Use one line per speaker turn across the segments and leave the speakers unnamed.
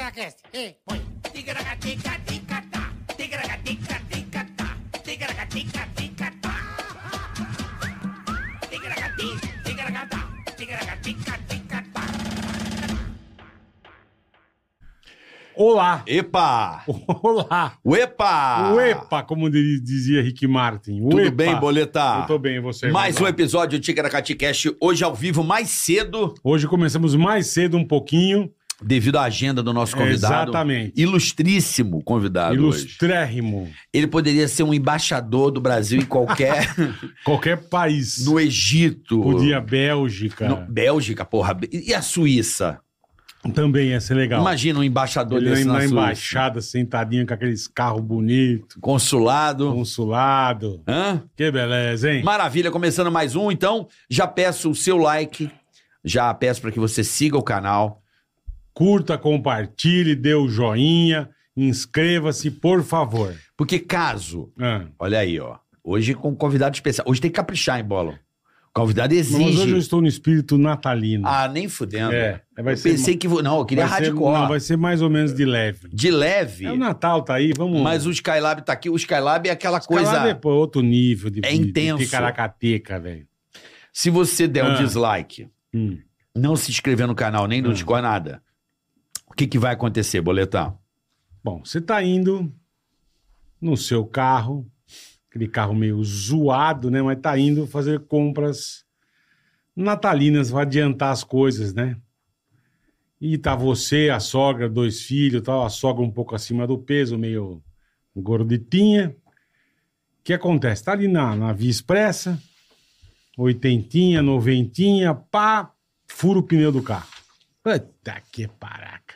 Ticaracast. E põe.
Ticaracaticaticatá. Ticaracaticaticatá. Ticaracaticaticatá. Ticaracati, ticaracatá. Ticaracaticatá.
Olá!
Epa!
Olá!
O Epa!
Uepa, como diri- dizia Rick Martin.
Ah. Tudo
Uepa.
bem, Boleta?
Eu tô bem, e você?
Mais um
Ronaldo?
episódio do Ticaracati Cast, hoje ao vivo, mais cedo,
Hoje começamos mais cedo um pouquinho.
devido à agenda do nosso convidado.
Exatamente.
Ilustríssimo convidado hoje.
Ilustrérrimo.
Ele poderia ser um embaixador do Brasil em qualquer...
Qualquer país.
no Egito.
Podia é. Bélgica.
No- Bélgica, porra. E a Suíça?
Também ia ser legal.
Imagina um embaixador
Ele é
desse
na,
na Suíça.
embaixada, sentadinho com aqueles carros bonitos, Um
Consulado.
consulado.
Hã?
Que beleza, hein?
Maravilha, começando mais um, então já peço o seu like, já peço para que você siga o canal.
Curta, compartilhe, dê o joinha, inscreva-se, por favor.
Porque caso,
Ah.
olha aí, ó. Hoje com um convidado especial. Hoje tem que caprichar, hein, Bola? O convidado
Mas hoje eu
exige.
estou no espírito natalino.
Ah, nem fudendo.
É, vai
eu
ser-
pensei que. vo- Não, eu queria
vai ser-
hardcore.
não, vai ser mais ou menos de leve.
De leve.
É o Natal, tá aí, vamos.
Mas o Skylab tá aqui. O Skylab é aquela
Calado é
coisa.
pô, outro nível de
É
de-
intenso.
De ticaracateca, velho.
Se você der um
Ah.
dislike,
Hum.
não se inscrever no canal, nem no
Ah.
Discord, nada. O que, que vai acontecer, boletão?
Bom, você tá indo no seu carro, aquele carro meio zoado, né? Mas tá indo fazer compras natalinas, vai adiantar as coisas, né? E tá você, a sogra, dois filhos, tal, a sogra um pouco acima do peso, meio gorditinha. O que acontece? Tá ali na, na Via Expressa, oitentinha, noventinha, pá, fura o pneu do carro. Puta que paraca.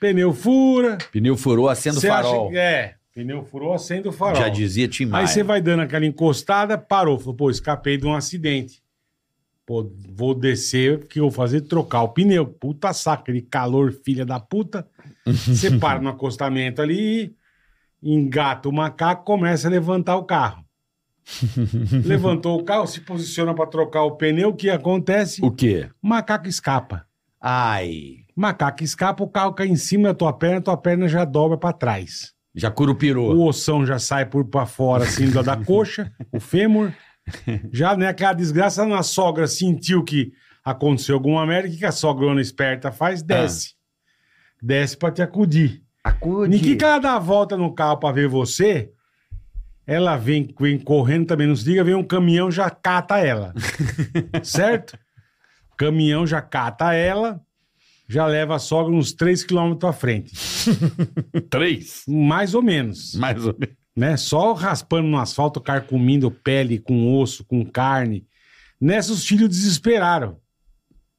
Pneu fura,
Pneu furou, acendo
Cê acha
farol.
que- é, pneu furou, acende o farol.
Já dizia Tim Maia.
Aí você vai dando aquela encostada, parou, falou, pô, escapei de um acidente. Pô, vou descer, o que eu vou fazer? Trocar o pneu. Puta saca, aquele calor, filha da puta. Você para no acostamento ali, engata o macaco, começa a levantar o carro. Levantou o carro, se posiciona pra trocar o pneu, o que acontece?
O quê?
O macaco escapa.
Ai,
Macaco escapa, o carro cai em cima da tua perna, tua perna já dobra pra trás.
já curupirou.
O ossão já sai por pra fora, assim, da, da coxa, o fêmur. Já, né, aquela desgraça na sogra sentiu que aconteceu alguma merda, o que que a sogrona esperta faz? Desce. Desce pra te acudir.
Acude.
Ni que ela dá a volta no carro pra ver você, ela vem, vem correndo também, nos liga, vem um caminhão, já cata ela. certo? Caminhão já cata ela, já leva a sogra uns 3 quilômetros à frente.
Três.
Mais ou menos
Mais ou menos.
né? Só raspando no asfalto, carcomindo pele com osso, com carne. Nessa os filhos desesperaram.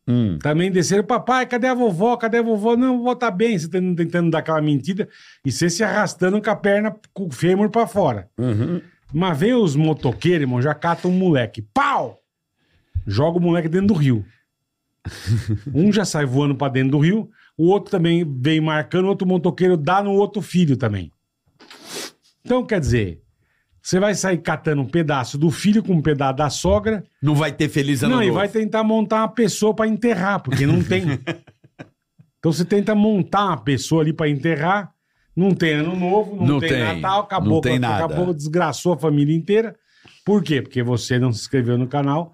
Hum.
Também desceram, papai, cadê a vovó? Cadê a vovó? Não, a vovó tá bem, você tentando, tentando dar aquela mentira e você se arrastando com a perna, com o fêmur pra fora.
uhum.
Mas vem os motoqueiros, irmão, já catam o moleque. Pau! Joga o moleque dentro do rio. Um já sai voando pra dentro do rio, o outro também vem marcando, o outro motoqueiro dá no outro filho também. Então, quer dizer, você vai sair catando um pedaço do filho com um pedaço da sogra,
Não vai ter feliz ano
não, e
novo.
vai tentar montar uma pessoa pra enterrar, porque não tem. então você tenta montar uma pessoa ali pra enterrar, não tem ano novo, não,
Não
tem,
tem,
Natal, acabou,
não tem nada.
acabou, desgraçou a família inteira. Por quê? Porque você não se inscreveu no canal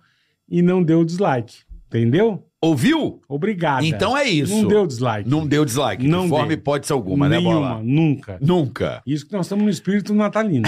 e não deu o dislike, entendeu?
Ouviu?
Obrigado.
Então é isso.
Não deu dislike.
Não deu dislike.
Não
de forma
dei.
hipótese alguma, né,
Nenhuma,
Bola?
nunca.
Nunca.
Isso que nós estamos no espírito natalino.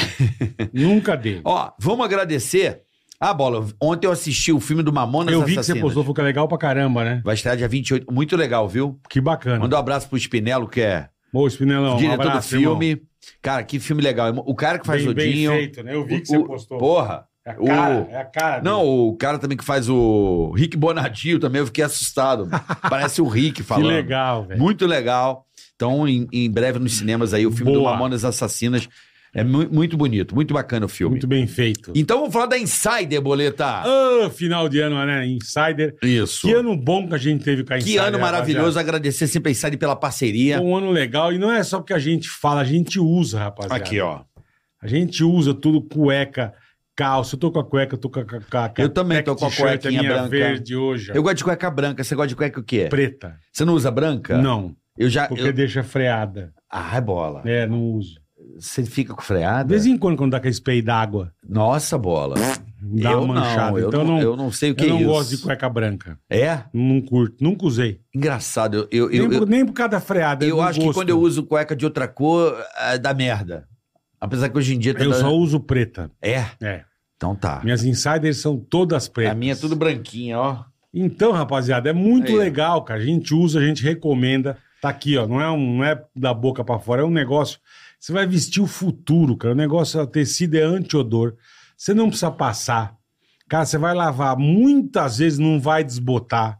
nunca deu.
Ó, vamos agradecer. Ah, Bola, ontem eu assisti o filme do Mamonas
Eu vi que você
Assassinas.
postou, ficou legal pra caramba, né?
Vai estar dia 28. Muito legal, viu?
Que bacana.
Manda um abraço pro Spinello, que é
Ô, Spinelão, um
diretor
abraço,
do filme. Cara, que filme legal. O cara que faz
Bem-
o
bem
Dinho.
feito, né? Eu vi
o-
que você
o-
postou.
Porra.
É a cara,
O-
é a cara. dele.
Não, o cara também que faz o Rick Bonadio também, eu fiquei assustado. Parece o Rick falando.
Que legal, velho.
Muito legal. Então, em, em breve nos cinemas aí, o filme do
Boa.
Mamonas Assassinas. É mu- muito bonito, muito bacana o filme.
Muito bem feito.
Então vamos falar da Insider, Boleta.
Ah, final de ano, né? Insider.
Isso.
Que ano bom que a gente teve com a
Que
Insider.
ano maravilhoso.
rapaziada.
Agradecer sempre a Insider pela parceria.
Um ano legal. E não é só porque a gente fala, a gente usa, rapaziada.
Aqui, ó.
A gente usa tudo, cueca, calça. Eu tô com a cueca, eu tô com a... com a- com a-
Eu também tô
tech
com a
t-shirt,
cuequinha
minha
branca.
verde hoje. ó.
Eu gosto de cueca branca. Você gosta de cueca o quê?
Preta.
Você não usa branca?
Não.
Eu já.
Porque
Eu...
deixa freada.
Ai, bola.
É, não uso.
Você fica com
De
freada?
vez em quando, quando dá aquele spray d'água,
Nossa, bola.
dá
eu
uma manchada.
não, eu
então eu não,
não,
eu
eu não sei o que
não,
é isso.
gosto de cueca branca.
É?
Não curto, nunca usei.
Engraçado. Eu, eu, eu,
nem,
eu,
por, nem por causa da freada. é
eu
do
acho que
gosto.
quando eu uso cueca de outra cor, é, dá merda. Apesar que hoje em dia... tá
Eu
dando-
só uso preta.
É?
É.
Então tá.
Minhas insiders são todas pretas.
A minha é tudo branquinha, ó.
Então, rapaziada, é muito
Aí, ó.
legal, cara. A gente usa, a gente recomenda. Tá aqui, ó. Não é, um, não é da boca pra fora, é um negócio. Você vai vestir o futuro, cara. O negócio, o tecido é anti-odor. Você não precisa passar. Cara, você vai lavar muitas vezes, não vai desbotar.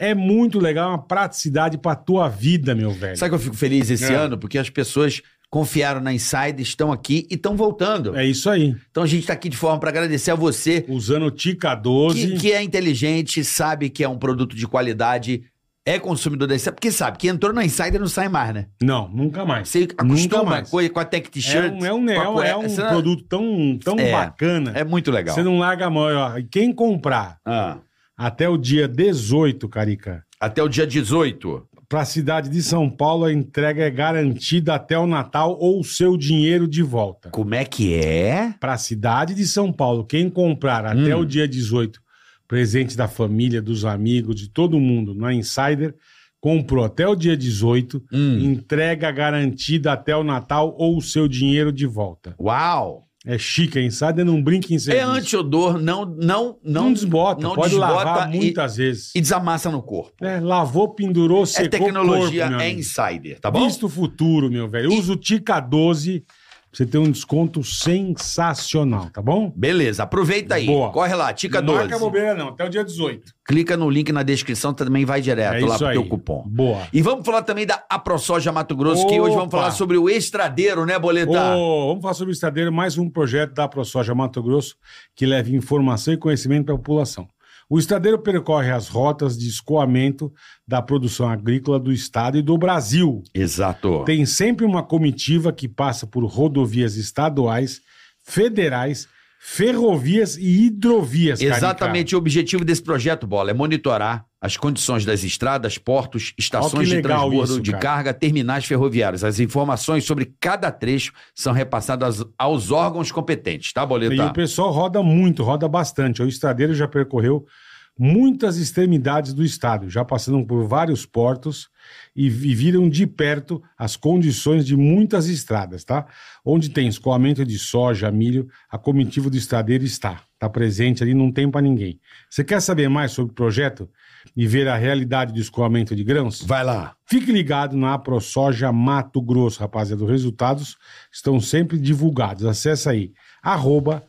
É muito legal, é uma praticidade pra tua vida, meu velho.
Sabe que eu fico feliz esse
É.
ano? Porque as pessoas confiaram na Insider, estão aqui e estão voltando.
É isso aí.
Então a gente tá aqui de forma para agradecer a você
Usando o Tica
que,
12.
que é inteligente, sabe que é um produto de qualidade, é consumidor da Insider. Porque sabe, que entrou na Insider não sai mais, né?
Não, nunca mais.
Você acostuma
mais.
a coisa com a Tech
É
T-shirt.
um, é um,
com a
é um- é
cueca,
um
você não-
produto tão, tão
É.
bacana.
É muito legal.
Você não larga a mão, ó. E quem comprar
Ah,
até o dia 18, Carica,
até o dia 18.
pra cidade de São Paulo, a entrega é garantida até o Natal ou o seu dinheiro de volta.
Como é que é?
Pra cidade de São Paulo, quem comprar até
Hum.
o dia 18, presente da família, dos amigos, de todo mundo, na Insider, comprou até o dia 18,
Hum.
entrega garantida até o Natal ou o seu dinheiro de volta.
Uau!
É chique, a Insider não brinca um em
É
serviço.
anti-odor, não, não, não,
Não desbota,
não
pode
desbota
lavar
e-
muitas vezes.
e desamassa no corpo.
É, lavou, pendurou, secou
é tecnologia,
corpo, meu
é
amigo.
insider, tá bom?
Visto o futuro, meu velho. Usa o Tica 12 pra você ter um desconto sensacional, tá bom?
Beleza, aproveita aí.
Boa.
Corre lá, Tica
não
12.
marca bobeira não, até o dia 18.
Clica no link na descrição, também vai direto
é
lá
isso
pro
aí.
teu cupom.
Boa.
E vamos falar também da AproSoja Mato Grosso, que hoje vamos
Opa.
falar sobre o estradeiro, né, Boleta?
Ô, vamos falar sobre o estadeiro, mais um projeto da ProSoja Mato Grosso que leva informação e conhecimento para a população. O estadeiro percorre as rotas de escoamento da produção agrícola do estado e do Brasil.
Exato.
Tem sempre uma comitiva que passa por rodovias estaduais, federais, ferrovias e hidrovias. Carica.
Exatamente o objetivo desse projeto, Bola, é monitorar as condições das estradas, portos,
Ó, que
estações de
legal
transbordo
isso,
de
cara.
carga, terminais ferroviários. As informações sobre cada trecho são repassadas aos, aos órgãos competentes, tá, Boleta?
E o pessoal roda muito, roda bastante. O estadeiro já percorreu muitas extremidades do estado, já passaram por vários portos e vi- viram de perto as condições de muitas estradas, tá? Onde tem escoamento de soja, milho, a comitiva do estadeiro está, está presente ali, não tem para ninguém. Você quer saber mais sobre o projeto e ver a realidade do escoamento de grãos?
Vai lá.
Fique ligado na AproSoja Mato Grosso, rapaziada. Os resultados estão sempre divulgados. Acesse aí, arroba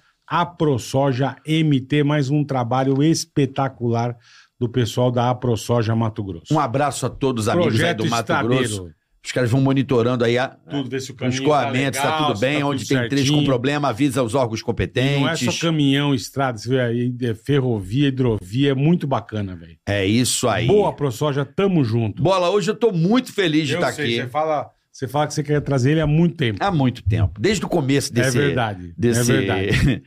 AproSojaMT, mais um trabalho espetacular do pessoal da AproSoja Mato Grosso.
Um abraço a todos os amigos aí
Projeto
do Mato
Estadeiro.
Grosso. Os caras vão monitorando aí a,
Tudo, ver se o
os
caminho
escoamentos, tá,
legal,
tudo
se
bem, onde
tudo
tem trecho com
certinho.
problema, avisa os órgãos competentes.
Não é só caminhão, estrada, você vê aí, é ferrovia, hidrovia, é muito bacana, velho.
É isso aí.
Boa, ProSoja, tamo junto.
Bola, hoje eu tô muito feliz de
Eu
estar
sei,
tá aqui.
Você fala, você fala que você quer trazer ele há muito tempo.
Há muito tempo. Desde o começo desse.
é verdade,
Desse,
é verdade.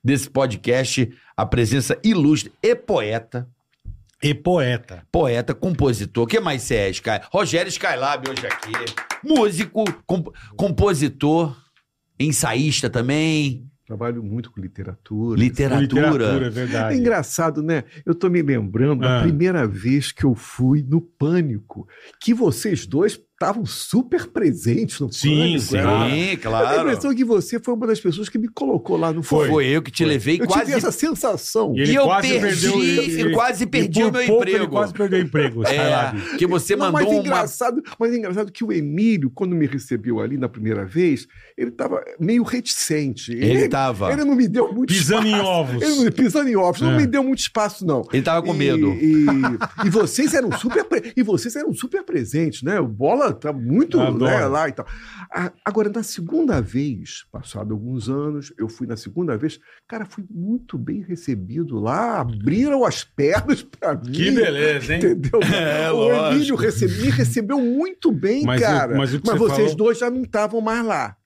desse podcast, a presença ilustre e poeta,
E poeta.
poeta, compositor. O que mais você é, Sky? Rogério Skylab hoje aqui. Músico, comp- compositor, ensaísta também,
Trabalho muito com literatura.
literatura.
Literatura, é
É
verdade.
engraçado, né? Eu tô me lembrando
Ah.
da primeira vez que eu fui no Pânico, que vocês dois estavam super presentes no
Sim,
Pânico.
sim.
era-
Ah,
Sim,
Eu tenho a
claro.
impressão que você foi uma das pessoas que me colocou lá no
Foi, eu que te
Foi.
levei
Eu
quase
tive essa sensação.
E ele
e eu
quase
perdi,
perdeu- ele-
eu quase perdi
E
o
por
meu
pouco Ele
emprego.
quase perdeu o emprego,
É,
Skylab.
que você
Não,
mandou
mas
uma.
engraçado, mas engraçado que o Emílio, quando me recebeu ali na primeira vez, ele estava meio reticente.
Ele tava.
ele não me deu muito
Pisando em
espaço.
ovos.
Ele não, pisando em ovos,
É.
não me deu muito espaço, não.
Ele tava Tá com
E-
medo.
E, e vocês eram super pre- e vocês eram super presentes, né? O bola tá muito
Adoro.
né, lá e tal. A- agora na segunda vez, passado alguns anos, eu fui na segunda vez, cara, fui muito bem recebido lá, abriram as pernas pra mim.
Que beleza, hein?
Entendeu?
É,
o
lógico.
Emílio recebe- me recebeu muito bem,
Mas o-
cara.
mas o que você
vocês
falou-
dois já não estavam mais lá.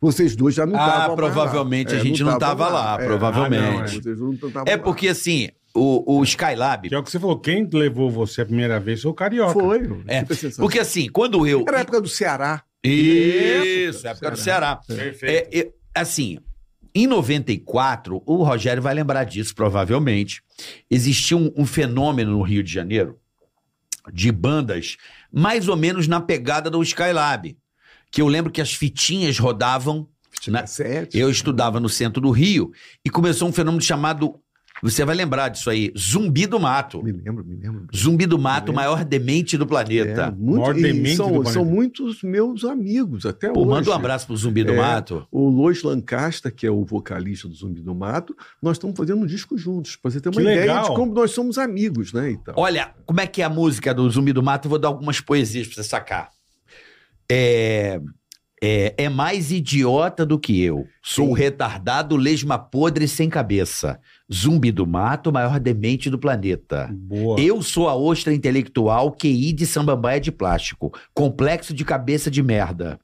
Vocês dois já não estavam
Ah,
mais lá.
provavelmente a gente não tava lá,
É,
provavelmente.
vocês não tavam
É
lá.
porque assim, o, o Skylab.
Que é o que você falou, quem levou você a primeira vez foi o Carioca.
Foi.
É,
super sensacional.
Porque assim, quando eu.
Era a época do Ceará.
Isso, época do Ceará.
Perfeito.
É, é, assim, em 94, o Rogério vai lembrar disso, provavelmente. Existia um, um fenômeno no Rio de Janeiro de bandas mais ou menos na pegada do Skylab. Que eu lembro que as fitinhas rodavam. na-
Sete.
eu estudava no centro do Rio e começou um fenômeno chamado. Você vai lembrar disso aí, zumbi do mato.
Me lembro, me lembro.
Zumbi do mato,
Lembro.
maior demente do
É,
planeta.
muito-
Maior
e
demente do
são,
planeta.
são muitos meus amigos até
Pô,
hoje.
manda um abraço pro zumbi do
É.
mato.
O Lois Lancaster, que é o vocalista do Zumbi do Mato, nós estamos fazendo um disco juntos, pra você ter uma
Que
ideia
legal.
de como nós somos amigos, né? Então.
Olha, como é que é a música do Zumbi do Mato? Eu vou dar algumas poesias pra você sacar. É, é, é mais idiota do que eu. Sou
Sim.
retardado, lesma podre sem cabeça. Zumbi do Mato, maior demente do
É.
planeta.
Boa.
Eu sou a ostra intelectual QI de sambambaia de plástico, complexo de cabeça de merda,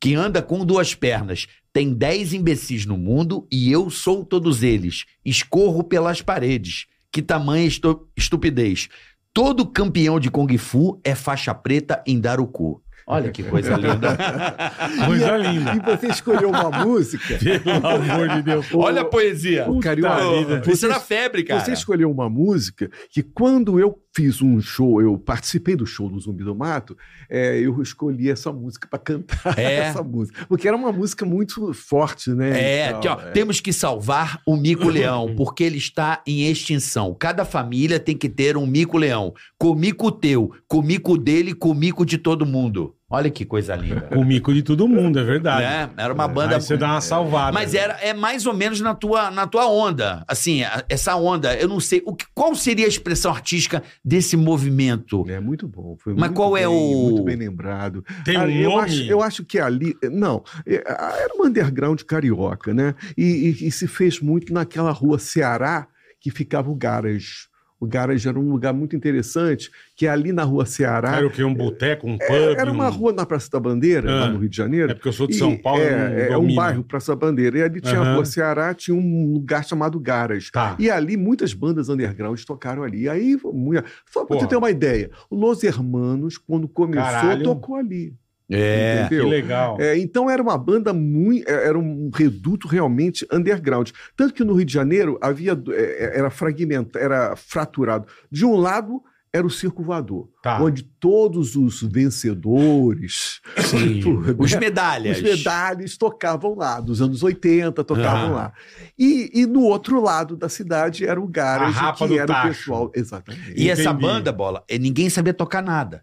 que anda com duas pernas. Tem dez imbecis no mundo e eu sou todos eles. Escorro pelas paredes. Que tamanha estu- estupidez. Todo campeão de Kung Fu é faixa preta em dar o cu. Olha que coisa linda.
Coisa linda.
E você escolheu uma música.
Pelo amor de Deus.
Olha a poesia.
Ô, Carioca,
Pô, Isso é na febre, cara.
Você escolheu uma música que quando eu fiz um show, eu participei do show do Zumbi do Mato, é, eu escolhi essa música para cantar
É.
essa música. Porque era uma música muito forte, né?
É,
Então,
aqui, ó,
é.
temos que salvar o mico-leão, porque ele está em extinção. Cada família tem que ter um mico-leão. Comico teu, comico dele, comico de todo mundo. Olha que coisa linda.
O mico de todo mundo, é verdade.
né? Era uma
É, Aí
banda.
você
é.
né? dá uma salvada.
Mas era, é mais ou menos na tua, na tua onda. Assim, a- essa onda, eu não sei. O que, qual seria a expressão artística desse movimento?
É muito bom. Foi
Mas
muito
qual é
bem,
o-
Muito bem lembrado.
Tem um
Ah, eu,
nome.
acho, eu acho que ali. Não, é, ah, era um underground carioca, né? E, e- e se fez muito naquela rua Ceará que ficava o Garage. O Garage era um lugar muito interessante, que ali na rua Ceará.
Era o que? Um boteco, um pub?
né? É, Era
um-
uma rua na Praça da Bandeira,
Ah.
lá no Rio de Janeiro.
É porque eu sou de
E
São Paulo. eu não
É, é um
domino.
bairro, Praça da Bandeira. E ali tinha
Aham.
a Rua Ceará, tinha um lugar chamado Garas.
Tá.
E ali muitas bandas underground tocaram ali. Aí, muita- só pra
Porra.
você ter uma ideia, o Los Hermanos, quando começou,
Caralho.
tocou ali.
É.
Que
entendeu?
legal.
É, então era uma banda muito. é, Era um reduto realmente underground. Tanto que no Rio de Janeiro havia. do- é, é, Era fragmentado, era fraturado. De um lado era o circo voador,
Tá.
onde todos os vencedores,
Sim.
tudo,
Os
né?
medalhas.
Os medalhas tocavam lá, dos anos 80 tocavam
Ah.
lá. E, e no outro lado da cidade era o
A
garage,
Rapa
que
do
era
Tacho.
o pessoal. Exatamente.
E essa
Entendi.
banda, bola, eh, ninguém sabia tocar nada.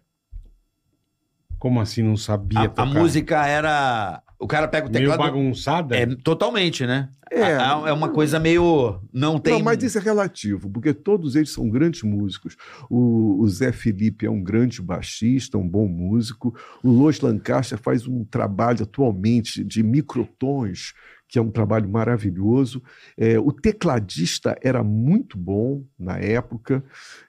Como assim não sabia
A- a,
tocar?
música era. O cara pega o
Meio
teclado.
bagunçada?
É totalmente, né?
É.
É, é uma coisa meio. Não tem.
Não, mas isso é relativo, porque todos eles são grandes músicos. O, o Zé Felipe é um grande baixista, um bom músico. O Lois Lancaster faz um trabalho atualmente de microtons, que é um trabalho maravilhoso. É, o tecladista era muito bom na época.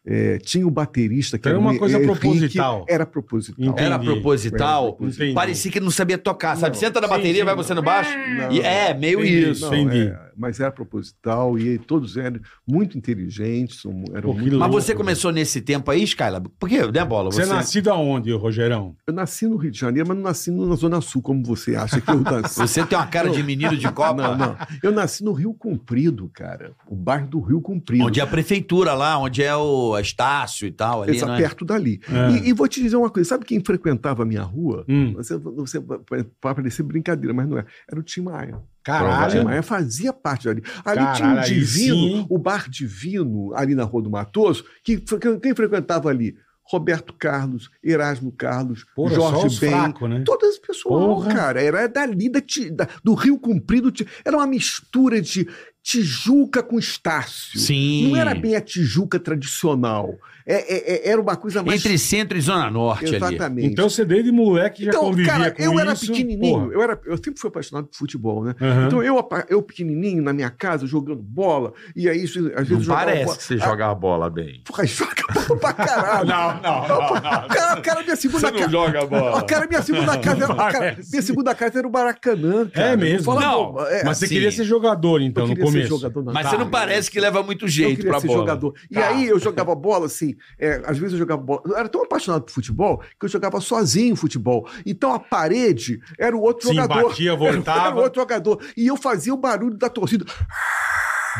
É, tinha o baterista que
Então era uma
o
coisa
Henrique,
proposital.
Era proposital.
Entendi.
Era proposital.
Entendi. Entendi.
Parecia que não sabia tocar, sabe?
Não,
Senta na
sim,
bateria,
sim,
vai
não.
você no baixo.
Não.
E é, meio
Entendi.
isso.
Não,
entendi.
é, mas era proposital e todos eram muito inteligentes. são- Eram
Pô, que
muito
Mas
louco.
você começou nesse tempo aí, Skylab? Por quê? Né, bola?
Você é nascido aonde, ô, Rogerão?
Eu nasci no Rio de Janeiro, mas não nasci no- na Zona Sul, como você acha que eu nasci.
você tem uma cara de menino de Copa.
Não, não. Eu nasci no Rio Comprido, cara. O bairro do Rio Comprido.
Onde é a prefeitura lá, onde é o Estácio e tal, ali,
Pensa
não é?
perto dali.
É.
E, e vou te dizer uma coisa: sabe quem frequentava a minha rua?
Hum,
Você, você vai parecer brincadeira, mas não é. Era o Tim Maia. O Tim
caralho.
Maia fazia parte ali. Ali tinha
Caralho,
o
aí
Divino,
sim.
o Bar Divino, ali na Rua do Matoso, que fre- quem frequentava ali? Roberto Carlos, Erasmo Carlos,
Porra, só os
Jorge Ben,
fracos, né?
Todas as pessoas,
Porra.
cara. Era dali da, Ti- da- do Rio Comprido. Ti- Era uma mistura de Tijuca com Estácio.
Sim.
Não era bem a Tijuca tradicional. É- é- é- era uma coisa mais.
Entre centro e zona norte ali.
Exatamente.
Então você desde moleque já
Então,
convivia
cara,
com
eu
isso.
era pequenininho.
porra.
Eu, era, eu sempre fui apaixonado por futebol, né?
Aham.
Então eu, apa- eu pequenininho, na minha casa, jogando bola. E aí, às vezes, eu
Não
jogava
parece
bola.
que você joga a bola bem.
Porra, joga bola pra caralho.
Não, não, não, não.
Cara, cara, minha segunda casa.
joga a
Ó, cara, minha segunda casa era, cara,
Parece.
minha segunda casa era o Maracanã, cara.
É mesmo?
Fala,
Não,
pô, é,
Mas você
Assim,
queria ser jogador, então,
eu
no
queria ser ser
começo.
jogador na
Mas você
Itália.
não parece que leva muito
Eu
jeito
queria
pra
ser
bola.
jogador. E
Tá.
aí eu jogava bola assim, é, às vezes eu jogava bola. Eu era tão apaixonado por futebol que eu jogava sozinho futebol. Então a parede era o outro
Sim,
jogador.
batia,
Era, era o
voltava,
outro jogador. E eu fazia o barulho da torcida.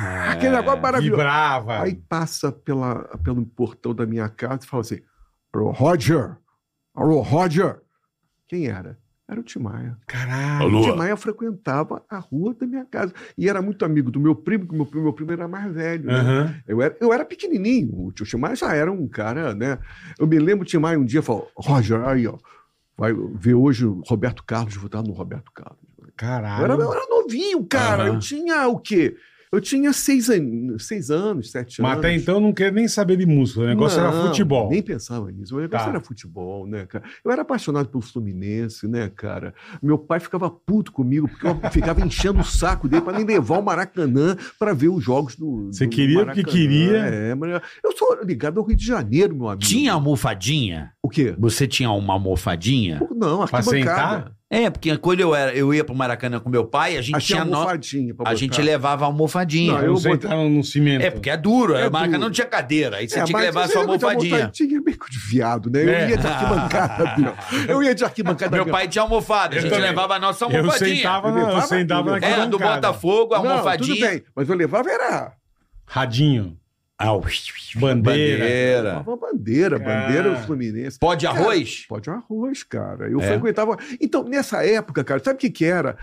É,
Aquele negócio maravilhoso.
vibrava.
Aí passa pela, pelo portão da minha casa e fala assim: Alô, Roger! Alô, Roger! Quem era? Era o Tim Maia.
Caralho.
O Tim Maia frequentava a rua da minha casa. E era muito amigo do meu primo, que meu primo, meu primo era mais velho. né?
Aham.
Eu era, eu era pequenininho, o tio Tim Maia já era um cara, né? Eu me lembro o Tim Maia um dia falou, Roger, aí ó, vai ver hoje o Roberto Carlos, vou dar no Roberto Carlos. Eu era,
Caralho.
eu era novinho, cara,
Aham.
eu tinha o quê? Eu tinha seis, an- seis anos, sete
Mas
anos.
até então eu não queria nem saber de música. O negócio era
Não,
futebol.
Nem pensava nisso. O negócio
Tá.
era futebol, né, cara? Eu era apaixonado pelo Fluminense, né, cara? Meu pai ficava puto comigo, porque eu ficava enchendo o saco dele pra me levar ao Maracanã pra ver os jogos do.
Você
do
queria porque
Maracanã.
queria.
É, mas eu sou ligado ao Rio de Janeiro, meu amigo.
Tinha um almofadinha?
O quê?
Você tinha uma almofadinha?
Pô, Não,
Pra
arquibancada.
sentar?
É, porque quando eu era, eu ia pro Maracanã com meu pai, a gente
Achei
tinha
uma
no...
almofadinha pra
a
botar.
gente levava a almofadinha.
Não,
Eu
eu
você
botei-
entraram no cimento.
É, porque é duro.
É
o Maracanã
duro.
não tinha cadeira. Aí você
É,
tinha que
mas
levar a
eu
sua
lembro de
almofadinha.
almofadinha, meio que de viado, né? Eu
É.
ia de arquibancada. meu. Eu ia de arquibancada.
Meu
meu.
pai tinha almofada, a
Eu
gente
também.
levava a nossa
Eu
almofadinha.
sentava,
Ele
na, eu
levava
sentava
tudo.
naquela
Era É, do
bancada.
Botafogo, a
Não, tudo
almofadinha.
bem, mas eu levava era
Radinho.
Ah, ui, ui, bandeira.
Levava a bandeira, a bandeira
Cara.
do Fluminense.
Pó de arroz?
Pode um arroz, cara. Eu
É.
frequentava. Então, nessa época, cara, sabe o que, que era?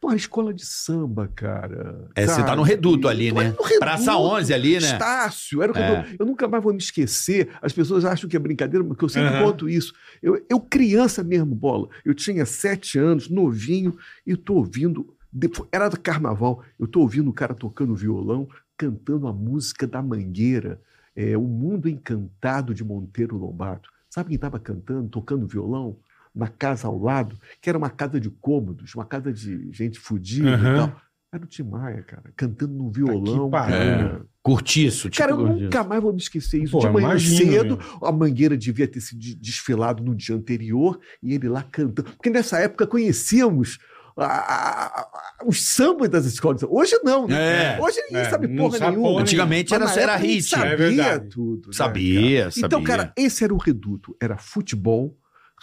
Pô, a escola de samba, cara.
É, você tá
sabe?
no reduto ali,
Tu é
né?
no reduto,
Praça 11 ali, né?
Estácio, era o que
É.
eu, eu nunca mais vou me esquecer. As pessoas acham que é brincadeira, porque eu sempre
Aham.
conto isso. Eu, eu criança mesmo, bola. Eu tinha sete anos, novinho, e tô ouvindo. depo- Era do carnaval, eu tô ouvindo o cara tocando violão, cantando a música da Mangueira, é, O Mundo Encantado de Monteiro Lobato. Sabe quem estava cantando, tocando violão? Na casa ao lado, que era uma casa de cômodos, uma casa de gente fodida
Aham. Tá
e tal. Era o Tim Maia, cara, cantando no violão. né?
pariu.
cara.
Curtiço, tipo
Cara, eu
curtiço.
nunca mais vou me esquecer isso.
Pô,
de manhã
imagino,
cedo,
meu.
a mangueira devia ter se de- desfilado no dia anterior e ele lá cantando. Porque nessa época conhecíamos a- a- a- a- os sambas das escolas. Hoje não, né?
É,
Hoje ninguém
é,
sabe
não
porra
sabe
nenhuma.
porra
Antigamente era,
Mas na
era
época a gente
hit.
Sabia
É verdade.
tudo. né, cara?
Sabia, sabia.
Então, cara, esse era o reduto. Era futebol,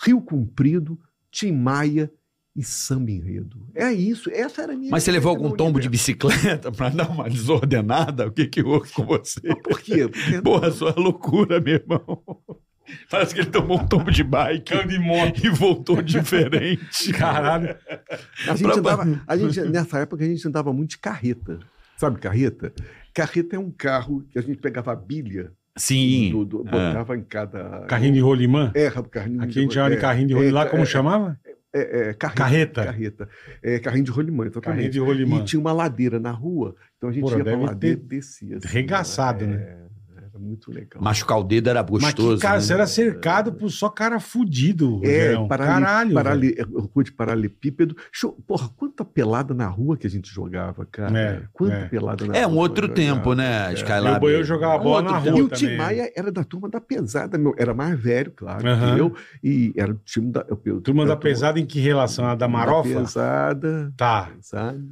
Rio Comprido, Tim Maia e samba enredo. É isso. Essa era a minha...
Mas você levou
era o
algum tombo de
universo.
bicicleta pra dar uma desordenada? O que que houve com você?
Por quê? Porque
Porra, só é loucura, meu irmão. Parece que ele tomou um tombo de bike
Caiu de moto.
e voltou diferente.
Caralho.
É. A gente
Pra-
andava, a gente, nessa época a gente andava muito de carreta. Sabe carreta? Carreta é um carro que a gente pegava a bilha,
Sim.
do- do- botava em cada.
é. Carrinho de rolimã.
É, rabo- carrinho
Aqui a gente chama
é,
de carrinho de rolimã.
é,
Lá como
é,
chamava?
É, é, carreta.
Carreta.
Carreta. É, carrinho de rolimã, exatamente.
Carrinho de
E
rolimã.
tinha uma ladeira na rua, então a gente
Porra,
ia pra
deve
ladeira e
ter
descia. assim,
regaçado,
né? É, Era muito legal.
Machucar o dedo era
Mas que
gostoso.
cara,
né?
você era cercado por só cara fudido,
É,
Rogerão.
parali,
Caralho. velho.
parali, é, rua de paralelepípedo. Show- Porra, quanta pelada na rua que a gente jogava, cara.
É,
quanta
é.
pelada na
É
rua.
um
que
outro
nós
tempo, né, Skylab?
Meu banheiro jogava
Um
bola
outro
na
tempo.
rua
E o Tim
também.
Maia era da turma da pesada, meu. Era mais velho, claro,
Aham.
que eu. E era o time da. Eu, eu-
Turma
eu-
da pesada em que relação? A da marofa?
pesada,
Tá,
sabe?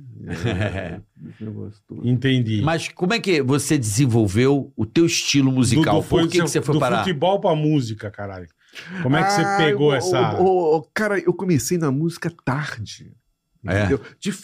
É, esse negócio todo.
entendi.
Mas como é que você desenvolveu o teu estilo musical?
Do- do- foi
Por que,
do-
que você foi
do
parar?
futebol pra música, caralho. Como é que
Ah,
você pegou
eu-
essa...
ô, ô, cara, eu comecei na música tarde.
É.
Entendeu?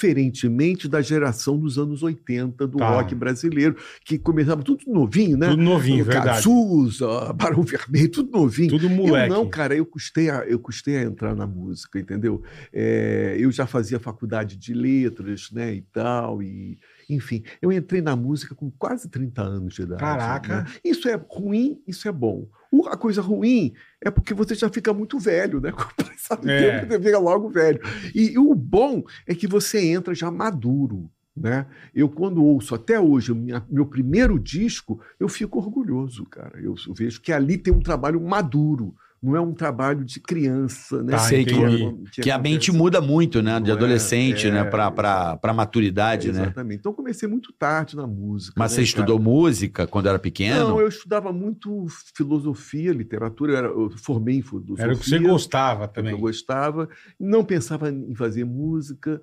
Diferentemente da geração dos anos 80 do
Tá.
rock brasileiro, que começava tudo novinho, né?
Tudo novinho, verdade.
Cazuza, Barão Vermelho, tudo novinho.
Tudo moleque.
Eu não, cara, eu custei a, eu custei a entrar na música, entendeu? É, eu já fazia faculdade de letras, né, e tal, e enfim, eu entrei na música com quase 30 anos de idade.
Caraca.
né? Isso é ruim, isso é bom. O- a coisa ruim é porque você já fica muito velho, né? Com o passar do
É.
tempo, você fica logo velho. E, e o bom é que você entra já maduro, né? Eu, quando ouço até hoje o minha- meu primeiro disco, eu fico orgulhoso, cara. Eu, eu vejo que ali tem um trabalho maduro, não é um trabalho de criança, né?
Tá,
Sei que-
entendi.
Que a mente
é acontece.
muda muito, né? De
Não é?
adolescente,
É,
né? Pra, pra, pra maturidade, né?
Exatamente. Então, eu comecei muito tarde na música.
Mas
né,
você
cara?
estudou música quando era pequeno?
Não, eu estudava muito filosofia, literatura, eu, era, eu formei em filosofia.
Era o que você gostava
que eu
também.
gostava. Não pensava em fazer música.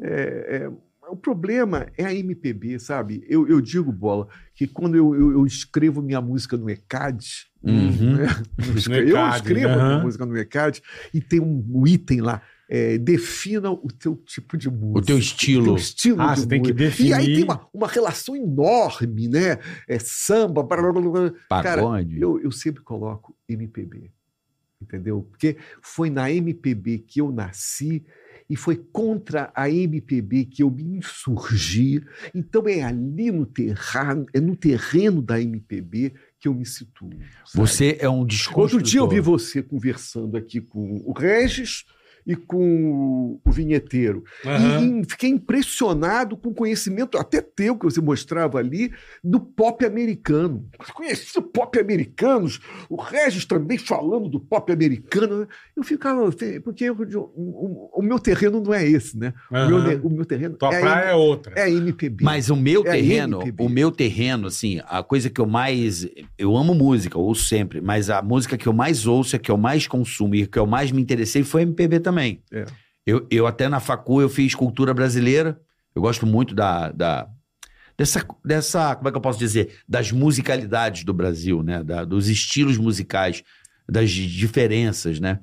É, é, o problema é a MPB, sabe? Eu, eu digo, Bola, que quando eu, eu- eu escrevo minha música no ECAD,
Uhum.
né? eu escrevo, eu
ECAD,
escrevo
aham.
minha música no ECAD e tem um, um item lá, é, defina o teu tipo de música.
teu estilo.
O teu estilo
Ah,
de
você tem que
música. E aí
definir.
tem uma, uma relação enorme, né? É samba, blá, blá, blá, blá. Cara,
Pagode.
Eu, eu sempre coloco MPB, entendeu? Porque foi na MPB que eu nasci e foi contra a MPB que eu me insurgi. Então é ali no terreno, é no terreno da MPB que eu me situo. sabe?
Você é um desconstrutor.
Outro dia eu vi você conversando aqui com o Regis e com o vinheteiro.
Aham.
E, e fiquei impressionado com o conhecimento, até teu, que você mostrava ali, do pop americano. Conheci o pop americano, o Regis também falando do pop americano. né? Eu ficava, fe- porque eu- eu- o, o meu terreno não é esse, né? O, meu,
Aham.
ne- o meu terreno
Tua
é,
praia é outra.
é a MPB.
Mas o meu
É
terreno,
MPB.
o meu terreno, assim, a coisa que eu mais. Eu amo música, ouço sempre, mas a música que eu mais ouço, a que eu mais consumo e que eu mais me interessei foi MPB também.
É.
Eu, eu até na facu eu fiz cultura brasileira. Eu gosto muito da. da dessa, dessa. Como é que eu posso dizer? Das musicalidades do Brasil, né? Da- dos estilos musicais, das di- diferenças, né?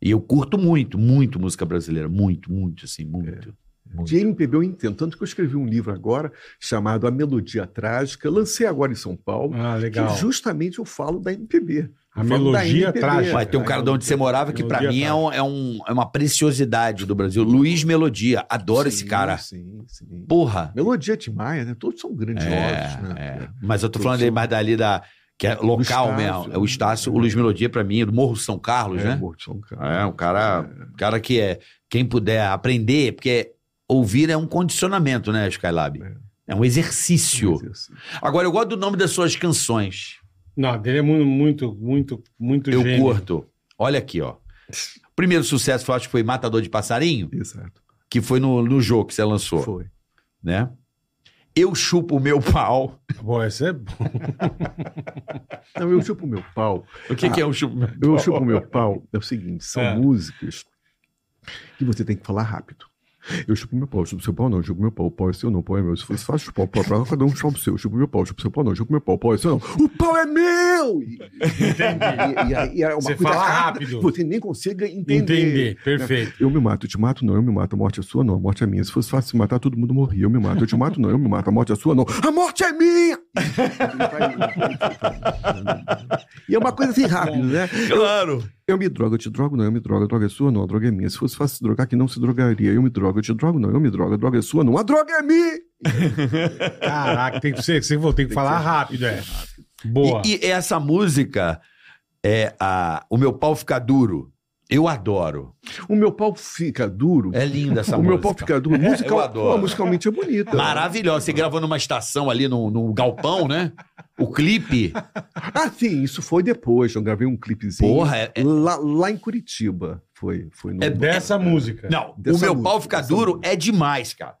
E eu curto muito, muito música brasileira. Muito, muito, assim,
É.
muito. muito.
De MPB eu entendo. Tanto que eu escrevi um livro agora chamado A Melodia Trágica, lancei agora em São Paulo,
Ah, legal.
que justamente eu falo da MPB.
A
Eu falo da
melodia
MPB.
trágica.
Vai ter um cara de onde você morava que pra
Melodia
mim é, um- é um- é uma preciosidade do Brasil. Luiz Melodia, adoro esse
Sim,
cara.
Sim, sim.
Porra.
Melodia de Maia, né? Todos são grandiosos,
É,
né?
é. Mas eu tô falando dele mais dali da que é local
Estácio,
mesmo. É o
né?
Estácio, o Luiz Melodia pra mim é do Morro São Carlos,
É,
né?
Morto São Carlos.
É um cara, cara que é quem puder aprender, porque ouvir é um condicionamento, né, Skylab?
É.
É um exercício.
assim,
Agora eu gosto do nome das suas canções.
Não, dele é mu- muito, muito, muito,
eu
gênio.
curto. Olha aqui, ó. Primeiro sucesso, eu acho que foi Matador de Passarinho.
Exato.
que foi no, no jogo que você lançou,
Foi.
né? Eu chupo o meu pau.
Pô, esse é bom.
Não, eu chupo o meu pau.
O que,
Ah,
que é o chupo? meu-
Eu chupo o meu pau. É o seguinte: são
É.
músicas que você tem que falar rápido. Eu chupo meu pau, eu chupo seu pau, não, eu chupo meu pau, o pau é seu, não, o pau é meu. Se você faz chupa o pau, pra lá, cada um chupa o seu, eu chupo meu pau, eu chupo seu pau, não, eu chupo meu pau, o pau é seu, não. O pau é meu! E, e- e aí é uma
Você
coisa
fala
errada,
rápido.
Você nem consegue entender.
Entender, perfeito.
Eu me mato, eu te mato, não, eu me mato, a morte é sua, não, a morte é minha. Se fosse fácil se matar, todo mundo morria. Eu me mato, eu te mato, não, eu me mato, a morte é sua, não, a morte é minha! E é uma coisa assim rápida, né?
Claro.
Eu me drogo, eu te drogo, não, eu me drogo, a droga é sua, não, a droga é minha. Se fosse fácil se drogar, que não se drogaria. Eu me drogo, eu te drogo, não, eu me drogo, a droga é sua, não, a droga é minha!
Caraca, tem que ser, você tem que
que
falar
ser
rápido, é. Boa.
E, e essa música é a o meu pau fica duro. Eu adoro.
O meu pau fica duro.
É linda essa
o
música.
meu pau fica duro. Musical,
eu adoro.
pô, musicalmente é bonita.
Maravilhosa. Você gravou numa estação ali no, no galpão, né? O clipe.
Ah, sim, isso foi depois. Eu gravei um clipezinho.
Porra, é- é-
Lá, lá em Curitiba. Foi. foi no...
É
Dessa música.
Não, o
Dessa
meu pau
música,
fica
dessa
duro
música.
é demais, cara.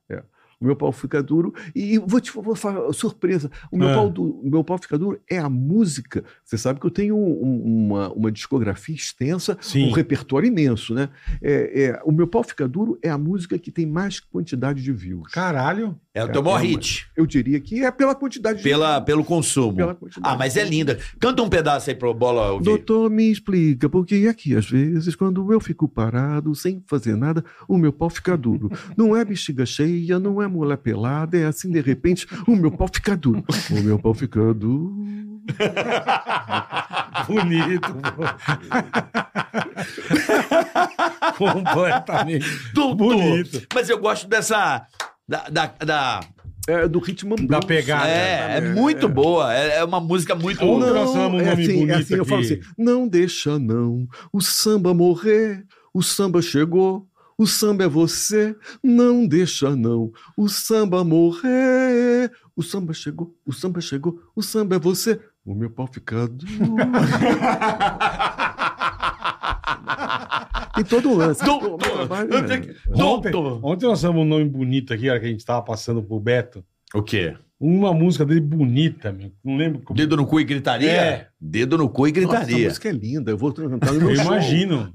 O meu pau fica duro. E vou te vou falar, surpresa. O meu,
Ah.
pau, du- o meu pau fica duro é a música. Você sabe que eu tenho um- uma, uma discografia extensa,
Sim.
um repertório imenso, né? É, é, o meu pau fica duro é a música que tem mais quantidade de views.
Caralho.
É o
É,
teu maior
é uma-
hit.
Eu diria que é pela quantidade
Pela,
de
pelo consumo.
Pela quantidade.
Ah, mas é linda. Canta um pedaço aí pro Bola ouvir.
Doutor, me explica por que é que às vezes, quando eu fico parado, sem fazer nada, o meu pau fica duro. Não é bexiga cheia, não é mulher pelada, é assim de repente, o meu pau fica duro. O meu pau fica duro.
Bonito. pô. Completamente.
Doutor.
Bonito.
Mas eu gosto dessa. Da, da, da-
É do ritmo né?
Da pegada.
é, é muito boa. É, é uma música muito.
Ou
Não,
Nós falamos um
é
nome
assim, é
bonito
assim, eu falo
aqui.
assim, não deixa não o samba morrer, o samba chegou, o samba é você, não deixa não o samba morrer, o samba chegou, o samba chegou, o samba é você, o meu pau fica duro. e todo o lance.
Doutor,
Pô, meu trabalho,
eu
né?
tenho que-
Ontem,
Doutor.
ontem nós falamos um nome bonito aqui, a hora que a gente tava passando pro Beto.
O quê?
Uma música dele bonita, meu. Não lembro como.
Dedo no cu e gritaria?
É.
Dedo no cu e
Nossa, essa
gritaria.
música é linda. Eu vou cantar no
Eu
meu show.
imagino.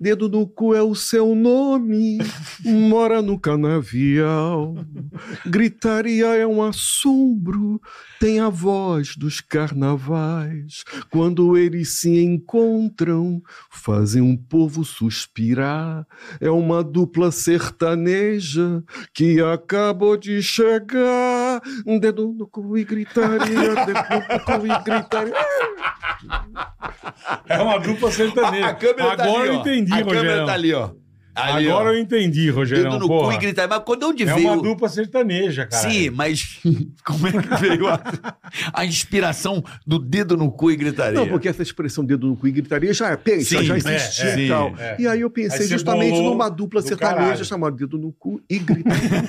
Dedo no cu é o seu nome, mora no canavial. Gritaria é um assombro, tem a voz dos carnavais. Quando eles se encontram, fazem um povo suspirar. É uma dupla sertaneja que acabou de chegar. Dedo no cu e gritaria, dedo no cu e gritaria.
É uma dupla sertaneja. Agora eu entendi,
tá A câmera
Rogério.
tá ali, ó. Ali,
Agora
ó.
eu entendi, Rogério.
Dedo no cu e gritaria. Mas quando onde
É
veio...
uma dupla sertaneja, cara.
Sim, mas como é que veio a, a inspiração do dedo no cu e gritaria?
Não, porque essa expressão dedo no cu e gritaria já, pensa,
Sim,
já
é,
existia
é,
e tal.
é.
E aí eu
Aí
pensei
você
justamente
bolou
numa dupla
do
sertaneja
caralho.
chamada dedo no cu e gritaria.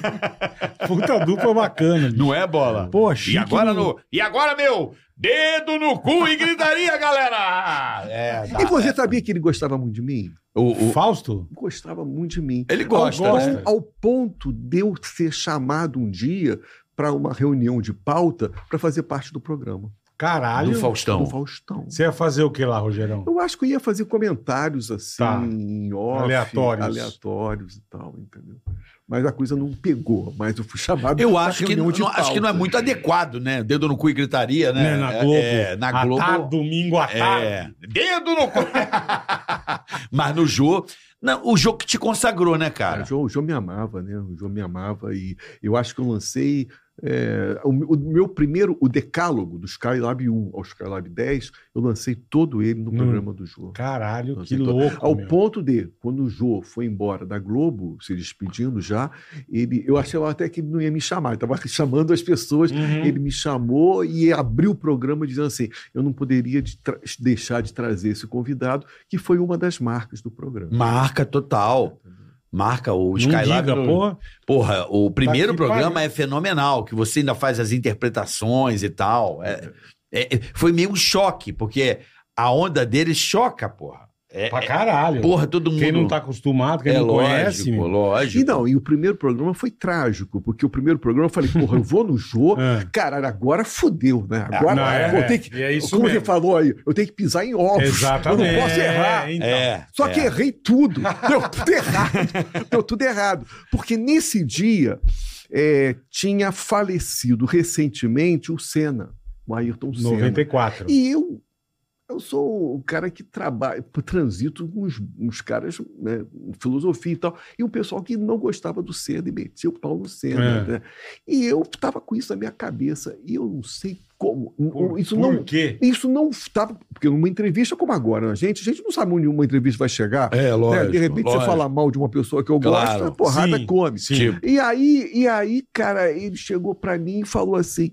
Puta dupla bacana. bicho.
Não é bola?
Pô, chique,
e agora
não-
no... E agora, meu, dedo no cu e gritaria, galera! É, dá.
e você sabia que ele gostava muito de mim?
O- o-
Fausto?
Gostava muito de mim.
Ele gosta,
Ao,
gosta.
né?
pon- ao ponto de eu ser chamado um dia para uma reunião de pauta para fazer parte do programa
Caralho.
Do Faustão.
do Faustão.
Você ia fazer o que lá, Rogerão?
Eu acho que eu ia fazer comentários assim,
Tá.
em off,
Aleatórios.
aleatórios e tal, entendeu? Mas a coisa não pegou, mas eu fui chamado
Eu
pra
acho que,
reunião
não,
de
acho que não é
pauta.
muito adequado, né? Dedo no cu e gritaria, né?
Né, na Globo. Ah, tá.
É, na Globo.
Atá, domingo à tarde.
É. Dedo no cu. Mas no Jô. Não, o Jô que te consagrou, né,
Cara,
É.
cara?
o João, o João me amava, né? O João me amava e eu acho que eu lancei é, o, me- o meu primeiro, o decálogo do Skylab 1 ao Skylab 10, eu lancei todo ele no
Hum. Tá
programa do João.
Caralho, que
Nossa, então,
É
louco.
Ao
meu.
ponto de, quando o Jô foi embora da Globo, se despedindo já, ele, eu achava até que ele não ia me chamar, ele estava chamando as pessoas.
Uhum.
Ele me chamou e abriu o programa dizendo assim: eu não poderia de tra- deixar de trazer esse convidado, que foi uma das marcas do programa.
Marca total. Marca o
Não
Skylab.
diga,
no-
porra.
Porra, o primeiro
que
programa
pariu.
é fenomenal, que você ainda faz as interpretações e tal. É- é- é- foi meio um choque, porque a onda dele choca, porra. É,
Pra
é-
caralho.
porra, todo mundo.
Quem não tá acostumado, quem
é
não
lógico,
conhece. meu.
lógico.
E não, e o primeiro programa foi trágico, porque o primeiro programa eu falei, porra, eu vou no Jô,
Ah.
caralho, agora fudeu, né? Agora
Não, é,
pô,
é.
tem que.
E é isso
como
mesmo.
você falou aí, eu tenho que pisar em ovos.
Exatamente.
Eu não posso errar.
É, então.
É.
Só
é.
que né, errei tudo. Deu tudo errado. Deu tudo errado. Porque nesse dia é, tinha falecido recentemente o Senna, o Ayrton Senna.
94.
E eu, eu sou o cara que trabalha, transito com uns, uns caras, né, filosofia e tal, e o pessoal que não gostava do Senna e metia o pau no Senna.
É.
né? E eu estava com isso na minha cabeça, e eu não sei como.
Por,
isso
por
não.
quê?
Isso não estava. Porque numa entrevista como agora, né, gente, a gente não sabe onde uma entrevista vai chegar.
É, lógico. Tipo,
né? De repente você fala assim, mal de uma pessoa que eu
Claro.
gosto, a porrada
Sim,
come.
Sim.
E aí, e aí, cara, ele chegou pra mim e falou assim.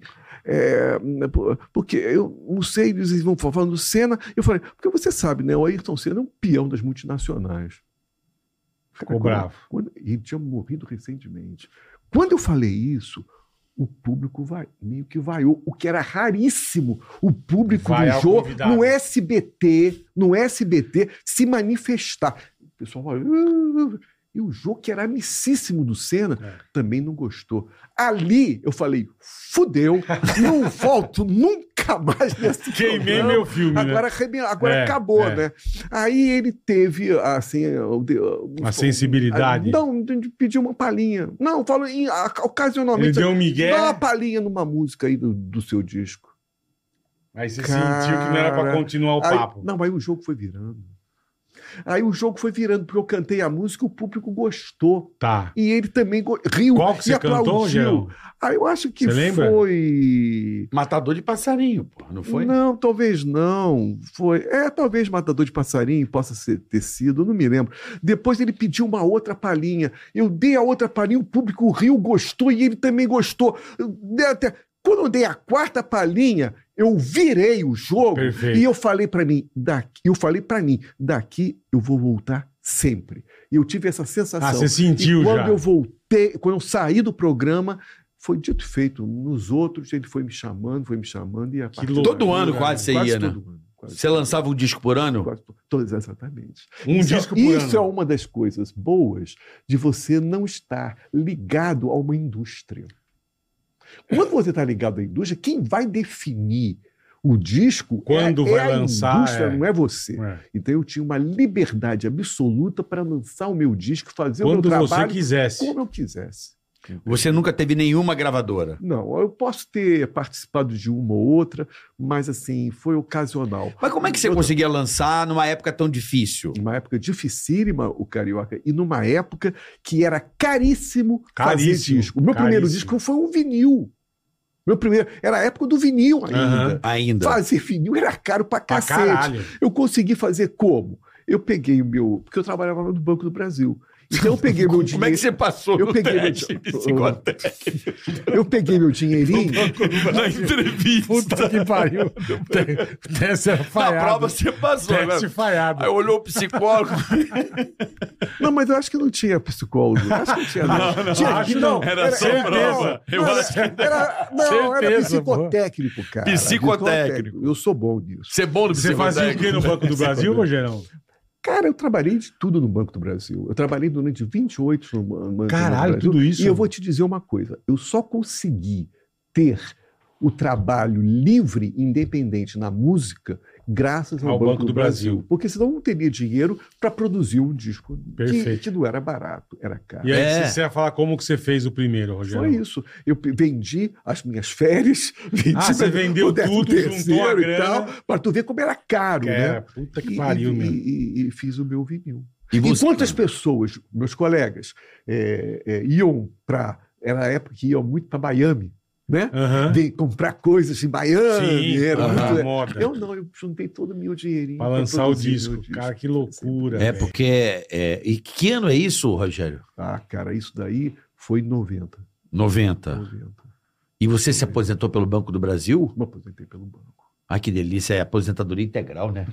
é, pô, porque eu não sei, eles vão falando Senna. Eu falei, porque você sabe, né? O Ayrton Senna é um peão das multinacionais. Cara,
Ficou
quando-
bravo.
quando- ele tinha morrido recentemente. Quando eu falei isso, o público vai, meio que vaiou, o que era raríssimo. O público
Vai ao
do jogo
convidado.
no SBT, no SBT, se manifestar. O pessoal vai. "Uh", E o jogo que era amicíssimo do Senna
É.
também não gostou. Ali eu falei: fudeu, não volto nunca mais nesse
Queimei
programa.
meu filme,
Agora,
né?
arrebe- agora
É,
acabou,
é.
né? Aí ele teve assim, o de- o-
A sensibilidade.
Não, de- de pedir uma palhinha. Não, falo em, a-
Ele
ocasionalmente.
deu um
Dá uma
migué,
palhinha numa música aí do, do seu disco.
aí você sentiu que não era pra
Cara,
continuar o
Aí-
papo.
não, aí o jogo foi virando. Aí o jogo foi virando, porque eu cantei a música e o público gostou.
Tá.
E ele também go- riu
Qual que
e
você cantou,
aplaudiu.
Gerão?
Aí eu acho que
Você lembra?
foi.
Matador de passarinho, porra, não foi?
Não, talvez não. Foi. É, talvez Matador de Passarinho possa ser, ter sido, eu não me lembro. Depois ele pediu uma outra palhinha. Eu dei a outra palhinha, o público riu, gostou e ele também gostou. Eu dei até- Quando eu dei a quarta palhinha, eu virei o jogo
Perfeito.
e eu falei pra mim, daqui, eu falei para mim, daqui eu vou voltar sempre. E eu tive essa sensação.
Ah, você sentiu
E quando
já.
eu voltei, quando eu saí do programa, foi dito e feito. Nos outros, ele foi me chamando, foi me chamando e a partir
louco,
Todo ano
Loucura,
quase você
quase
ia, né?
todo ano, quase
Você lançava um disco por ano?
quase todo- todos, exatamente.
Um
isso
disco
é,
por
isso é
ano.
uma das coisas boas de você não estar ligado a uma indústria. Quando você está ligado à indústria, quem vai definir o disco
Quando
é,
vai
é a
lançar,
indústria,
é.
não é você.
É.
Então eu tinha uma liberdade absoluta para lançar o meu disco, fazer o
Quando
meu
você
trabalho
quisesse.
como eu quisesse.
Você nunca teve nenhuma gravadora.
Não, eu posso ter participado de uma ou outra, mas assim, foi ocasional.
Mas como é que você conseguia lançar numa época tão difícil?
Uma época dificílima, o Carioca, e numa época que era caríssimo, fazer
Caríssimo,
disco. O meu primeiro
caríssimo.
disco foi um vinil. Meu primeiro, era a época do vinil ainda.
Ainda.
Fazer vinil era caro pra
Pra
cacete.
caralho.
Eu consegui fazer como? Eu peguei o meu. Porque eu trabalhava no Banco do Brasil. Então eu peguei meu dinheiro.
Como é que você passou
Eu
no
peguei meu
teste
di-
de psicotécnica
Eu peguei meu dinheirinho.
na entrevista?
Puta que pariu. Teste era
Na
falhado.
prova você passou.
Teste
Né?
falhado.
Aí olhou o psicólogo.
Não, mas eu acho que não tinha psicólogo. Acho que não tinha. Não,
não,
tinha
acho não.
Era,
Era
era
só prova.
Não,
Eu
era,
acho que-
era, não, era
Certeza, pô.
psicotécnico, cara.
Psicotécnico.
Eu sou bom nisso.
Você é bom no
Você fazia o
psicotécnico?
quê no Banco do Brasil, Rogerão?
Cara, eu trabalhei de tudo no Banco do Brasil. Eu trabalhei durante 28 no Ban- Banco do
Caralho,
Brasil.
tudo isso?
E eu vou te dizer uma coisa: eu só consegui ter o trabalho livre, independente na música, graças ao, Banco, do, Brasil. Porque senão eu não teria dinheiro para produzir um disco que-
Perfeito.
que não era barato, era caro.
E aí
É.
você- você ia falar como que você fez o primeiro, Rogerão.
Foi isso. Eu pe- vendi as minhas férias, vendi
Ah, você
meu-
vendeu
o décimo
tudo, juntou a
terceiro e
grana.
tal, para tu ver como era caro,
Cara,
né?
puta que
E-
pariu,
e,
meu.
e- e fiz o meu vinil.
E você-
Enquanto as pessoas, meus colegas, é, é, iam para. Era a época que iam muito para Miami, né?
Aham.
De comprar coisas em Miami.
Sim,
era
era
aham.
muito-
moda.
Eu não, eu juntei todo o meu dinheirinho.
Pra
pra
lançar o
produzir
disco.
meu
Cara, que loucura.
É,
velho.
porque. é, E que ano é isso, Rogério?
Ah, cara, isso daí foi em 90.
Tá.
90.
90.
E você se aposentou pelo Banco do Brasil?
Me aposentei pelo banco.
Ai, que delícia, é aposentadoria integral, né?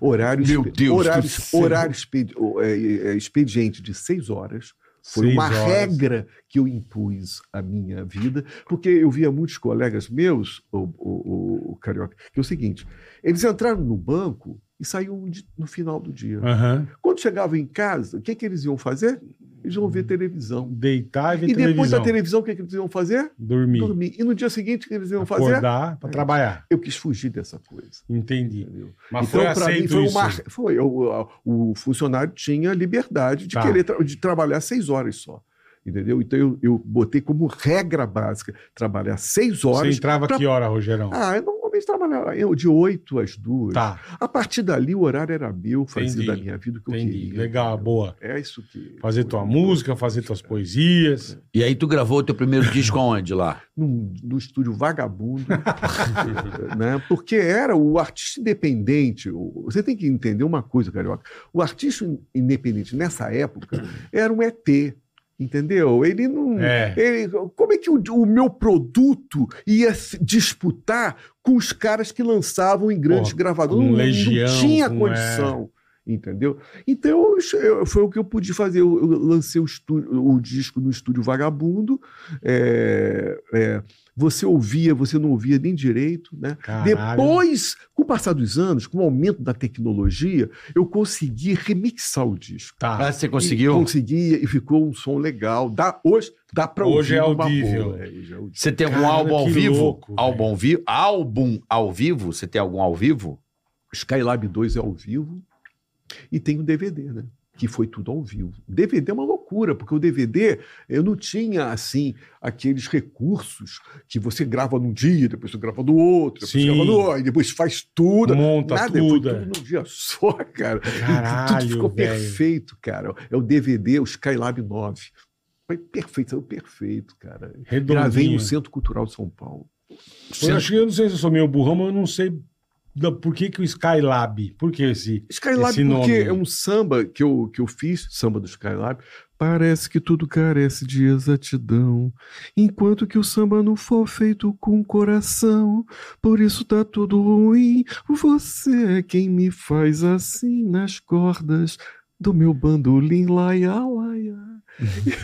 Horário,
Meu
expe-
Deus do
horário,
céu.
horário expedi- o- é, é, é, expediente de seis horas foi
Seis
uma
horas.
regra que eu impus à minha vida, porque eu via muitos colegas meus, o, o- o- o Carioca, que é o seguinte: eles entraram no banco e saíam de- no final do dia.
Ah. Aham.
Quando chegavam em casa, o que, que eles iam fazer? Eles iam ver televisão.
Deitar e Hum. ver
E depois
televisão.
da televisão, o que, que eles iam fazer?
Dormir.
Dormir. E no dia seguinte, o que eles iam fazer?
Acordar pra trabalhar.
Eu quis fugir dessa coisa.
Entendi.
Entendeu?
Mas
então,
foi
para mim,
aceito
foi uma.
isso.
Foi, o, o funcionário tinha liberdade de
Tá.
querer tra- de trabalhar seis horas só. Entendeu? Então eu, eu botei como regra básica trabalhar seis
Você
horas.
entrava
pra-
que hora, Rogerão?
Ah, eu normalmente trabalhava eu, de oito às duas.
Tá,
A partir dali o horário era meu, fazia
Entendi.
da minha vida o que eu Hum.
entendi.
queria.
Legal,
entendeu?
boa.
É isso que.
Fazer tua música, fazer tuas poesias.
E aí tu gravou o teu primeiro disco aonde lá?
num, num estúdio vagabundo, né? porque era o artista independente. o- Você tem que entender uma coisa, Carioca. O artista in- independente nessa época era um ET, entendeu? Ele não.
É.
ele- como é que o, o meu produto ia se disputar com os caras que lançavam em grandes
Porra,
gravadores?
com
Não-
Legião,
não tinha
com- é.
condição. Entendeu? Então, eu- eu- foi o que eu pude fazer. Eu, eu lancei o, estúdio- o disco no estúdio Vagabundo, é, é, você ouvia, você não ouvia nem direito, né?
Caralho.
Depois, com o passar dos anos, com o aumento da tecnologia, eu consegui remixar o disco.
Ah,
Tá.
você
E
conseguiu?
conseguia e ficou um som legal. Dá, hoje dá pra ouvir
Hoje é
uma
audível.
boa. É, hoje é audível.
Você tem algum
Caralho,
álbum ao
que
vivo?
louco, velho.
álbum, ao vi... álbum ao vivo? Você tem algum ao vivo?
Skylab 2 é ao vivo e tem o DVD, né? Que foi tudo ao vivo. DVD é uma loucura, porque o DVD eu não tinha assim aqueles recursos que você grava num dia, depois você grava do outro, depois
Sim.
você grava no outro, e depois faz tudo.
Monta
Nada, foi
tudo. é.
tudo num dia só, cara. E
Caralho,
tudo ficou
velho.
perfeito, cara. É o DVD, o Skylab 9. Foi perfeito, saiu perfeito, cara. Gravei um
Redondinho.
no Centro Cultural de São Paulo.
Eu, acho que- eu não sei se eu sou meio burrão, mas eu não sei da- por que, que o Skylab. Por que esse?
Skylab,
Esse
porque
nome.
é um samba que eu, que eu fiz, samba do Skylab. Parece que tudo carece de exatidão, enquanto que o samba não for feito com coração. Por isso tá tudo ruim. Você é quem me faz assim nas cordas do meu bandolim laia laia.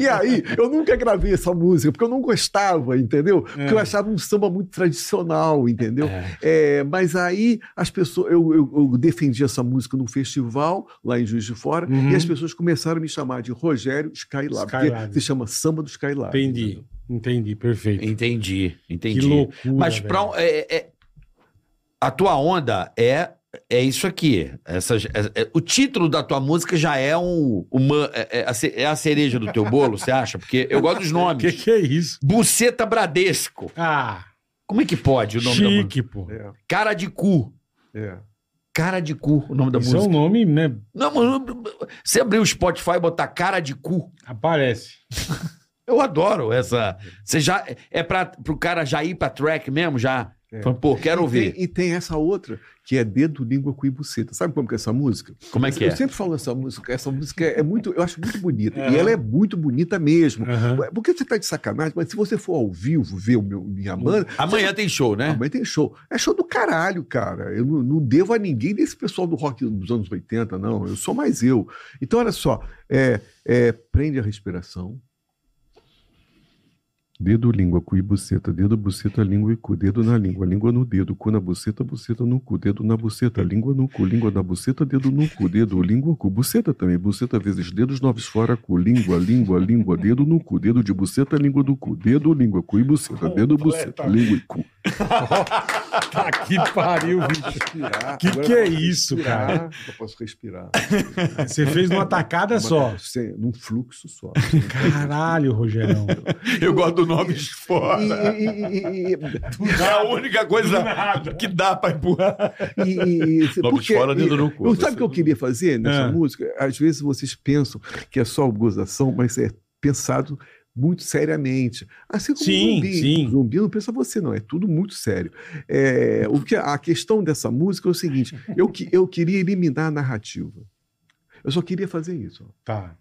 e aí, eu nunca gravei essa música, porque eu não gostava, entendeu? Porque
É.
eu achava um samba muito tradicional, entendeu?
É.
É, mas aí as pessoas. Eu, eu- eu defendi essa música num festival lá em Juiz de Fora,
Uhum.
e as pessoas começaram a me chamar de Rogério Skylab,
Skylab.
porque se chama Samba do Skylab.
Entendi.
entendeu?
Entendi, perfeito.
Entendi, entendi.
Que loucura.
Mas
velho.
pra, um- é- é- a tua onda é é isso aqui. Essas, é- é- o título da tua música já é um, uma, é, é a ce- é a cereja do teu bolo, você acha? Porque eu gosto dos
Que
nomes.
que é isso?
Buceta Bradesco.
Ah,
Como é que pode o nome da música?
chique, pô.
É,
Cara de cu.
é.
Cara de cu, o nome da
Isso é um
música.
nome, né?
Não, mas você abrir o Spotify e botar cara de cu.
Aparece.
Eu adoro essa. Você já é para pro cara já ir pra track mesmo já.
É.
Fala, Pô, quero
E tem-
ouvir.
e tem essa outra, que é Dedo, Língua, Cu e Buceta. Sabe como que é essa música?
Como é que é?
Eu sempre falo essa música. Essa música é muito, eu acho muito bonita.
É.
E ela é muito bonita mesmo.
Aham.
Porque você está de sacanagem, mas se você for ao vivo ver o meu,
Uhum.
minha banda,
Amanhã tem show, né?
Amanhã tem show. É show do caralho, cara. Eu não, não devo a ninguém desse pessoal do rock dos anos 80, não. Eu sou mais eu. Então, olha só. É, é, prende a respiração. Dedo, língua, cu e buceta. Dedo, buceta, língua e cu. Dedo na língua, língua no dedo. Cu na buceta, buceta no cu. Dedo na buceta, língua no cu. Língua na buceta, dedo no cu. Dedo, língua, cu. Buceta também. Buceta vezes dedos, noves fora, cu. Língua, língua, língua. Dedo no cu. Dedo de buceta, língua do cu. Dedo, língua, cu e buceta. Dedo, buceta, língua e cu.
Tá que pariu, bicho.
respirar.
Que
Agora
que
eu
é
posso
isso,
respirar,
cara?
Eu posso respirar.
Você fez numa tacada só.
Uma- sem- num fluxo só.
Caralho, Rogerão.
Eu gosto do nome de
E,
fora.
e- e- e-
É a única coisa que dá pra empurrar.
e- e- e-
Nome de
porque-
fora, dedo
e-
no cu. é
eu- Sabe o que eu queria fazer nessa
Ah.
música? Às vezes vocês pensam que é só gozação, mas é pensado muito seriamente. Assim como
Sim,
zumbi.
sim.
Zumbi não pensa você, não. É tudo muito sério. É, o que, a questão dessa música é o seguinte: eu, que- eu queria eliminar a narrativa. Eu só queria fazer isso. ó.
Tá.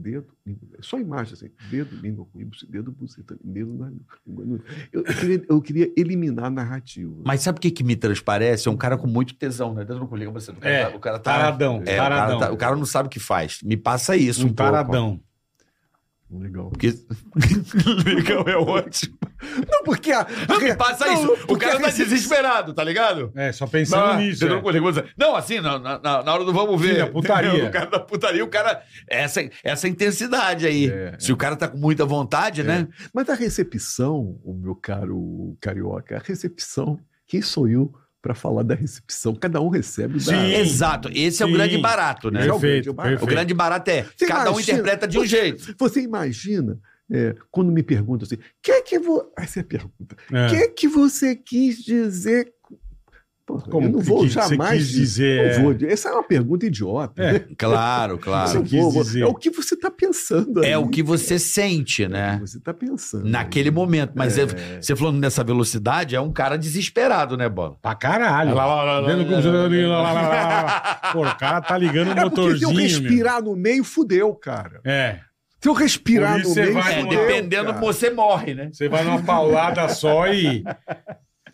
dedo, língua, só imagem assim, dedo, língua, cu, dedo, buceta, dedo na língua. no- Eu, eu queria, eu queria eliminar a narrativa.
Mas sabe o que, que me transparece? É um cara com muito tesão, né? Dentro do colega, você. O cara,
É,
tá- o cara tá.
Taradão,
é, o cara
taradão.
tá- o cara não sabe o que faz. Me passa isso.
Um taradão.
Legal.
Porque... Legal, é ótimo.
Não, porque a,
Não me passa isso. O
porque
cara tá
a rece-
desesperado, tá ligado? Ah,
É, só
um
pensando
Não,
nisso.
eu
é.
não, consigo você- não, assim, na, na- na- na hora do vamos ver.
Sim, da putaria.
entendeu? O cara da putaria, o cara. Essa, essa intensidade aí.
É,
Se o cara tá com muita vontade, né?
Mas a recepção, o meu caro carioca, a recepção, quem sou eu para falar da recepção? Cada um recebe o da...
Sim.
Exato. Esse é o
Sim.
grande barato, né?
Esse é o grande
Perfeito,
barato.
O
perfeito.
grande barato é.
Você
cada um
imagina-
interpreta de um jeito.
Você imagina, é, quando me perguntam assim, que é que vou... Essa é a pergunta. O
É.
que é que você quis dizer? Porra, eu não
que-
vou
que você
jamais
quis dizer?
Não vou dizer. Essa é uma pergunta idiota.
É.
né?
Claro,
Eu não
claro.
Você quis
vou, vou-
dizer.
É o que você está pensando.
É
aí.
o que você sente,
É o
né?
que você está pensando.
Naquele
aí.
momento. Mas
É.
é- você falando nessa velocidade, é um cara desesperado, né, Bola?
Pra caralho. Dentro do computador, lá, lá, lá, lá, lá. Pô, o cara tá ligando o
É porque se eu
motorzinho. meu.
respirar no meio, fudeu, cara.
É.
Se eu respirar
Por isso
no
você
meio,
vai
É,
fudeu,
dependendo,
cara.
você morre, né?
Você vai numa paulada só e.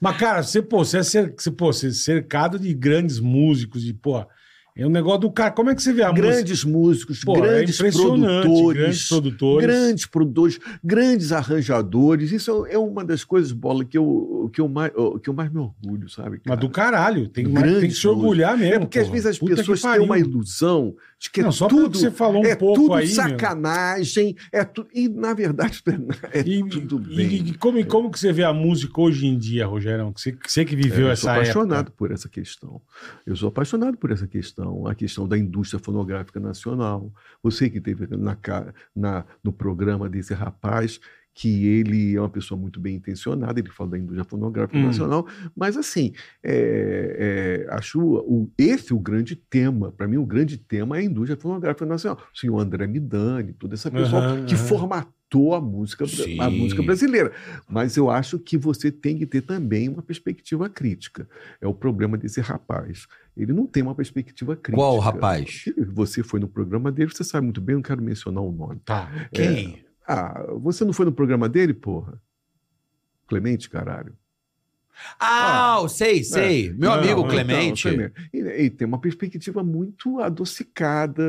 Mas, cara, você, pô, você é cer- você, pô, você é cercado de grandes músicos, de, pô, é um negócio do cara. Como é que você vê a música?
Grandes músicos,
Pô, é
grandes, produtores,
grandes produtores.
grandes produtores, grandes arranjadores. Isso é uma das coisas, Bola, que eu, que eu, mais, que eu mais me orgulho, sabe?
Mas
cara?
do caralho, tem, mas
Grandes É
tem que se orgulhar mesmo.
Porque às
porra.
vezes as
Puta que
pessoas têm
pariu.
uma ilusão de que é
Não, só pelo
tudo
que você falou um
é
pouco
tudo
aí, meu.
sacanagem, é tudo e na verdade é
E,
tudo
e-
bem.
e como, e como que você vê a música hoje em dia, Rogerão? Que Você, que você que viveu
É, eu
essa
sou apaixonado
época.
por essa questão. Eu sou apaixonado por essa questão, a questão da indústria fonográfica nacional. Você que teve na, ca- na- no programa desse rapaz que ele é uma pessoa muito bem intencionada, ele fala da indústria fonográfica
Hum.
nacional, mas assim, é, é, acho o, esse o grande tema, para mim o grande tema é a indústria fonográfica nacional. O senhor André Midani, toda essa pessoa
Aham,
que
aham.
formatou a música, bra- a
Sim.
música brasileira. Mas eu acho que você tem que ter também uma perspectiva crítica. É o problema desse rapaz. Ele não tem uma perspectiva crítica.
Qual rapaz?
Você foi no programa dele, você sabe muito bem, eu não quero mencionar o nome.
Tá.
Quem?
Ah, você não foi no programa dele, porra? Clemente, caralho.
Ah, eu sei, sei. Meu
Não,
amigo
então,
Clemente.
É. Então, Clemente. E, e tem uma perspectiva muito adocicada.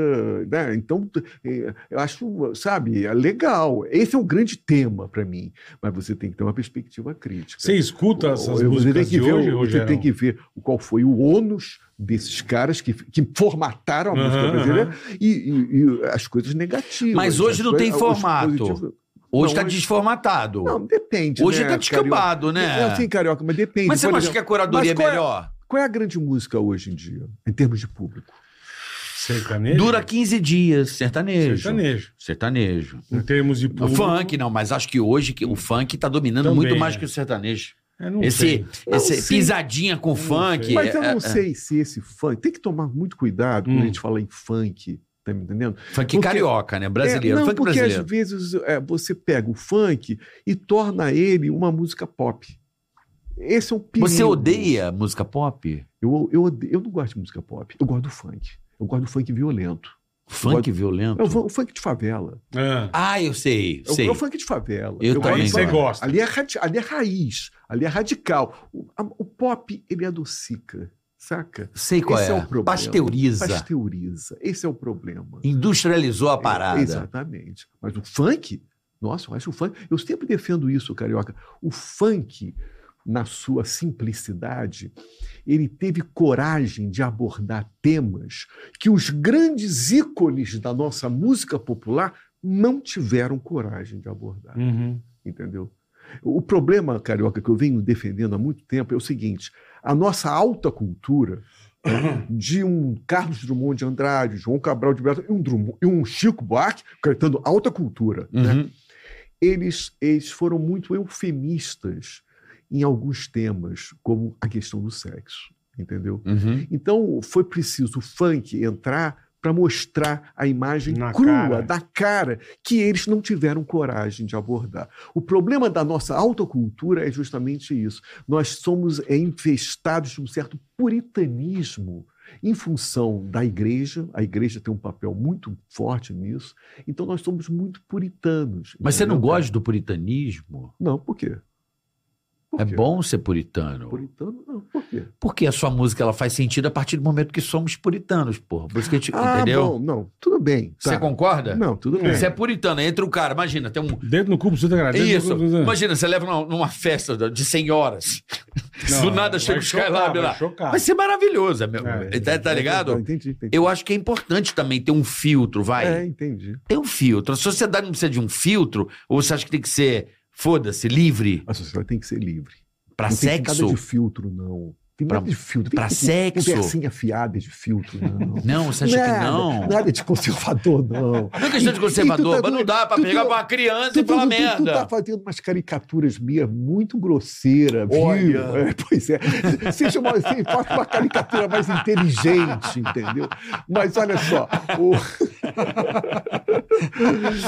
né? Então, eh, eu acho, sabe, é legal. Esse é um grande tema para mim. Mas você tem que ter uma perspectiva crítica.
Você escuta essas
Eu- você
músicas
tem que
de
ver,
hoje,
o-
Rogerão?
Você tem que ver o- qual foi o ônus desses caras que, que formataram a
Aham,
música brasileira e, e- e as coisas negativas.
Mas hoje
as
não
coi-
tem
os
formato.
positivos.
Hoje
Não,
tá
hoje-
desformatado.
Não, depende.
hoje
né,
tá descambado,
Carioca?
né?
É assim, carioca, mas depende.
Mas você
Por
não acha que
exemplo,
a curadoria é
mas qual é-
melhor?
Qual é a grande música hoje em dia, em termos de público?
Sertanejo?
Dura 15 dias, sertanejo.
Sertanejo.
Sertanejo.
É.
Em termos de
O
público...
É funk, não, mas acho que hoje que o funk tá dominando
Também,
muito mais
é.
que o sertanejo.
É, não
Esse,
sei.
né? Não,
esse
sim.
pisadinha com funk.
sei.
Mas eu
é-
não
é-
sei se esse funk. Tem que tomar muito cuidado quando
Hum.
a gente fala em funk, tá me entendendo?
é. Funk
Porque-
carioca, né? Brasileiro.
É, não,
funk
porque
brasileiro.
às vezes é, você pega o funk e torna ele uma música pop. Esse é um perigo.
Você odeia música pop?
Eu, eu, odeio- eu não gosto de música pop. Eu gosto do funk. Eu gosto do funk violento.
Funk violento?
É o, fu- o funk de favela.
Ah,
Ah, eu sei,
É o-
sei.
É o funk de favela.
Eu
gosto
também
do
você
gosto.
funk.
gosta.
Ali é, radi- ali é raiz. Ali é radical. O, a- o pop, ele adocica. Saca?
Sei qual
Esse
é.
é o problema.
Pasteuriza.
Pasteuriza. Esse é o problema.
Industrializou a
É,
parada.
exatamente. Mas o funk, nossa, eu acho o funk. Eu sempre defendo isso, Carioca. O funk, na sua simplicidade, ele teve coragem de abordar temas que os grandes ícones da nossa música popular não tiveram coragem de abordar.
Uhum.
Entendeu? O problema, Carioca, que eu venho defendendo há muito tempo é o seguinte: a nossa alta cultura de um Carlos Drummond de Andrade, João Cabral de Brás e um, Drummond- e um Chico Buarque, cantando alta cultura, né?
Uhum.
eles, eles foram muito eufemistas em alguns temas, como a questão do sexo, entendeu?
Uhum.
Então foi preciso o funk entrar para mostrar a imagem
Na
crua
cara.
da cara que eles não tiveram coragem de abordar. O problema da nossa alta cultura é justamente isso. Nós somos é, infestados de um certo puritanismo em função da igreja. A igreja tem um papel muito forte nisso. Então nós somos muito puritanos.
Mas você não
entendeu, cara?
gosta do puritanismo?
Não, por quê? Por
É
quê?
bom ser puritano.
Puritano? Não, por quê?
Porque a sua música ela faz sentido a partir do momento que somos puritanos, porra. Por isso que a gente,
Ah,
entendeu?
bom, não, tudo bem. tá.
Você concorda?
Não, tudo bem.
Você é puritano, aí entra um cara, imagina, tem um.
Dentro no cubo, você tá dentro
Isso.
No cubo,
Imagina, você leva numa, numa festa da- de senhoras. do nada chega o Skylab lá.
Ah.
Chocar.
Vai ser maravilhoso, é meu.
É,
tá, tá
Não,
ligado?
entendi, entendi.
Eu acho que é importante também ter um filtro, vai.
É, entendi.
Tem um filtro. A sociedade não precisa de um filtro, ou você acha que tem que ser, foda-se, livre
A sociedade tem que ser livre.
pra
não tem
sexo?
nada de filtro, não. Tem nada
Pra-
de filtro. Tem
pra
que- um
sexo?
Conversinha fiada de filtro, não.
Não, você acha que
Nada,
não? Não
Nada de conservador, não.
é questão de
E-
conservador,
e tu tá-
mas não dá pra
tu-
pegar
tu-
pra uma criança e falar
tu, tu tá
merda.
fazendo umas caricaturas minhas muito grosseiras, viu?
Olha.
É, pois é. Seja uma, se- faça uma caricatura mais inteligente, entendeu? Mas olha só. o-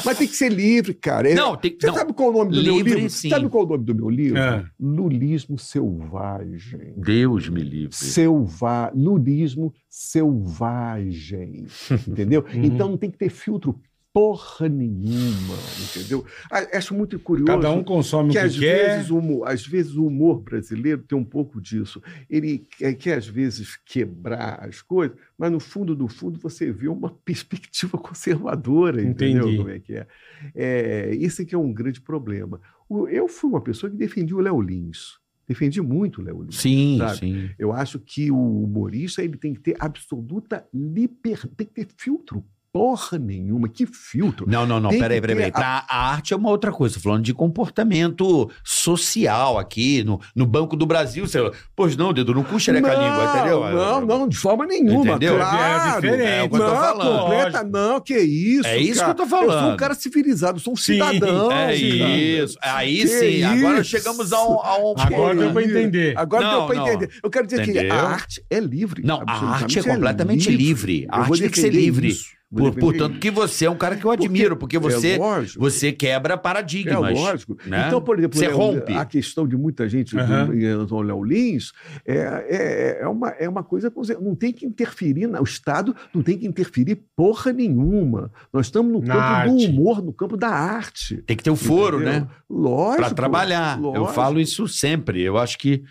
Mas tem que ser livre, cara. É-
Não, tem que.
Você
Não.
sabe qual é o nome do meu
Livre,
livro?
sim.
Sabe qual é o nome do meu livro?
É.
Lulismo Selvagem.
Deus me livre.
Selva... Lulismo selvagem. Entendeu?
Uhum.
Então não tem que ter filtro porra nenhuma. Entendeu? Ah, Acho muito curioso.
Cada um consome
Que
o
às
que quer.
vezes, o humor, às vezes o humor brasileiro tem um pouco disso. Ele quer, quer, às vezes, quebrar as coisas, mas no fundo, do fundo, você vê uma perspectiva conservadora, entendeu?
Entendi.
Como é que é? é esse que é um grande problema. O- Eu fui uma pessoa que defendi o Léo Lins. Defendi muito o Léo Lins.
Sim,
Sabe?
sim.
Eu acho que o humorista ele tem que ter absoluta liberdade, tem que ter filtro. Porra nenhuma, que filtro.
Não, não, não,
Tem
peraí,
que
peraí. peraí.
ter
Tá, a arte é uma outra coisa. Tô falando de comportamento social aqui no, no Banco do Brasil. Você, pois não, dedo, não puxa ele com a língua, entendeu?
Não, não, de forma nenhuma,
Entendeu?
claro.
É diferente.
É o que eu tô
Não,
falando.
completa não, que isso,
É isso
cara.
que eu tô falando.
Eu sou um cara civilizado, sou um
Sim,
cidadão.
É
cara.
isso. Aí
Que
sim, agora
isso?
chegamos a um. a um-
Agora
Que
deu pra
isso.
entender.
Agora
Não,
deu pra
não.
entender. Eu quero dizer que
Entendeu?
a arte é livre.
Não, a arte
absolutamente
é completamente livre. A
Eu vou
arte tem que ser
defender
livre.
isso. Vou
Por-
defender
portanto,
isso.
que você é um cara que eu admiro, porque
É
você,
lógico.
você quebra
É
paradigmas.
lógico.
né?
Então, por exemplo,
Você
Léo-
rompe.
a questão de muita gente
Aham.
do em relação ao Léo Lins é, é, é, uma, é uma coisa. quer dizer, Não tem que interferir, na- o Estado não tem que interferir porra nenhuma. Nós estamos no
Na
campo do
arte.
humor, no campo da arte.
Tem que ter o foro,
entendeu?
né?
Lógico.
Pra trabalhar. Eu
lógico.
falo isso sempre. Eu acho que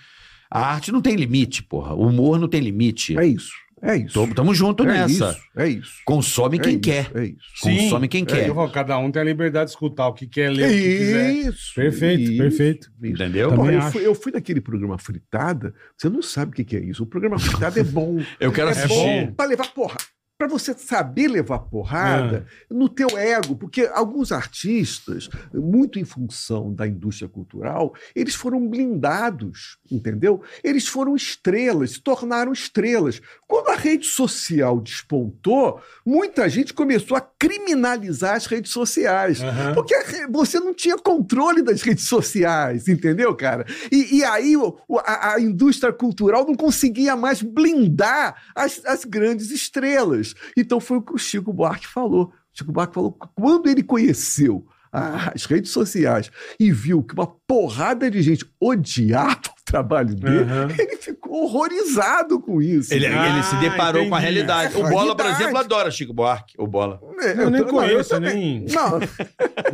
a arte não tem limite, porra. O humor não tem limite.
É isso. É isso.
Tamo, tamo junto
é
nessa.
Isso, é isso.
Consome
É
quem
isso,
quer.
É isso.
Sim.
Consome quem quer.
Eu falo, cada um tem a liberdade de escutar o que quer ler,
É
o que quiser.
isso.
Perfeito,
isso,
perfeito.
isso.
Entendeu?
Também
Porra, eu,
acho.
fui, eu fui naquele programa Fritada, você não sabe o que que é isso. O programa Fritada é bom.
Eu quero
é
assistir.
bom pra levar porra. para você saber levar porrada no teu ego, porque alguns artistas, muito em função da indústria cultural, eles foram blindados, entendeu? Eles foram estrelas, se tornaram estrelas. Quando a rede social despontou, muita gente começou a criminalizar as redes sociais.
Aham.
Porque a re- você não tinha controle das redes sociais, entendeu, cara? E, e aí o- o- a, a indústria cultural não conseguia mais blindar as, as grandes estrelas. Então foi o que o Chico Buarque falou. O Chico Buarque falou que quando ele conheceu a- as redes sociais e viu que uma porrada de gente odiava o trabalho dele,
Aham.
ele ficou horrorizado com isso.
Ele,
Ah,
ele se deparou com a
entendi.
realidade.
É,
O Bola, por
realidade.
exemplo, adora Chico Buarque. O Bola.
É,
Eu nem
tô- não,
conheço,
também-
nem.
Não,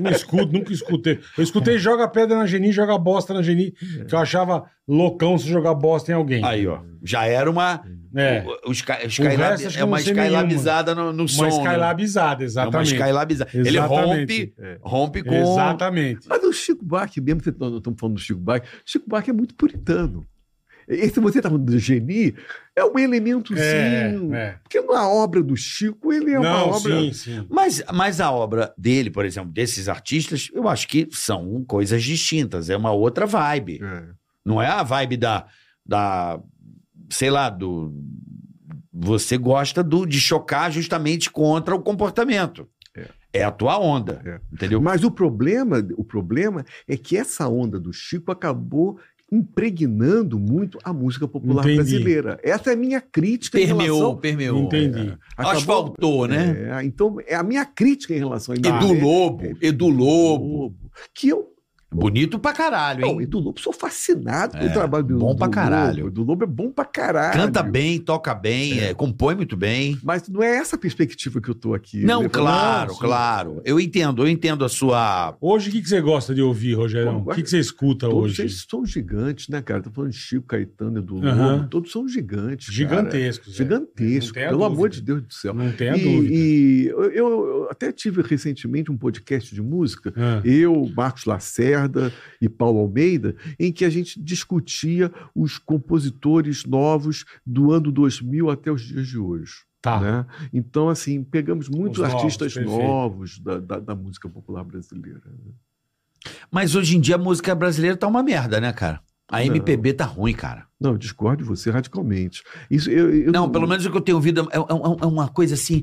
Não escuto, nunca escutei. Eu escutei joga pedra na Geni, joga bosta na Geni, que eu achava loucão se jogar bosta em alguém.
Aí, ó. Já era uma.
É.
Um
o- o Sky-
resto, acho
Skylab,
que
é
eu não
uma
sei nenhuma.
Skylabizada no, no som.
Uma
né?
escalabizada,
É uma
exatamente.
Skylabizada. Ele
Exatamente.
rompe, rompe com.
Exatamente.
Mas é o Chico Buarque, mesmo que nós estamos falando do Chico Buarque, Chico Buarque é muito puritano. Esse você está falando do Geni, é um elementozinho.
É, é.
Porque na obra do Chico, ele é uma
Não,
obra.
sim, sim.
Mas, mas a obra dele, por exemplo, desses artistas, eu acho que são coisas distintas. É uma outra vibe.
É.
Não é a vibe da. da sei lá, do. Você gosta do, de chocar justamente contra o comportamento.
É.
É, a tua onda.
É.
Entendeu?
Mas o problema, o problema é que essa onda do Chico acabou impregnando muito a música popular
Entendi.
brasileira. Essa é a minha crítica em
Permeou,
relação...
permeou.
Entendi.
É.
Acabou-
Asfaltou, né?
É, então, é a minha crítica em relação a
Edu Lobo. Edu Lobo.
Que eu
Bonito pra caralho,
Não,
hein?
Edu Lobo, sou fascinado
É,
pelo trabalho do
bom pra
do
caralho.
Lobo. Edu Lobo é bom pra caralho.
Canta bem, toca bem, é, compõe muito bem.
Mas não é essa a perspectiva que eu tô aqui.
Não,
levando.
claro,
Não,
claro. Eu entendo, eu entendo a sua.
Hoje, o que, que você gosta de ouvir, Rogerão? O
Bom,
que, que você escuta
Todos
hoje?
eles são gigantes, né, cara? Tô falando de Chico, Caetano, Edu Lobo.
Aham.
Todos são gigantes, cara.
Gigantescos. é. Não
Gigantesco.
tem a
Pelo amor
dúvida.
de Deus do céu.
Não tem a dúvida.
E, e eu, eu até tive recentemente um podcast de música
Ah,
eu, Marcos Lacerda e Paulo Almeida, em que a gente discutia os compositores novos do ano 2000 até os dias de hoje.
Tá.
né? Então, assim, pegamos muitos
novos,
artistas
perfeito.
novos da, da- da música popular brasileira.
Mas hoje em dia a música brasileira tá uma merda, né, cara? A
Não.
MPB tá ruim, cara.
Não, eu discordo de você radicalmente. Isso, eu, eu
Não, pelo menos o que eu tenho ouvido é, é- é- é uma coisa assim.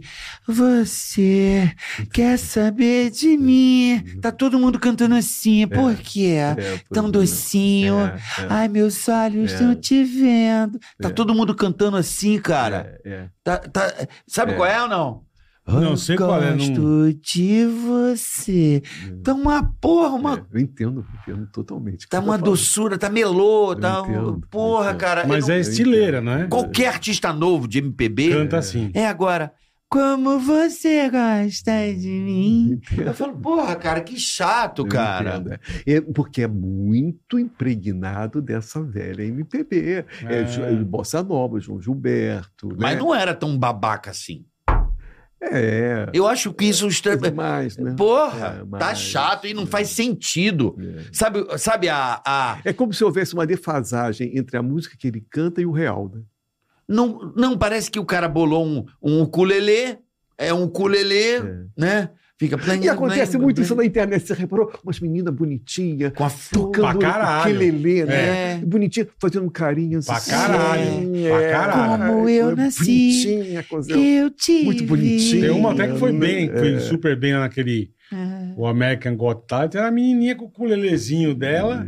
Você quer saber
É.
de mim? Tá todo mundo cantando assim. Por quê?
É, pois
Tão
é.
docinho.
É, é,
Ai, meus olhos
É.
estão te vendo. Tá
É.
todo mundo cantando assim, cara.
é, é.
Tá, tá- Sabe
É.
qual é ou não?
Não,
Eu
sei qual é, não-
Gosto de você. Tá uma porra, uma
Hum. É, eu entendo, eu entendo totalmente. o que
Tá
você
uma
falando.
doçura, tá melô,
Eu
tá. um-
entendo, eu
porra,
entendo.
cara.
Mas
eu
é
eu
estileira,
entendo.
né?
não- Qualquer artista novo de MPB
Canta assim.
é agora. Como você gosta de mim?
Entendo.
Eu falo, porra, cara, que chato,
Eu
cara.
entendo, é. É porque é muito impregnado dessa velha MPB. É, Ju- é Bossa Nova, João Gilberto.
Mas
né?
não era tão babaca assim.
É.
Eu acho que isso. os tra-
é mais, né?
Porra,
É, mas-
tá chato e não faz sentido.
É.
Sabe, sabe a. a-
É como se houvesse uma defasagem entre a música que ele canta e o real, né?
não, não parece que o cara bolou um, um ukulele, é um ukulele, né? Fica
É. E acontece muito isso na internet. Você reparou? Umas meninas bonitinhas,
Com a flor.
tocando
Pra caralho.
quelelê, né?
É.
Bonitinha, fazendo carinho
Pra
assim.
caralho, pra caralho.
Ai,
Como eu
é
nasci,
Bonitinha, coisa.
Eu te
Muito bonitinho.
Tem uma até que foi bem, que foi
É.
super bem lá naquele. O American Got Talent era a menininha com o culelezinho dela.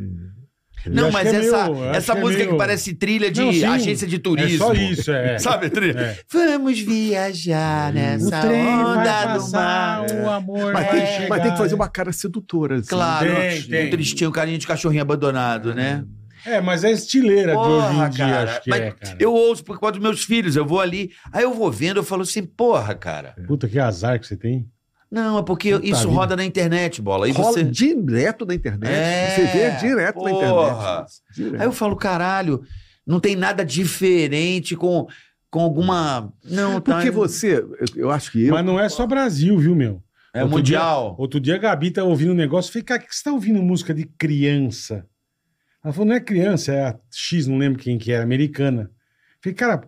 Eu
Não,
acho
mas
que é
essa,
meio- eu acho
essa
que é
música que
meio-
parece trilha de
Não, sim.
agência de
É
turismo.
só isso, é.
Sabe, trilha?
É.
Vamos viajar nessa
vai
onda do
passar, é.
mar.
o amor
é
Mas,
vai
tem,
chegar.
mas tem que fazer uma cara sedutora. assim.
Claro,
Tem, tem.
um tristinho, um carinho de cachorrinho abandonado, né?
É, mas é estileira de hoje em
Porra,
dia,
cara.
acho que
Mas
é, cara.
Eu ouço por causa dos meus filhos, eu vou ali, aí eu vou vendo, eu falo assim, porra, cara.
Puta, que azar que você tem.
Não, é porque
Puta
isso
vida.
roda na internet, bola. E
Rola
você...
direto na internet.
É,
você vê direto na
porra.
internet. assim, Direto.
Aí eu falo, caralho, não tem nada diferente com, com alguma. Não, tá.
Porque você, eu, eu acho que eu.
Mas não é só Brasil, viu, meu?
É
Outro
mundial.
Outro dia a Gabi tá ouvindo um negócio e falei, cara, que você tá ouvindo música de criança? Ela falou, não é criança, é a X, não lembro quem que era, americana. Falei, cara,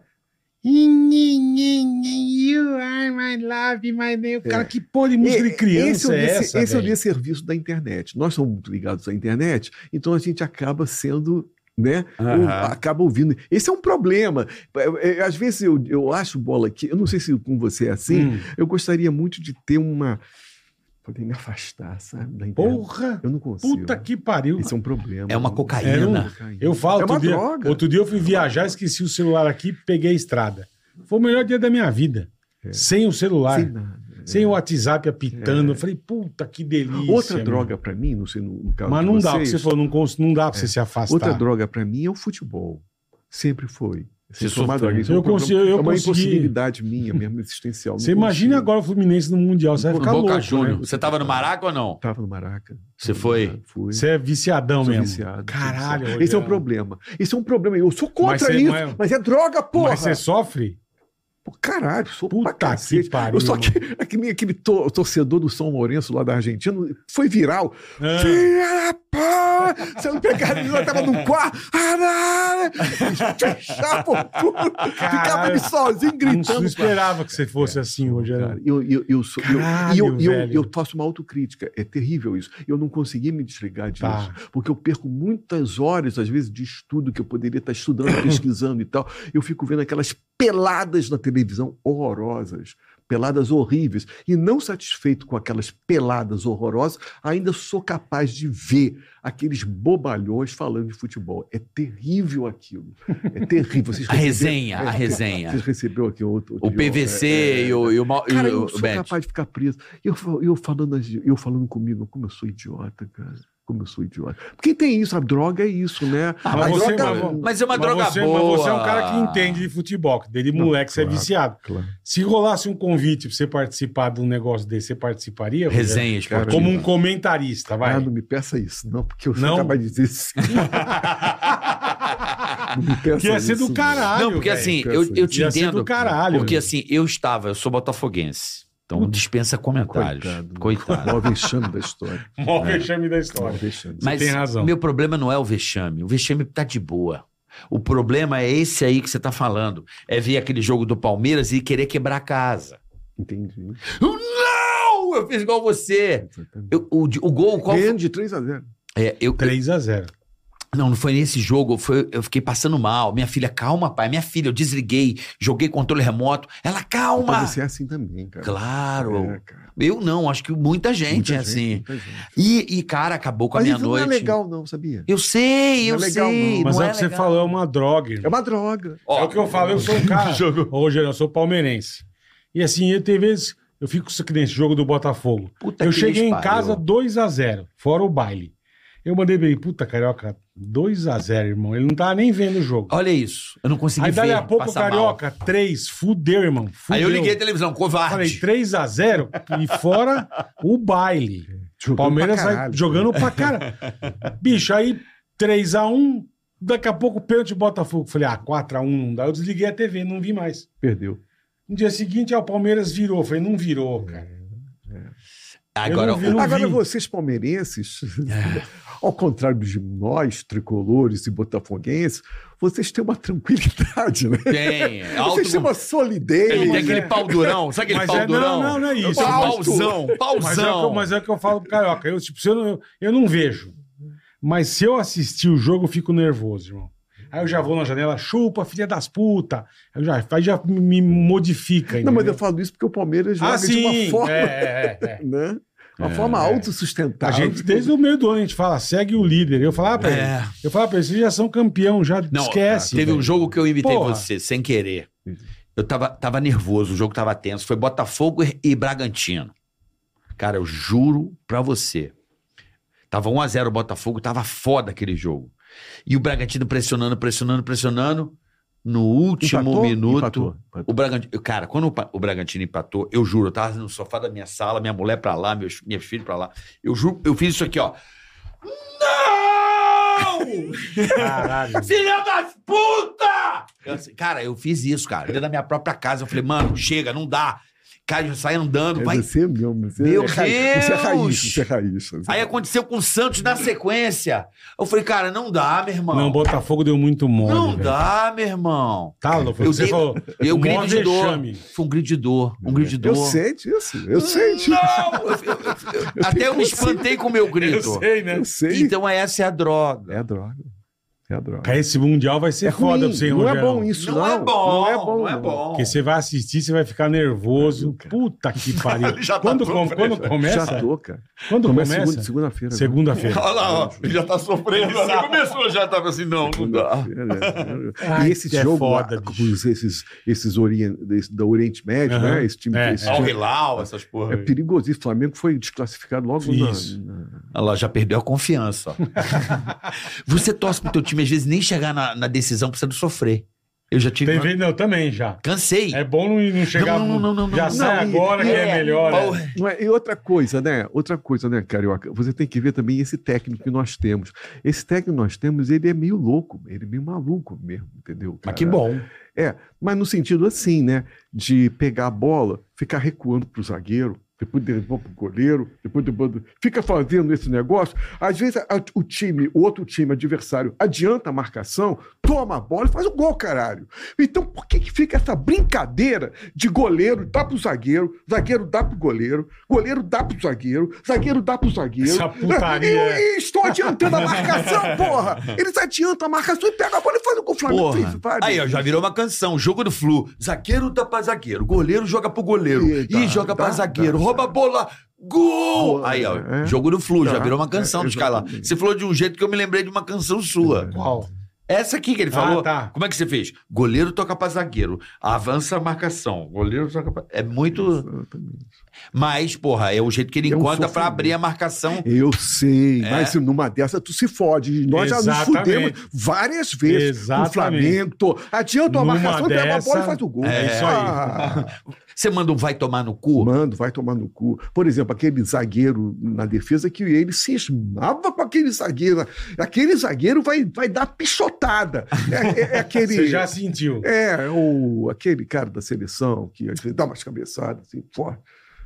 You are my love, my name. O cara, que porra de música de
É. esse
criança
é o
é
desse-
essa?
esse é o
velho?
desserviço da internet. Nós somos muito ligados à internet, então a gente acaba sendo. Né?
Aham.
Ou- acaba ouvindo. Esse é um problema. É, é, Às vezes eu, eu acho bola aqui. Eu não sei se com você é assim.
Hum.
Eu gostaria muito de ter uma. Poder me afastar, sabe? Da internet.
Porra!
Eu não consigo.
Puta que pariu.
Isso é um problema.
É uma
né?
cocaína.
É uma
Eu
cocaína.
Eu falo,
É uma
outro, dia,
droga.
outro dia eu fui viajar, esqueci o celular aqui, peguei a estrada. Foi o melhor dia da minha vida.
É.
Sem o celular,
Sem
sem,
nada. É.
o WhatsApp apitando. Eu falei, puta que delícia.
Outra
meu.
droga pra mim, não sei no, no caso
Mas
de
não
vocês, É.
dá, porque você falou, não, cons- não dá pra você se afastar.
tá.
Outra droga pra mim é o futebol. Sempre foi.
Você
Sempre foi uma
sofreu.
droga. Isso é
Eu
um problema-
consigo- eu
é uma
consegui.
impossibilidade minha, mesmo existencial.
Você imagina agora o Fluminense no Mundial, você vai
Boca
ficar
Boca
louco,
Júnior.
né?
Você tava no Maraca ou não?
Estava no Maraca.
Você foi?
Fui.
Você é viciadão
Sou
mesmo.
viciado,
Caralho.
sou viciado. Esse é
Rogério.
um problema. Esse é um problema. Eu sou contra
Mas você-
isso,
mas-
mas é droga, porra.
Mas você sofre?
Pô, caralho, sou
Puta
pra cacete.
que pariu,
Eu sou aquele, aquele, aquele to- torcedor do São Lourenço lá da Argentina. Foi viral.
Ah,
Filha da pá! Você não pegava, eu tava num quarto. Ah, não! Fechava tudo. Ficava ali sozinho
Gritando, não
gritando. É,
esperava que você fosse assim, Rogério.
Cara, eu, eu, eu, sou, eu,
Caralho,
e eu, e eu,
velho.
eu faço uma autocrítica. É terrível isso. Eu não consegui me desligar disso.
Tá.
Porque eu perco muitas horas, às vezes, de estudo que eu poderia estar estudando, pesquisando e tal. Eu fico vendo aquelas peladas na televisão horrorosas. Peladas horríveis. E não satisfeito com aquelas peladas horrorosas, ainda sou capaz de ver aqueles bobalhões falando de futebol. É terrível aquilo. É terrível. Vocês
A resenha, a
receberam-
né?
é,
resenha.
Vocês receberam aqui outro.
O
outro-
PVC
é, é,
e o, e o, mal- e
Cara,
o-
eu
o
sou
Beth.
capaz de ficar preso. Eu, fa- eu, falando, as- eu falando comigo, como eu sou idiota, cara. Como eu sou idiota. Porque tem isso, a droga é isso, né?
Ah,
a
mas você-
droga.
mas-
Mas é uma
Mas
droga
você,
boa.
Mas você é um cara que entende de futebol, que desde
Não,
moleque você é
claro.
viciado.
Claro.
Se rolasse um convite pra você participar de um negócio desse, você participaria? Rogério?
Resenha,
Cara,
esportiva.
Como um comentarista, vai.
Ah, não me peça isso, não, porque eu sou
Não?
capaz de dizer sim. Não me peça
Que ia ser
isso,
do caralho.
Não, porque
velho.
assim,
velho,
eu,
pensa
eu
nisso.
te
Ia ser
entendo.
do caralho.
Porque assim, eu estava, eu sou botafoguense. Então
Puta,
dispensa comentários.
coitado.
Coitado.
Tá, Mó vexame da história. Tá,
Mó vexame da
Mó
história.
vexame.
Mas
tem razão.
meu problema não é o vexame. O vexame tá de boa. O problema é esse aí que você tá falando. É ver aquele jogo do Palmeiras e querer quebrar a casa.
Entendi.
Não! Eu fiz igual você.
Exatamente.
Eu- o, de- o gol, qual foi?
Ganhando de 3 a 0.
É, eu,
3x0.
Não, não foi nesse jogo. Foi, eu fiquei passando mal. Minha filha, calma, pai. Minha filha, eu desliguei, joguei controle remoto. Ela, calma!
Então você é assim também, cara.
Claro.
É, cara.
Eu não, acho que muita gente é
Muita
assim.
muita gente.
E, e, cara, acabou com a
Mas isso não
meia-noite.
é legal, não, sabia?
Eu sei, eu
Não é legal,
sei.
não.
Mas
não
é o que você
legal.
falou, é uma droga.
É
irmão.
uma droga.
Ó,
é o que eu falo, eu sou um cara. Ô, Rogério, eu sou palmeirense. E assim, eu tem vezes. Eu fico com isso aqui nesse jogo do Botafogo.
puta
eu
Tá que
cheguei em
pariu.
casa 2x0, fora o baile. Eu mandei pra ele, puta carioca, 2x0, irmão. Ele não tava nem vendo o jogo.
Olha isso. Eu não consegui
Aí
ver.
dali a pouco,
passar
carioca, 3, fudeu, irmão.
mal.
Fudeu.
Aí eu liguei a
Falei,
televisão,
"Então,
covarde.
3x0 e fora o baile.
Jogando
Palmeiras
pra
vai
caralho.
jogando pra cara. Bicho, aí 3x1, daqui a pouco pênalti Botafogo. Falei, ah, 4x1 não dá. Eu desliguei a TV, não vi mais.
Perdeu.
No dia seguinte, ah, o Palmeiras virou. Falei, não virou, cara.
Agora,
eu não vi, não.
Agora, vocês palmeirenses,
É.
ao contrário de nós, tricolores e botafoguenses, vocês têm uma tranquilidade, né?
tem. é alto-
Vocês têm uma solidez.
Ele tem
Mas
aquele
é.
pau durão. Sabe aquele
Mas
pau
é- não,
durão?
não, não é isso.
É um
É um
pauzão,
Mas é, o que, eu-
pauzão.
mas é o que eu falo pro Carioca. Eu, tipo, se eu, não, eu, eu não vejo. Mas se eu assistir o jogo, eu fico nervoso, irmão. Aí eu já vou na janela, chupa, filha das puta. Aí já, aí já me, me modifica.
Não, mas eu
entendeu?
falo isso porque o Palmeiras joga
ah,
de uma
sim.
forma,
É, é, é.
né? Uma
É,
forma
é. A
autossustentável.
gente, desde o meio do ano, a gente fala, segue o líder. Eu falava pra ele,
É.
eu falava pra ele, vocês já são campeão, já
Não,
esquece.
Teve um
velho.
jogo que eu imitei
Porra.
você, sem querer.
Uhum.
Eu tava, tava nervoso, o jogo tava tenso. Foi Botafogo e- e Bragantino. Cara, eu juro pra você. Tava 1x0 o Botafogo, tava foda aquele jogo. E o Bragantino pressionando, pressionando, pressionando. No último
Empatou?
minuto.
Empatou, empatou.
O Bragantino, cara, quando o, Pa- o Bragantino empatou, eu juro, eu tava no sofá da minha sala, minha mulher pra lá, meus, meus filhos pra lá. Eu juro, eu fiz isso aqui, ó. Não!
Caralho.
Filha das puta! Eu assim, cara, eu fiz isso, cara. Dentro da minha própria casa, eu falei, mano, chega, não dá. Cai, sai andando, vai.
Você mesmo. Você
Meu
é raiz, Você é raiz.
Deus!
Você é raiz. Você é
Aí
raiz.
aconteceu com o Santos na sequência. Eu falei, cara, não dá, meu irmão.
Não, Botafogo deu muito mole.
Não
velho.
dá, meu irmão.
Tá, Lô, foi o
Eu
que você
dei-
falou.
Eu grito
Mó
de dor.
vexame.
Foi um grito de dor. Um grito de dor.
Eu sei disso. Eu sei disso.
Não! Eu- eu- eu- até eu me espantei com o meu
Eu
grito.
sei, né?
Eu sei.
Então essa é a droga.
É droga. É droga.
Cara, esse Mundial vai ser
É
foda
ruim.
pra você,
Não é
Rogério.
bom isso, não.
não, é bom.
Não é bom.
Não é bom.
Porque você vai assistir, você vai ficar nervoso. Puta que pariu.
Ele já tá
quando, com-
pronto,
quando
né?
começa?
Já tá tô, cara.
Quando
Começa,
começa?
segunda- segunda-feira. agora.
Segunda-feira.
Olha lá, ó. Ele já tá sofrendo. Ele começou, já tava assim, não, não dá.
Ai,
né? e esse
que é
jogo
foda,
lá,
bicho.
com os- esses, esses orien- desse- da Oriente Médio,
Aham.
né? Esse time
É,
esse
é.
Ao
time-
um relau, essas porra.
é
aí.
perigoso. E o Flamengo foi desclassificado logo na-
Isso.
na,
Olha lá, já perdeu a confiança. ó. Você torce pro teu time, às vezes, nem chegar na, na decisão pra você não sofrer. Eu já tive.
Tem
uma-
vez, não, também já.
Cansei.
É bom não, não chegar.
Não, não, não, não, não,
já
não.
sai
Não, e-
agora que é,
é,
melhor. né?
porra.
Não é? E outra coisa, né? Outra coisa, né, Carioca? Você tem que ver também esse técnico que nós temos. Esse técnico que nós temos, ele é meio louco, ele é meio maluco mesmo, entendeu?
Mas
cara?
que bom.
É, Mas no sentido assim, né? De pegar a bola, ficar recuando para o zagueiro, depois derrubar para o goleiro, depois derrubar pro- Fica fazendo esse negócio. Às vezes a- o time, o outro time adversário, adianta a marcação, toma a bola e faz o gol, caralho. Então por que, que fica essa brincadeira de goleiro dá pro zagueiro, zagueiro dá pro goleiro, goleiro dá pro zagueiro, zagueiro dá pro zagueiro.
Essa putaria. é.
E, e estou adiantando a marcação, porra! Eles adiantam a marcação e pegam a bola e fazem o gol. O Flamengo
Porra.
fez vários.
Aí, ó, já virou uma canção. Jogo do Flu. Zagueiro dá pra zagueiro. Goleiro joga pro goleiro.
E
Ih,
dá,
joga pra
dá,
zagueiro.
dá,
rouba a bola. Gol!
tá, Boa,
Aí, ó,
é.
jogo do Flu. já
Tá.
virou uma canção
É,
dos caras lá.
exatamente.
Você falou de um jeito que eu me lembrei de uma canção sua.
Qual?
É.
Essa aqui que ele falou.
Ah, tá.
Como é que você fez? Goleiro toca pra zagueiro. Avança a marcação. Goleiro toca pra... É muito...
Exatamente.
Mas, porra, é o jeito que ele
É um
encontra pra
sofrimento.
abrir a marcação.
Eu sei,
É.
mas se numa dessa tu se fode. Nós já nos
Exatamente.
fudemos várias vezes com o
Exatamente.
Flamengo. Tô- Adianta uma
Numa
marcação, pega a bola
dessa,
e faz o gol.
é isso aí.
Você manda um vai tomar no cu.
Mando, vai tomar no cu. Por exemplo, aquele zagueiro na defesa que ele se esmava com aquele zagueiro. Aquele zagueiro vai, vai dar pichotada. É, é- é aquele.
Você já sentiu.
É, o, aquele cara da seleção que às vezes dá umas cabeçadas assim, forte.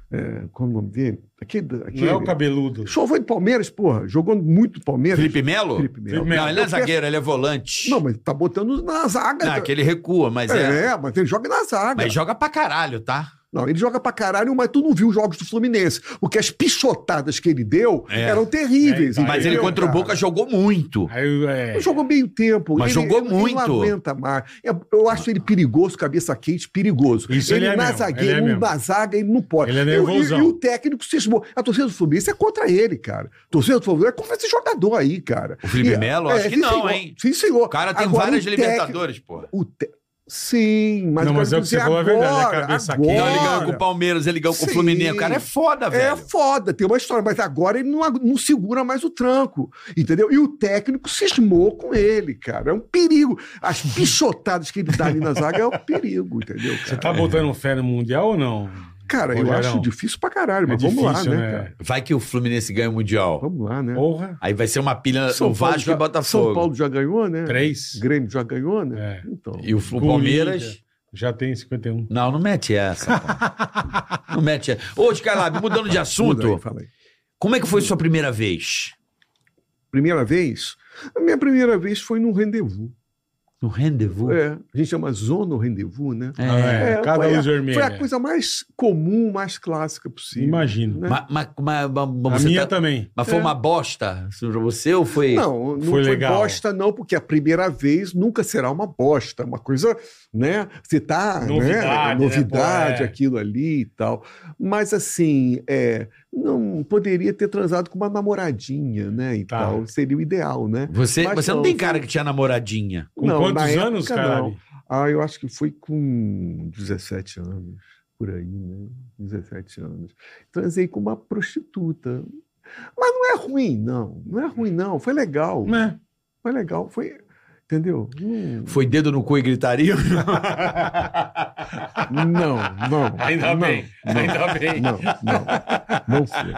É, qual é o nome dele? Aquele, aquele...
Não é o cabeludo.
Chovou em Palmeiras, porra. Jogou muito Palmeiras.
Felipe Melo?
Felipe Melo.
Felipe Melo.
Não, ele não é
Eu
zagueiro, ele é volante.
Não, mas tá botando na zaga. tá?
Não, que ele recua, mas é.
é, mas ele joga na zaga.
Mas joga pra caralho, tá?
Não, ele joga pra caralho, mas tu não viu os jogos do Fluminense. Porque as pichotadas que ele deu
É.
eram terríveis.
É,
Mas ele
entendeu,
contra o
cara?
Boca jogou muito.
Aí eu- é,
Ele Jogou meio tempo.
Mas
ele,
jogou
ele
muito.
Não aguenta mais. Eu, eu acho ele perigoso, cabeça quente, perigoso.
Isso ele é
na
mesmo,
zagueira,
ele
um
é mesmo.
na zaga, ele não pode.
Ele é
E o-
nervosão.
E, e o técnico se esmou. A torcida do Fluminense é contra ele, cara. A torcida do Fluminense é contra esse jogador aí, cara.
O Felipe
E- é,
Melo? Acho que
sim,
não,
senhor.
hein?
Sim, senhor.
O cara tem
Agora,
várias
o técnico-
Libertadores, pô.
O te- Sim, mas,
Não,
eu
mas é
quero
o que você
dizer
falou, é verdade, a cabeça aqui.
Não, ele ganhou
Agora.
com o Palmeiras, ele ganhou com o
Sim.
Fluminense. O cara é foda,
É
velho.
foda, tem uma história, mas agora ele não, ag- não segura mais o tranco, entendeu? E o técnico cismou com ele, cara. É um perigo. As bichotadas que ele dá ali na zaga é um perigo, entendeu? Cara,
Você tá botando fé no Mundial ou não?
Cara, eu
Rogério,
acho difícil pra caralho,
É
mas vamos
difícil,
lá, né, cara?
Vai que o Fluminense ganha o Mundial.
Vamos lá, né?
Porra,
Aí vai ser uma pilha
São
no Vasco
Paulo já-
e Botafogo.
São Paulo já ganhou, né?
três.
Grêmio já ganhou, né?
É.
Então.
E o Flu- Palmeiras.
Já tem 51.
Não, não mete essa, pô. não mete essa. Ô, Escalab, mudando de
Muda aí,
assunto,
fala aí.
como é que foi sua primeira vez?
Primeira vez? A minha primeira vez foi num rendezvous.
No rendezvous?
É, a gente chama zona ou rendezvous, né?
Ah, é.
É,
Cada
foi a-
luz vermelha.
Foi a coisa mais comum, mais clássica possível.
Imagino.
né?
Ma- ma- ma- ma- ma-
A
você
minha
tá-
também.
Mas foi
É.
uma bosta pra você ou foi...
Não, não
Foi
foi,
legal.
bosta, não, porque a primeira vez nunca será uma bosta. Uma coisa, né? Você tá.
Novidade,
né? Novidade,
né, pô, é.
aquilo ali e tal. Mas assim, é, não poderia ter transado com uma namoradinha, né? E
Tá.
tal. Seria o ideal, né?
Você,
Mas
você não,
não,
tem
foi-
cara que tinha namoradinha.
Com
Não,
quantos
na
anos,
época,
caralho?
Ah, eu acho que foi com 17 anos, por aí, né? 17 anos. Transei com uma prostituta. Mas não é ruim, não. Não é ruim, não. Foi legal.
Né?
Foi legal. Foi. Entendeu? Não,
Foi dedo no cu e gritaria?
não. não
Ainda
não,
bem,
Não,
ainda bem.
Não, não. Não foi.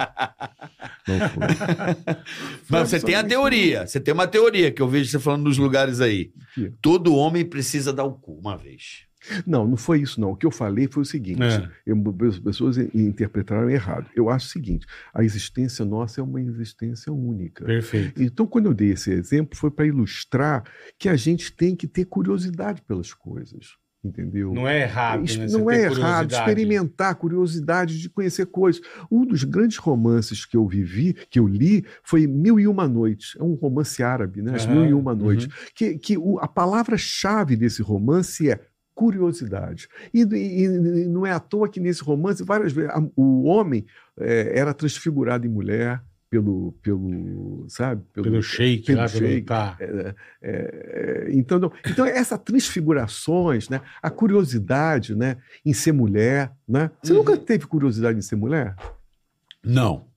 Não foi. Foi
Mas você tem a
absolutamente-
teoria. Você tem uma teoria que eu vejo você falando nos lugares aí.
quê?
Todo homem precisa dar o cu uma vez.
Não, não foi isso, não. O que eu falei foi o seguinte:
É.
eu- as pessoas i- interpretaram errado. Eu acho o seguinte: a existência nossa é uma existência única.
Perfeito.
Então, quando eu dei esse exemplo, foi para ilustrar que a gente tem que ter curiosidade pelas coisas, entendeu?
Não é errado,
Ex-
né? Você
Não
ter
é errado
curiosidade.
experimentar curiosidade de conhecer coisas. Um dos grandes romances que eu vivi, que eu li, foi Mil e Uma Noites. É um romance árabe, né? As
Aham,
Mil e Uma Noites.
uhum.
Que, que o- a palavra-chave desse romance é curiosidade. E, e- e não é à toa que nesse romance, várias vezes, a- o homem eh, era transfigurado em mulher pelo, pelo sabe?
Pelo shake
pelo
lá, pelo...
shake.
Tá.
É, é, é, então, não. então essas transfigurações, né? a curiosidade né? em ser mulher. Né? Você nunca
Uhum.
teve curiosidade em ser mulher?
Não.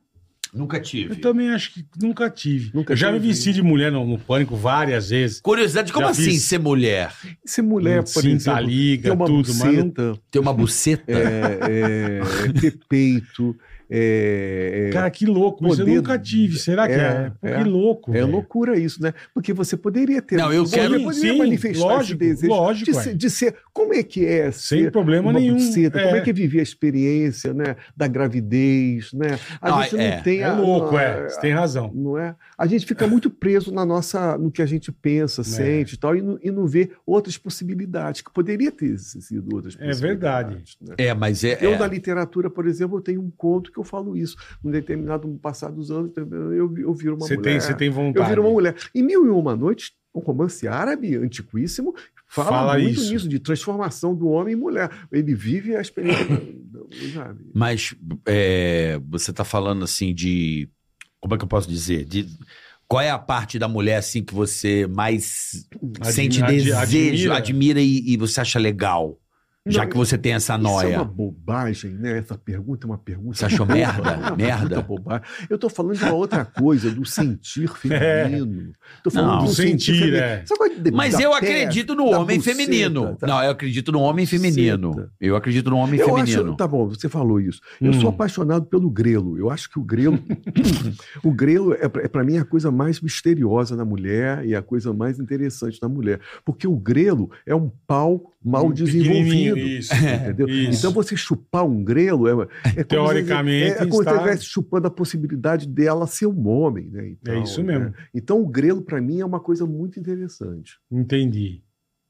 Nunca tive.
Eu também acho que nunca tive.
Nunca
eu já me
tive.
vesti de mulher no, no pânico várias vezes.
Curiosidade, como
Já
assim
fiz.
ser mulher?
Em ser mulher, por
Cinta
exemplo, ter
liga,
uma
tudo, mas não...
buceta,
Ter uma buceta?
é, é, ter peito, é, é,
Cara, que louco. Isso eu
Poder-
nunca tive. Será que é?
É,
Pô,
é.
Que louco.
é
velho.
loucura isso, né? Porque você poderia ter...
Não, eu
você
quero-
poderia
Sim,
manifestar
lógico,
esse desejo
lógico,
de,
é.
ser, de ser... Como é que é
Sem
ser...
problema
uma
nenhum.
buceta, como é
É.
que vive a experiência, né? Da gravidez, né? A
Ah,
gente
é.
não tem...
É
a-
louco, é.
a-
Você tem razão.
não é? A gente fica muito preso na nossa, no que a gente
É.
pensa, sente e tal, e não, e não vê outras possibilidades, que poderia ter sido outras
É
possibilidades.
verdade.
né?
É, mas é.
Eu,
é.
na literatura, por exemplo, eu tenho um conto que eu falo isso. Num determinado passado dos anos, eu, eu viro uma
Você tem,
mulher.
você tem um vontade.
eu viro uma mulher. Em Mil e Uma Noites, um romance árabe antiquíssimo, fala,
Fala
muito
isso.
nisso, de transformação do homem em mulher. Ele vive a experiência. sabe?
Mas é, você está falando assim de. Como é que eu posso dizer? De, qual é a parte da mulher assim que você mais
Ad-
sente
ad-
desejo,
admira.
admira, e, e você acha legal? Já
Não,
que você tem essa
Isso é
noia.
uma bobagem, né? Essa pergunta é uma pergunta.
Você achou
boba,
merda?
é uma
Merda?
puta bobagem. Eu tô falando de uma outra coisa, do sentir feminino. Tô falando
É. Não,
do sentir.
sentir,
feminino.
é.
Sabe qual é de-
Mas
da
eu
peste?
acredito no
da
homem
buceta,
feminino.
tá?
Não, eu acredito no homem feminino.
Buceta.
Eu acredito no homem
Eu
feminino.
acho, tá bom, você falou isso. Eu sou
Hum.
apaixonado pelo grelo. Eu acho que o grelo, o grelo é pra- é para mim a coisa mais misteriosa na mulher e a coisa mais interessante na mulher, porque o grelo é um pau mal
Hum,
Um pequenininho,
desenvolvido.
Isso.
Entendeu?
É. Isso.
Então você chupar um grelo é, é como se-
Teoricamente,
é, é como se
está-
você estivesse chupando a possibilidade dela ser um homem, né? Então,
É isso mesmo.
né? Então o grelo para mim é uma coisa muito interessante.
Entendi.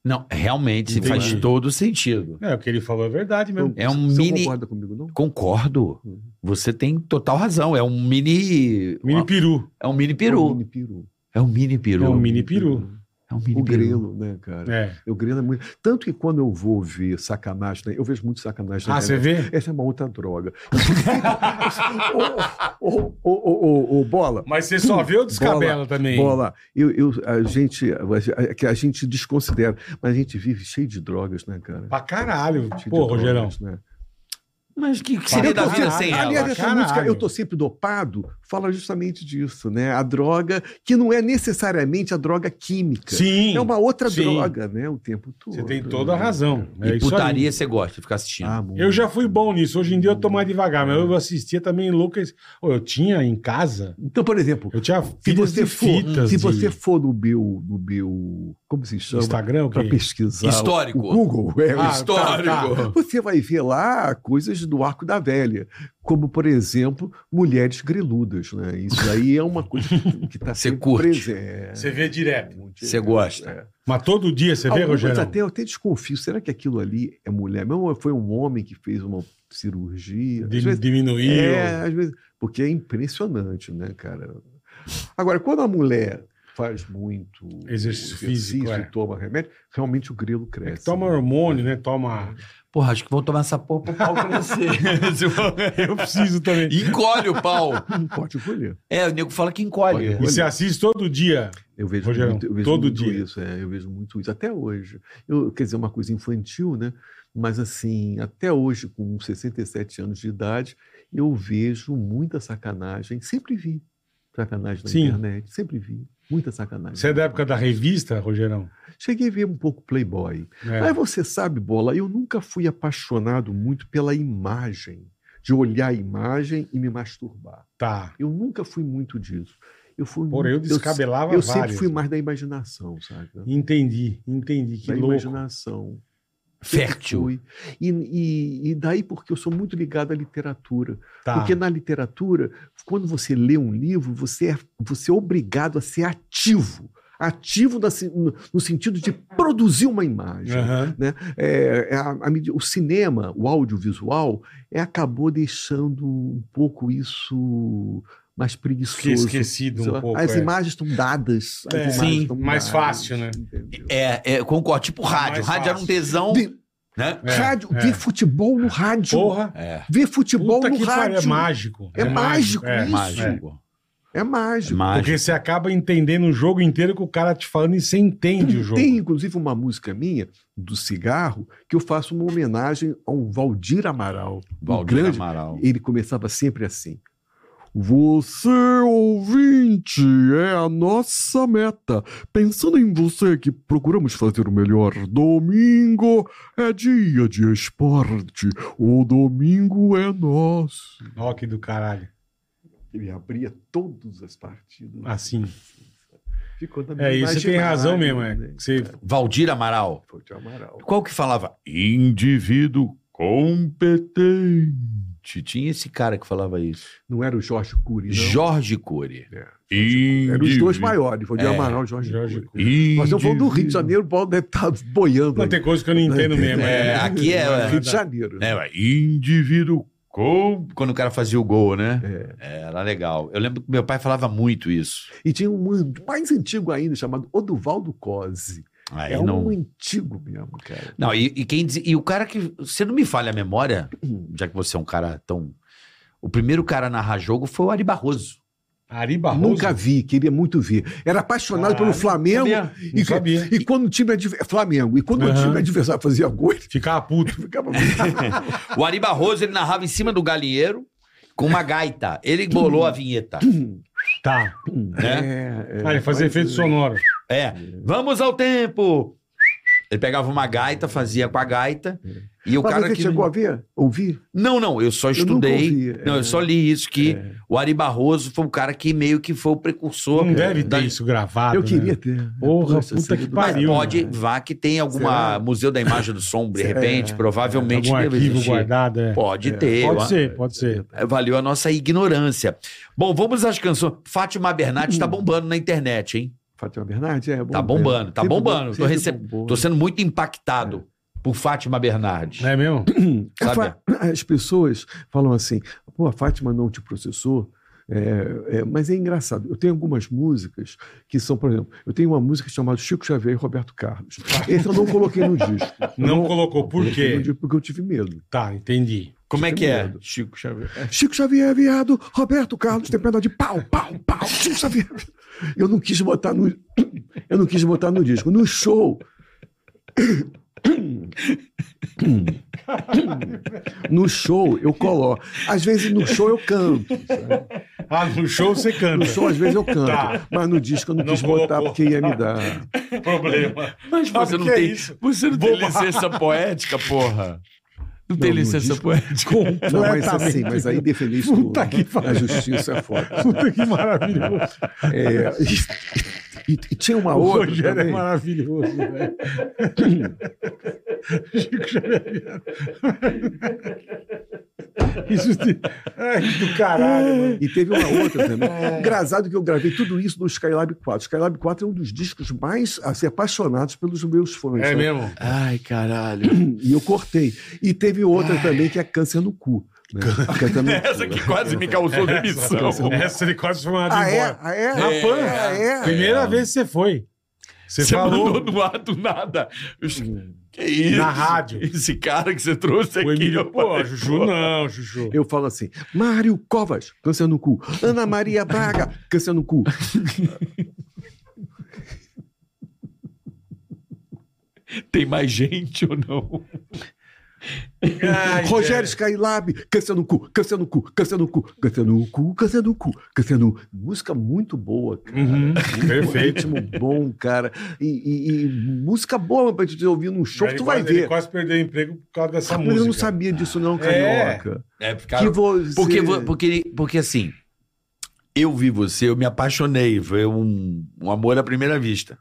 Não, realmente
Entendi.
faz todo sentido.
É, o que ele falou é verdade mesmo.
É um
você não
mini-
concorda comigo não?
Concordo. Você tem total razão. É um mini.
Mini peru.
É um mini
É um
peru.
mini peru.
É um mini peru.
É um mini peru.
É um mini
O
peru.
grelo, né, cara?
É.
O grelo é muito. Tanto que quando eu vou ver sacanagem, né? eu vejo muito sacanagem. na
Ah, você
internet.
vê?
Essa é uma outra droga. Ô, ô, ô, ô, ô, ô, bola,
Mas você só vê o descabela também.
Hum, Bola, eu, eu- a gente, a- que a gente desconsidera, mas a gente vive cheio de drogas, né, cara?
Pra caralho.
Cheio de
Pô,
drogas,
Rogerão.
né?
Mas que, que seria
Eu
da
tô
vida
sem-
sem ela?
Aliás, essa
Caralho.
música, Eu Tô Sempre Dopado, fala justamente disso, né? A droga, que não é necessariamente a droga química.
Sim.
É uma outra
sim.
droga, né? O tempo todo.
Você tem toda a
né?
razão. É
e
isso aí.
putaria você gosta de ficar assistindo.
Ah, muito.
Eu já fui bom nisso. Hoje em dia eu tô mais devagar, mas eu assistia também loucas. Ô, Eu tinha em casa,
Então, por exemplo,
eu tinha
se
fitas
você
de
for,
fitas.
se você
de
for no meu, no meu, como se chama?
Instagram, o
Pra
quê?
pesquisar.
Histórico.
O Google, é, o
Ah,
Histórico.
tá, tá.
Você vai ver lá coisas do arco da velha, como, por exemplo, mulheres greludas. Né? Isso aí é uma coisa que está
Você
sempre
curte.
presente.
Você vê direto.
Muito
Você
direto,
gosta.
é.
Mas todo dia você vê,
Algumas
Rogério?
até, eu até desconfio, será que aquilo ali é mulher mesmo? Ou foi um homem que fez uma cirurgia? Às vezes-
diminuiu.
é, às vezes, porque é impressionante, né, cara? Agora, quando a mulher faz muito
Exercício físico, é.
e toma remédio, realmente o grilo cresce.
Toma
né?
hormônio, né? Toma.
Porra, acho que vão tomar essa porra pro pau crescer. Se for-
Eu preciso também.
encolhe o pau.
Pode colher.
É, o nego fala que encolhe.
E você assiste todo dia.
Eu vejo
Rogerão,
muito, eu vejo
todo
muito
dia.
isso, é, eu vejo muito isso, até hoje. Eu, quer dizer, é uma coisa infantil, né? Mas assim, até hoje, com 67 anos de idade, eu vejo muita sacanagem, sempre vi sacanagem na
Sim.
internet, sempre vi, muita sacanagem.
Você é da época da revista, Rogerão?
Cheguei a ver um pouco Playboy.
É.
Mas você sabe, Bola, eu nunca fui apaixonado muito pela imagem, de olhar a imagem e me masturbar.
Tá.
Eu nunca fui muito disso. Eu fui
Porra, eu
muito-
descabelava
Eu, eu
várias. né?
sempre fui mais da imaginação, sabe?
Entendi, entendi. Que
da
louco.
imaginação.
Fértil.
Fui. E, e, e daí porque eu sou muito ligado à literatura.
Tá.
Porque na literatura, quando você lê um livro, você é, você é obrigado a ser ativo. Ativo na se- no, no sentido de produzir uma imagem.
Aham.
É, é a- a medi- o cinema, o audiovisual, é, acabou deixando um pouco isso mais preguiçoso.
Fiquei esquecido
Sei
um
lá,
pouco.
as
é.
imagens estão dadas. as
É,
imagens
sim,
estão
mais fácil, né?
entendeu?
É, é, concordo. Tipo
mais
rádio. rádio era um
fácil.
tesão.
De-
Né?
É,
rádio,
é.
ver futebol no rádio.
Porra,
É.
Ver futebol
puta
no
que pariu,
rádio.
é mágico.
É mágico
é.
Isso.
Mágico.
É mágico.
Mágico.
Porque você acaba entendendo o jogo inteiro que o cara te falando e você entende o jogo.
Tem, inclusive, uma música minha, do Cigarro, que eu faço uma homenagem ao Valdir Amaral. um
Valdir
grande...
Amaral.
Ele começava sempre assim. Você, ouvinte, é a nossa meta. Pensando em você que procuramos fazer o melhor. Domingo é dia de esporte. O domingo é nosso.
Ó, que do caralho.
Ele abria todas as partidas.
Assim.
Ficou na
É,
minha
e você tem razão mesmo, é.
imagem, né?
Você
Valdir Amaral.
Valdir Amaral.
Qual que falava? Indivíduo competente. Tinha esse cara que falava isso.
Não era o Jorge Cury, não.
Jorge Cury.
É.
Indivíduo.
Eram os dois maiores, Valdir
É,
Amaral e Jorge,
Jorge
Cury.
Cury.
Mas eu vou do Rio de
Indivíduo.
Janeiro, o Paulo deve estar boiando.
Não
aí.
tem coisa que eu não entendo mesmo.
É, aqui é-
Não,
Rio de
nada.
Janeiro.
É, ué, indivíduo com... Quando o cara fazia o gol, né?
É.
Era legal. Eu lembro que meu pai falava muito isso.
E tinha um an- mais antigo ainda, chamado Oduvaldo Cosi.
Aí
É
não...
um antigo mesmo, cara.
Não, e, e quem diz- e o cara que... Você não me falha a memória, já que você é um cara tão... O primeiro cara a narrar jogo foi o Ari Barroso.
Ari Barroso?
Nunca vi, queria muito ver. Era apaixonado
Caralho.
pelo Flamengo.
Sabia?
Não
E,
sabia.
e quando o time adversário. Flamengo. E quando o
Aham.
time adversário fazia gol, ele
Ficava puto.
ficava muito.
O Ari Barroso, ele narrava em cima do galinheiro com uma gaita. Ele bolou a vinheta.
Tá.
É, é,
Ah, ele fazia
mas-
efeito sonoro.
É, vamos ao tempo! Ele pegava uma gaita, fazia com a gaita, e o
Mas
cara
você
que...
chegou a ver? Ouvir?
Não, não, eu só
Eu nunca
estudei.
ouvi, é.
Não, eu só li isso, que
É.
o Ari Barroso foi o cara que meio que foi o precursor.
Hum,
Não deve
da-
ter isso gravado.
Eu queria
né?
ter.
Porra,
Poxa,
puta
seria
que
do
Mas
pariu,
pode,
né?
vá que tem alguma
Será?
Museu da Imagem do Som, de
Será?
repente,
É.
provavelmente
Algum
deve
arquivo
existir.
guardado, é.
Pode
É.
ter.
Pode
ó.
ser, pode ser.
É, Valeu a nossa ignorância. Bom, vamos às canções. Fátima Bernardes tá bombando na internet, hein?
Fátima Bernardes? É,
Tá bombando, tá
Sempre
bombando. Tô,
sempre
rece-
bombou.
Tô sendo muito impactado
É.
por Fátima Bernardes.
Não é mesmo?
A
sabe?
Fa- As pessoas falam assim, pô, a Fátima não te processou, É, é, mas é engraçado. Eu tenho algumas músicas que são, por exemplo, eu tenho uma música chamada Chico Xavier e Roberto Carlos. Essa eu não coloquei no disco.
Não colocou, por
Eu coloquei no
quê?
disco Porque eu tive medo.
Tá, entendi.
Como é que é?
medo.
Chico Xavier.
Chico Xavier, viado, Roberto Carlos tem pedra de pau, pau, pau, Chico Xavier. Eu não quis botar no. Eu não quis botar no disco. No show. No show eu coloco. Às vezes no show eu canto. sabe?
Ah, no show você
No
canta.
show às vezes eu canto.
Tá.
Mas no disco eu não,
Não
quis botar
colocou.
porque ia me dar.
Problema.
Mas
Sabe
você não
que é
tem.
isso?
você não tem
Boba.
licença poética, porra. Não, tem
Não, no
licença
disco-
poética.
Não, mas assim,
Completamente.
mas aí defender isso.
Puta que pariu.
a justiça é foda.
Puta que maravilhoso.
É, e, e- e tinha uma
O
outra.
Rogério é
também.
maravilhoso, velho. Chico Xavier. Isso te... Ai, que do caralho, mano.
E teve uma outra também. Engraçado que eu gravei tudo isso no Skylab 4. Skylab 4 é um dos discos mais assim, apaixonados pelos meus fãs.
É
né?
mesmo?
Ai, caralho.
E eu cortei. E teve outra também que é Câncer no Cu. né? Câncer no
Essa
cu.
que quase me causou demissão.
Essa ele quase foi mandado
Ah, é?
embora.
Ah, é?
Na Pan.
Ah, é?
Primeira vez que você foi. Você,
Você mandou
falou. Hum.
do ar do nada. Os- Que isso?
Na rádio.
Esse cara que você trouxe aqui. é
O Emílio,
eu
pô,
falei,
Juju não, Juju.
Eu falo assim, Mário Covas, câncer no cu. Ana Maria Braga, câncer no cu.
Tem mais gente ou não?
Ai,
Rogério Skylab, câncer no cu, câncer no cu, câncer no cu, câncer no cu, câncer no cu, câncer no Música muito boa, cara.
Uhum, perfeito.
Um Ritmo bom, cara. E, e- e música boa pra te ouvir num show que
Ele
tu vai
quase- ele
ver.
quase perdeu o emprego por causa dessa
Mas
música.
eu não sabia disso, não,
É.
carioca.
É,
Que você...
Porque, vo- porque, porque assim, eu vi você, eu me apaixonei, foi um, um amor à primeira vista.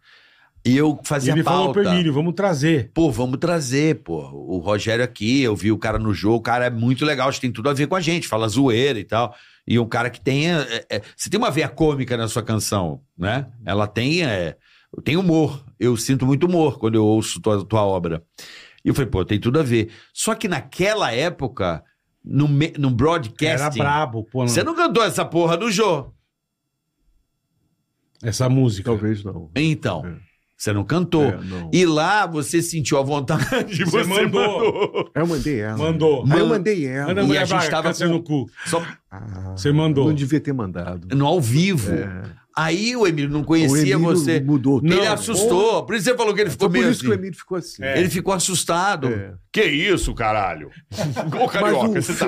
E eu
E
fazia
ele falou
pauta.
pro Emílio, vamos trazer.
Pô, vamos trazer, pô. O Rogério aqui, eu vi o cara no jogo, o cara é muito legal, acho que tem tudo a ver com a gente, fala zoeira e tal. E um cara que tem. é, é, você tem uma veia cômica na sua canção, né? Ela tem. é, tem humor. Eu sinto muito humor quando eu ouço tua, tua obra. E eu falei, pô, tem tudo a ver. Só que naquela época, no, me- no
Era
broadcasting.
brabo,
né?
pô.
Você não cantou essa porra do Jô.
Essa música.
Talvez não.
Então,
É.
você não cantou.
É, não.
E lá você sentiu a vontade de
Você
você,
mandou.
mandou.
Eu mandei ela.
Mandou.
Aí eu
Man-
mandei ela.
Ana
E
Maria
a gente
Braga,
tava
câncer
com-
no cu.
Só
Ah,
Você mandou.
Não devia ter mandado.
no ao vivo.
É.
Aí o Emílio não conhecia
O Emílio
você.
Mudou. tudo.
ele assustou. Por isso você falou que ele ficou
Foi por
meio
isso que o
assim.
Emílio ficou assim.
É.
Ele ficou assustado.
É.
Que isso, caralho? Ô, tá
Mas o-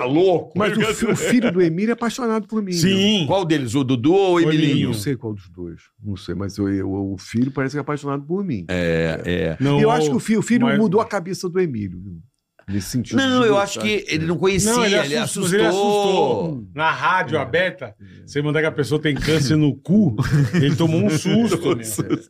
louco? tá
Mas o, fi- o filho do Emílio é apaixonado por mim. né?
Sim.
Qual deles, o Dudu ou o
Foi
Eu
Emilinho?
não sei qual dos dois. Não sei, mas eu, eu- o filho parece que é apaixonado por mim.
É, é.
Não,
E eu acho que o filho, o filho
mas-
mudou a cabeça do Emílio. viu? Nesse sentido.
Não,
de
eu
gostar
acho
de
que ele
mim.
não conhecia,
Não, ele
ele,
assustou,
assustou.
mas ele assustou. Na rádio
É.
aberta, você mandar que a pessoa tem câncer no cu, ele tomou um susto. meu.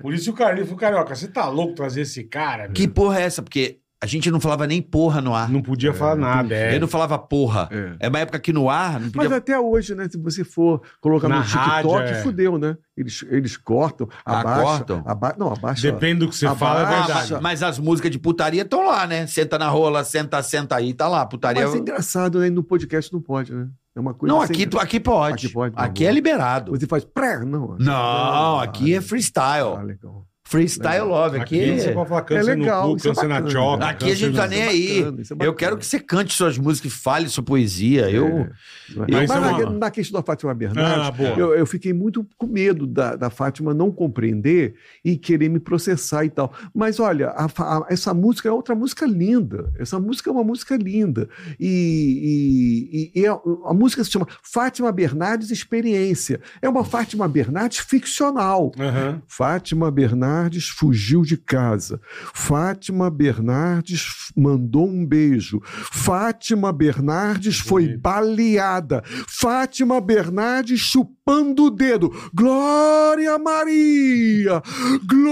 Por isso o cara ele falou, carioca, você tá louco trazer esse cara? meu?"
Que porra é essa? Porque a gente não falava nem porra no ar.
Não podia falar nada. É.
Ele não falava porra.
É.
É uma época que no ar não
Mas
podia
até hoje, né? Se você for colocar
Na
no TikTok,
rádio, é.
fudeu, né? Eles, eles cortam,
Ah,
abaixam.
cortam?
aba- não, abaixa.
Depende do que você
A
fala, é
barra-
verdade.
Ah, mas, mas as músicas de putaria estão lá, né? Senta na rola, senta, senta aí, tá lá. Putaria.
Mas é engraçado, né? No podcast não pode, né? É uma coisa.
não,
sem
aqui, tu, aqui pode.
Aqui pode, meu
Aqui
amor.
é liberado.
Você faz pré, não.
Não, aqui é
Ah,
freestyle.
legal.
Freestyle
Legal.
love.
Aqui,
Aqui, é-
você pode falar câncer
legal,
no cu,
isso é
câncer na
bacana.
choca.
aqui a
câncer
gente tá
no-
nem
Isso é
aí.
bacana, isso é
Eu
bacana.
quero que você cante suas músicas e fale sua poesia.
É.
Eu.
Mas,
Mas é
na,
uma-
na questão da Fátima
Ah,
Bernardes,
boa.
eu, eu fiquei muito com medo da, da Fátima não compreender e querer me processar e tal. Mas olha, a Fa- a- essa música é outra música linda. Essa música é uma música linda. E, e- e é- a música se chama Fátima Bernardes Experiência. É uma Fátima Bernardes ficcional.
Aham.
Fátima Bernardes fugiu de casa. Fátima Bernardes f- mandou um beijo. Fátima Bernardes foi baleada. Fátima Bernardes chupando o dedo. Glória Maria!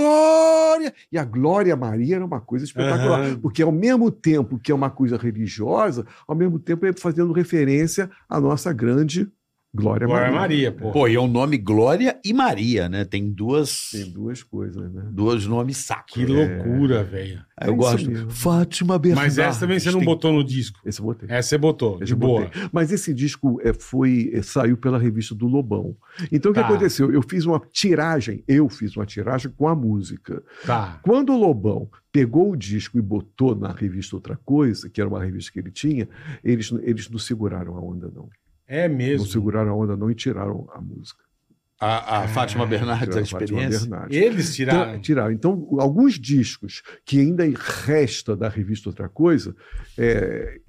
Glória! E a Glória Maria era uma coisa espetacular,
Aham.
porque ao mesmo tempo que é uma coisa religiosa, ao mesmo tempo é fazendo referência à nossa grande Glória,
Glória
Maria.
Maria, pô.
Pô, e é o nome Glória e Maria, né? Tem duas.
Tem duas coisas, né?
Dois nomes sacos.
Que loucura, velho.
Aí eu
É isso
gosto.
mesmo.
Fátima Bernardes.
Mas essa também você não
tem-
botou no disco.
Esse é um eu botei.
Essa você botou,
Esse
de
eu
boa.
botei. Mas esse disco é, foi é, saiu pela revista do Lobão. Então o que
Tá.
aconteceu? Eu fiz uma tiragem, eu fiz uma tiragem com a música.
Tá.
Quando o Lobão pegou o disco e botou na revista outra coisa, que era uma revista que ele tinha, eles, eles não seguraram a onda não.
É
Não
mesmo.
seguraram a onda não e tiraram a música.
A, a Fátima Bernardes, a
Tiraram Fátima
experiência.
Bernardes.
Eles
Então,
tiraram.
tiraram. Então, alguns discos que ainda resta da revista Outra Coisa, é,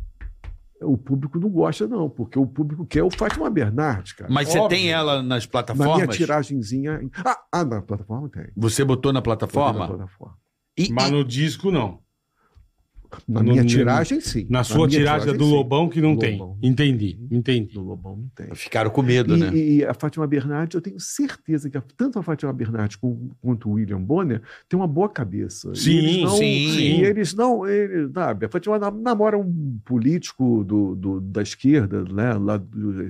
o público não gosta, não, porque o público quer o Fátima Bernardes, cara.
Mas você
Óbvio.
tem ela nas
na minha
plataformas?
tiragenzinha. Ah, ah, na plataforma tem.
Você botou na
Botei Na,
plataforma?
plataforma.
E, e-
Mas no disco, não.
Na
No-
minha
no-
tiragem, sim.
Na sua
minha
tiragem é do
sim.
Lobão Tá que não
Do
tem.
Lobão.
Entendi, entendi.
Do Lobão não tem.
ficaram com medo, né?
E, e a Fátima Bernardes, eu tenho certeza que a- tanto a Fátima Bernardes como- quanto o William Bonner tem uma boa cabeça. E
Sim,
eles não-
sim.
E eles não. Eles, sabe, a Fátima na- namora um político do, do- da esquerda, né? Lá do,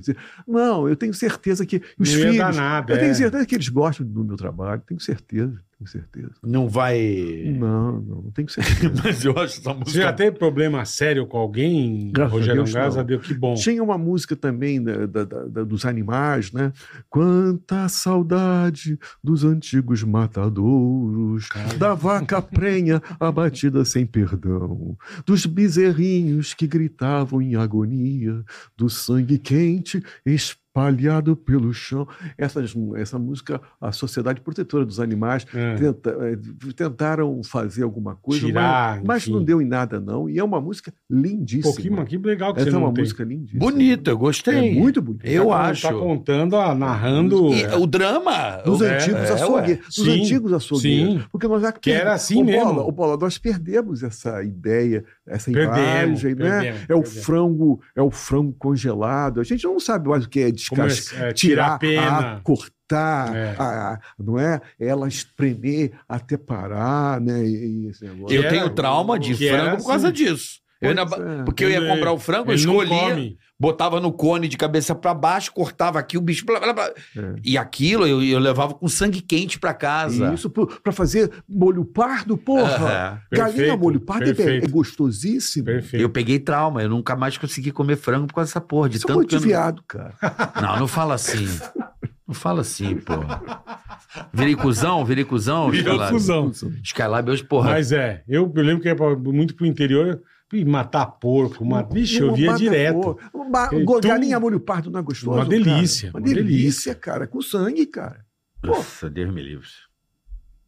não, eu tenho certeza que. Os
não
filhos.
ia dar nada.
eu
é.
tenho certeza que eles gostam do meu trabalho, tenho certeza, tenho certeza.
Não
É.
vai.
Não, não, não tenho certeza.
Mas eu acho essa
Você já
música.
teve problema sério com alguém,
Graças a
Rogério?
Deus,
graças
não.
a Deus, que bom.
Tinha uma música também né, da- da- da- dos animais, né? Quanta saudade dos antigos matadouros, da vaca prenha abatida sem perdão, dos bezerrinhos que gritavam em agonia, do sangue quente espalhado pelo chão. Essas, essa música, a Sociedade Protetora dos Animais,
É.
tenta- eh, tentaram fazer alguma coisa,
Tirar,
mas, mas
enfim.
não deu em nada, não. E é uma música
Pô, que,
lindíssima.
mas que legal que
Essa
você
é
não
uma
tem.
música lindíssima.
Bonito, eu
É
gostei.
muito bonito.
Tá
Eu
con-
acho.
Tá contando, ó, narrando.
é
E o drama.
Dos
o-
antigos
é,
açougueiros. Dos
Sim,
antigos açougueiros.
sim.
Porque nós já
Que era assim
o
mesmo.
Bola, o Bola, nós perdemos essa ideia, essa
Perdemos,
imagem, né?
perdemos,
é o
perdemos.
frango, é o frango congelado. A gente não sabe mais o que é descascar,
Como é- é, tirar a
tirar,
pena.
a cortar agitar,
É.
a- a- não é? Ela espremer até parar, né? E, e esse negócio. É,
Eu
Que
tenho
era-
trauma de
que
frango
era
por causa
assim.
disso. Eu
Pois
ainda-
é.
Porque eu ia
Ele-
comprar o frango, eu
Ele não
escolhia,
come.
botava no cone de cabeça pra baixo, cortava aqui o bicho. blá, blá, blá.
É.
E aquilo eu, eu levava com sangue quente pra casa.
E Isso para fazer molho pardo,
É.
porra.
Aham.
Galinha
Perfeito,
molho pardo é- é,
perfeito.
gostosíssimo.
Perfeito.
Eu peguei trauma, eu nunca mais consegui comer frango por causa dessa porra. De
Isso é
tanto
muito
que eu
de
não-
viado, cara.
Não, não fala assim. Não fala assim, porra. Virei cuzão, virei cuzão.
Virou
Skylab.
cuzão.
Skylab hoje, porra.
Mas é, eu, eu lembro que ia pra- muito pro interior e matar porco, matar. Vixe, eu
Uma
via
mata-
direto.
porra. Uma-
E tu-
Galinha molho pardo não é gostoso?
Uma delícia,
cara? Uma,
uma
delícia,
delícia.
cara. Com sangue, cara.
Nossa, Deus me livre.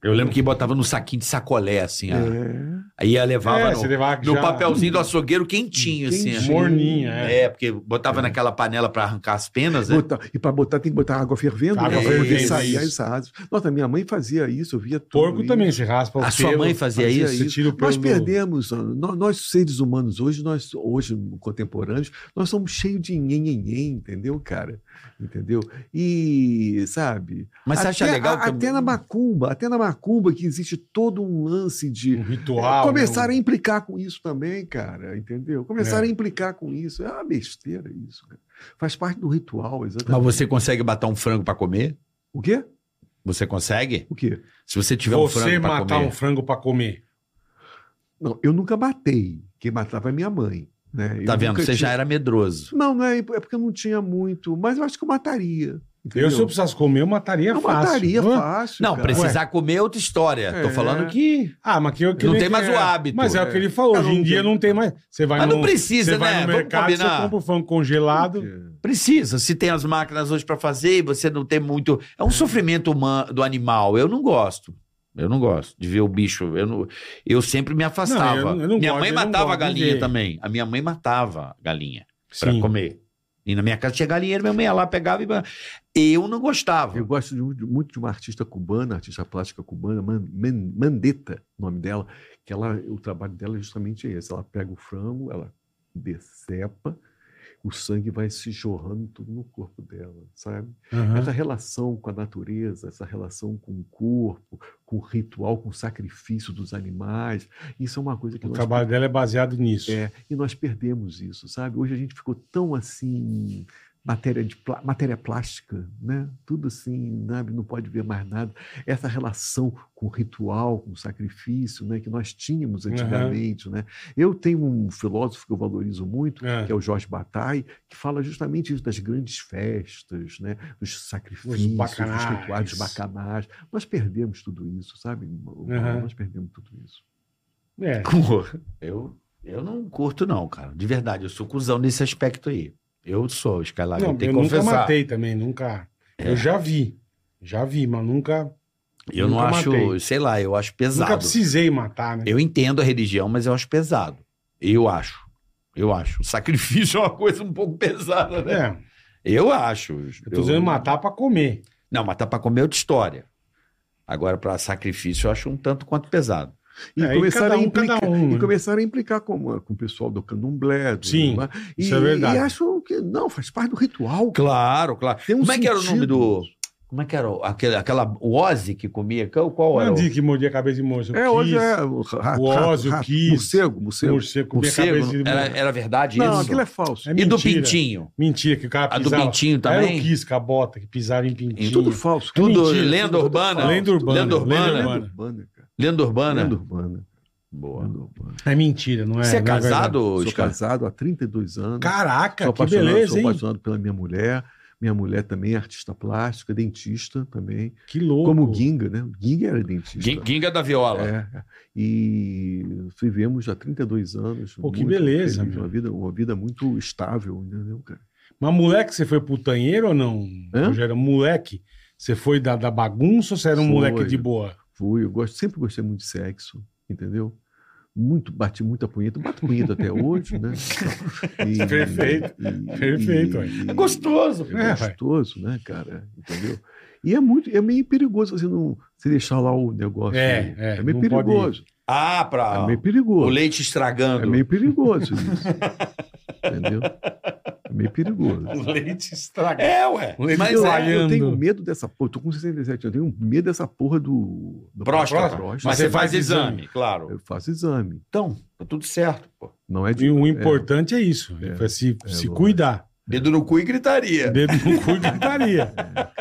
Eu lembro que botava num saquinho de sacolé, assim. ó.
É.
Aí ela levava
É,
no,
você levava
no
já-
papelzinho do açougueiro quentinho, assim. ó.
Quentinho.
Morninha, é.
É, porque botava naquela panela pra arrancar as penas, né?
É. Botar- e para botar, tem que botar água fervendo.
Água
pra poder
fervendo,
sair
isso.
as asas. Nossa, minha mãe fazia isso, eu via tudo.
Porco
isso.
também se raspa. o
A sua
pelo,
mãe fazia
fazia
isso?
Você tira o pelo
Nós
do-
perdemos, ó, nó- nós seres humanos hoje, nós hoje contemporâneos, nós somos cheios de nhenhenhen, entendeu, cara? Entendeu? E, sabe?
Mas você acha
até-
legal
a-
que é eu-
Até na macumba, até na macumba que existe todo um lance de
um ritual.
começaram
né?
a implicar com isso também, cara, entendeu? Começaram a implicar com isso. É uma besteira isso, cara. Faz parte do ritual,
Mas
exatamente.
você consegue matar um frango pra comer?
O quê?
Você consegue?
O quê?
Se você tiver um
Você
frango pra
matar
comer.
um frango pra comer.
Não, eu nunca matei. Quem matava é minha mãe. Né?
Tá
Eu
vendo?
nunca
Você já
tinha-
era medroso.
Não, não é, é porque eu não tinha muito, mas eu acho que eu mataria. entendeu?
Eu, se eu precisasse comer, eu mataria
eu
fácil. né?
mataria
Hã?
fácil.
Não,
cara.
precisar comer é outra história. Tô
É.
falando que.
Ah, mas que, eu- que
Não
nem
tem
que-
mais o
é.
hábito.
Mas é o que ele falou.
É.
Hoje em dia não tem mais. Você vai
Mas não
no- você
precisa, né?
vai no
Vamos
mercado, você
combinar.
compra o frango congelado.
Precisa. Se tem as máquinas hoje pra fazer e você não tem muito. É um sofrimento humano, do animal. Eu não gosto. Eu não gosto de ver o bicho. Eu, não- eu sempre me afastava.
Não, eu- eu não
minha
gosto,
mãe
eu não
matava a
gosto de
galinha
ver.
também. A minha mãe matava a galinha pra
Sim.
comer. E na minha casa tinha galinheiro, minha mãe ia lá, pegava e. Eu não gostava.
Eu gosto de um- de- muito de uma artista cubana, artista plástica cubana, Man- Man- Mandetta, o nome dela, que ela, o trabalho dela é justamente esse. Ela pega o frango, ela decepa, o sangue vai se jorrando tudo no corpo dela, sabe? Essa relação com a natureza, essa relação com o corpo, com o ritual, com o sacrifício dos animais, isso é uma coisa
Uhum.
que
O
nós
trabalho dela é baseado nisso.
É, e nós perdemos isso, sabe? Hoje a gente ficou tão assim, matéria, de plá- matéria plástica, né? Tudo assim, sabe? não pode ver mais nada. Essa relação com o ritual, com o sacrifício, né? Que nós tínhamos
Aham.
antigamente, né? Eu tenho um filósofo que eu valorizo muito,
É.
que é o Jorge Bataille, que fala justamente isso das grandes festas, né? Dos sacrifícios, dos
bacanais.
rituais, dos bacanais. Nós perdemos tudo isso, sabe? irmão?
Aham.
Nós perdemos tudo isso.
É.
Eu, eu não curto, não, cara. De verdade, eu sou cuzão nesse aspecto aí. Eu sou, Skylab.
Não,
eu tenho
eu
que
nunca
confessar. É.
matei também, nunca. Eu já vi. Já vi, mas nunca,
eu não
Nunca
acho,
matei.
sei lá, eu acho
nunca
pesado.
precisei matar, né?
Eu entendo a religião, mas eu acho pesado. Eu acho. Eu acho. O sacrifício é uma coisa um pouco pesada, né?
É,
Eu acho.
eu tô dizendo matar pra comer.
Não, matar pra comer é outra história. Agora, pra sacrifício, eu acho um tanto quanto pesado.
E
É, e
começaram,
cada um,
a implicar,
cada um,
e
né?
começaram a implicar com, a- com o pessoal do candomblé. do-
Sim,
lá. e,
isso é verdade.
E acho que não, faz parte do ritual. cara.
Claro, claro.
Tem um
Como é que era o nome
sentido.
do. Como é que era o- aquele, aquela. O Ozzy que comia? Qual, qual era?
Não
o-
diz que mordia a cabeça de morcego.
É, hoje é o
o Ozzy, o Kiss,
morcego, morcego.
morcego comia a
Morcego?
cabeça de
Era,
morcego.
era verdade
Não,
isso?
aquilo é falso.
É
E do
mentira.
Pintinho?
Mentira, que o cara
A do
pisava.
Pintinho também?
Era o Kiss, com a bota, que pisava em Pintinho. É
tudo falso.
Tudo
mentira,
lenda,
tudo
urbana,
falso.
Lenda urbana,
Lenda urbana.
lenda
Lenda
urbana.
urbana, cara.
Lenda urbana?
Lenda urbana.
Boa.
Lenda urbana.
É mentira, não é?
Você é
não verdade.
casado,
Sou
Oscar?
casado há 32 anos.
Caraca,
sou
que
apaixonado,
beleza,
sou
hein?
apaixonado pela minha mulher. Minha mulher também é artista plástica, dentista também.
Que louco.
Como o Ginga, né? O Ginga era dentista.
Gui- Ginga da Viola.
É, e vivemos há 32 anos.
Pô, que
muito
beleza,
feliz,
meu.
uma, vida, uma vida muito estável, entendeu, cara?
Mas moleque, você foi putanheiro ou não?
Hã?
Já era moleque. Você foi da, da bagunça ou você era um
Foi.
moleque de boa?
Fui, eu gosto, sempre gostei muito de sexo, entendeu? Muito, bati muita punheta, bato punheta até hoje, né? E-
é Perfeito,
e-
perfeito, ué.
e-
É gostoso.
É
É,
gostoso, né, cara? Entendeu? E é muito, é meio perigoso você não você deixar lá o negócio.
É, é, não
meio
pode-
perigoso.
Ah, pra...
É meio
O
perigoso.
leite estragando.
É meio perigoso isso. Entendeu? É meio perigoso.
Um leite estragado.
É, ué.
Um leite
Mas
eu,
estragado.
eu tenho medo dessa porra. Tô com 67 anos. Eu tenho medo dessa porra do. do
Próstata.
próstata.
Mas você faz exame, claro.
Eu faço exame.
Então, tá tudo certo, pô.
Não é de.
E o importante é isso.
É.
é se,
É,
se
bom. É.
cuidar.
Dedo no cu e gritaria.
Dedo no cu e gritaria.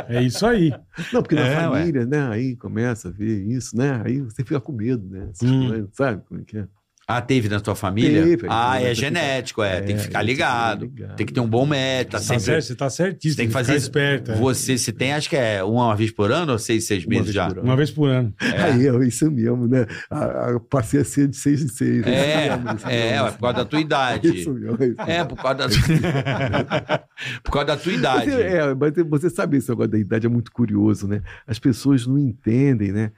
É isso aí.
Não, porque na
É, ué.
família, né? Aí começa a ver isso, né? Aí você fica com medo, né? Essas
Hum.
coisas, sabe como é que é?
Ah, teve na tua família?
Teve.
ah,
Tem
é
que ficar-
genético, é. Tem que ficar
tem
ligado.
ligado.
Tem que ter um bom médico. Tá
Tá
sempre...
certo, você tá certíssimo.
Você tem que fazer
ficar
isso.
esperto. é.
Você se tem, acho que é uma vez por ano ou seis, seis
Uma
meses
vez
já? É.
por ano.
Uma vez por ano.
Aí eu, isso mesmo, né? A, a passei a ser de seis em seis. né?
É,
Isso mesmo, isso
é,
mesmo.
é por causa da tua idade.
Isso mesmo. isso
É, por causa da tua... por causa da tua idade.
Você, é, mas você sabe esse negócio da idade é muito curioso, né? As pessoas não entendem, né?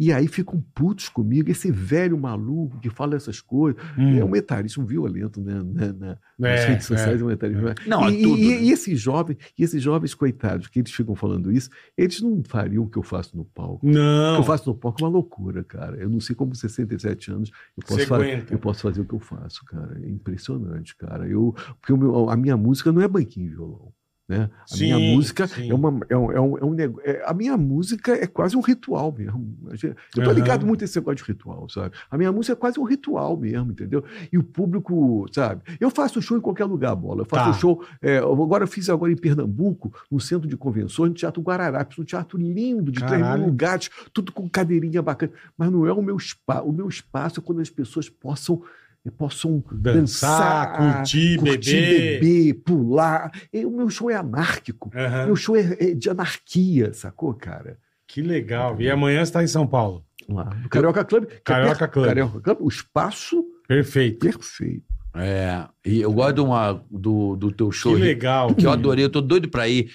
E aí ficam putos comigo, esse velho maluco que fala essas coisas. É
Hum.
um etarismo violento, né? Na- na- nas
É,
redes sociais é, um etarismo.
Não, é
e,
tudo,
e-
né?
e esses jovens, e esses jovens, coitados, que eles ficam falando isso, eles não fariam o que eu faço no palco. O que
Não.
eu faço no palco é uma loucura, cara. Eu não sei como 67 anos eu
Você
posso, fa-
aguenta.
eu posso fazer o que eu faço, cara. É impressionante, cara. Eu, porque o meu- a minha música não é banquinho e violão. Né? A
Sim,
minha música
sim.
é, uma, é um, é um, negócio. a minha música é quase um ritual mesmo. Eu tô
Aham.
ligado muito nesse negócio de ritual, sabe? A minha música é quase um ritual mesmo, entendeu? E o público, sabe? Eu faço show em qualquer lugar, bola. Eu faço
Tá.
show. é, eu agora eu fiz agora em Pernambuco, no centro de convenções, no Teatro Guararapes, um teatro lindo, de três
Caralho.
mil lugares, tudo com cadeirinha bacana. Mas não é o meu espaço. O meu espaço é quando as pessoas possam. eh, Possam
Dançar, curtir,
curtir,
beber.
beber, pular. E o meu show é anárquico.
Aham.
Meu show é, é de anarquia, sacou, cara?
Que legal. E amanhã você tá em São Paulo.
Lá. No Carioca Club. que é
Carioca
perto-
Club.
Carioca Club. O espaço
Perfeito.
perfeito.
É, e eu gosto de uma- do, do teu
Que
show, Rico,
legal.
que eu adorei, eu tô doido pra ir,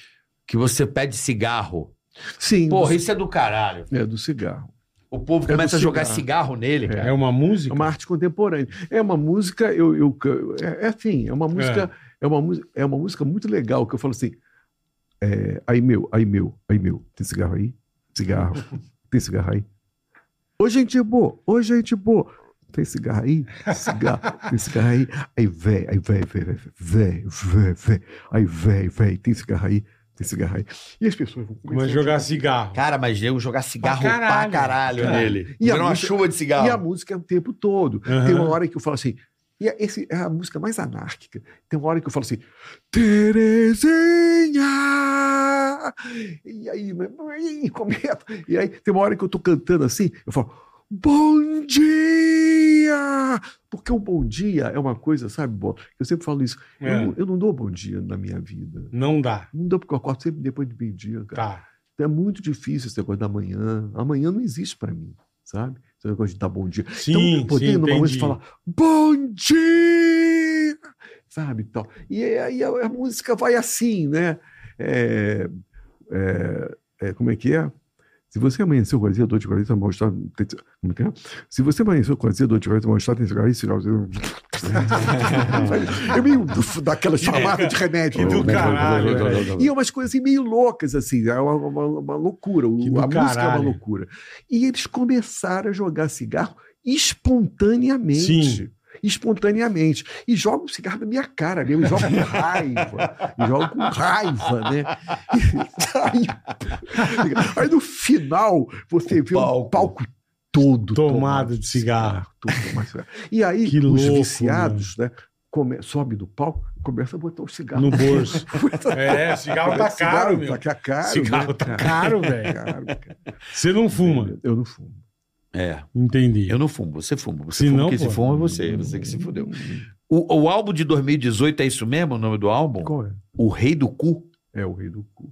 que você pede cigarro.
Sim.
Porra, isso é do caralho.
É do cigarro.
O povo
É do
começa a jogar
cigarro.
cigarro nele, cara.
É uma
É
música?
uma arte contemporânea. É uma música, eu, eu can- é, é assim, é uma música, é. uma música, é uma música muito legal que eu falo assim, é, aí meu, aí meu, aí meu, tem cigarro aí? Cigarro. Tem cigarro aí? Ô gente boa, ô gente boa. Tem cigarro aí? Cigarro, tem cigarro aí? Aí véi, aí véi, véi, véi, véi, véi, véi, aí véi, véi, tem cigarro aí? Tem cigarro aí? E as pessoas vão
Começa a jogar cigarro.
Cara, mas eu jogar cigarro pra caralho,
caralho. Cara.
nele.
E a
Vira uma
música-
chuva de cigarro.
E a música é o tempo todo.
Aham.
Tem uma hora que eu falo assim. E é- esse é a música mais anárquica. Tem uma hora que eu falo assim. Terezinha! E aí, e começa. E aí, tem uma hora que eu tô cantando assim, eu falo. Bom dia! Porque o bom dia é uma coisa, sabe, Bola? Eu sempre falo isso. Eu,
É.
não, eu não dou bom dia na minha vida.
Não dá.
Não dou porque eu acordo sempre depois de meio-dia, cara.
Tá.
É muito difícil esse negócio da manhã. Amanhã não existe pra mim, sabe? Esse negócio de dar bom dia.
Sim,
então, pô,
sim,
tem numa música
entendi.
que fala bom dia, sabe? Tal. E aí a, a música vai assim, né? É, é, é, como é que é? Se você amanheceu com azia, dor de cabeça, mal-estar... tem- Como é que é? Se você amanheceu com azia, dor de cabeça, mal-estar, tem cigarro, cigarro... cigarro. Eu meio do- daquela chamada de remédio.
Que do caralho, né? velho.
E é umas coisas assim, meio loucas, assim, é uma, uma- uma loucura. O-
Que
a
do
música é uma
caralho.
loucura. E eles começaram a jogar cigarro espontaneamente.
Sim.
Espontaneamente. E jogam cigarro na minha cara mesmo, e jogam com raiva. E jogam com raiva, né? aí, aí no final, você vê
palco.
o palco todo
Tomado
tomado
de cigarro.
tudo, tomado de cigarro. E aí,
Que
os
louco,
viciados, né? Come, sobe do palco, começa a botar o cigarro
No bolso.
Puta
É, cigarro tá caro, meu.
Tá caro,
Cigarro
né,
tá
cara?
caro, velho.
Caro, cara.
Você não fuma.
Eu não fumo.
É,
Entendi.
eu não fumo, você fuma. Você
Se
fuma,
não,
quem se
pô.
fuma é você, você
Hum.
que se fudeu. O, o álbum de 2018 é isso mesmo, o nome do álbum?
Qual é?
O Rei do Cu.
É o rei do cu.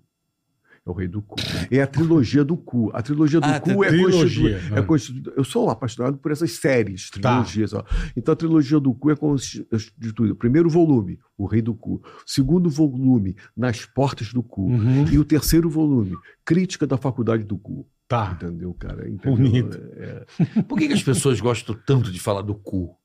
É o rei do cu. É a trilogia do cu. A trilogia do
Ah,
cu é
tá. trilogia, Tá.
trilogia.
né?
É constituída. Eu sou apaixonado por essas séries, trilogias. ó. Então a trilogia do cu é constituída. Primeiro volume, o rei do cu. Segundo volume, nas portas do cu.
Uhum.
E o terceiro volume, crítica da faculdade do cu.
Tá.
Entendeu, cara? Entendeu?
Bonito.
É,
Por que, que as pessoas gostam tanto de falar do cu?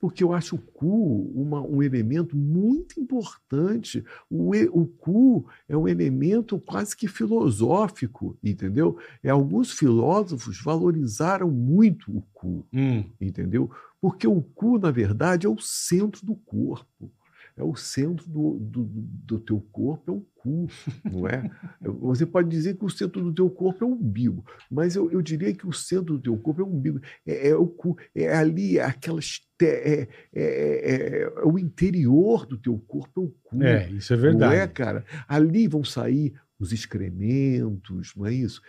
Porque eu acho o cu uma- um elemento muito importante. O, e- o cu é um elemento quase que filosófico, entendeu? E alguns filósofos valorizaram muito o cu,
Hum.
entendeu? Porque o cu, na verdade, é o centro do corpo. É é o centro do, do, do teu corpo, é o cu, não é? Você pode dizer que o centro do teu corpo é o umbigo, mas eu, eu diria que o centro do teu corpo é o umbigo, é, é o cu, é ali é aquelas. te- É, é- é- é o interior do teu corpo, é o cu.
É, isso é
Não é,
verdade.
cara? Ali vão sair os excrementos, não é isso?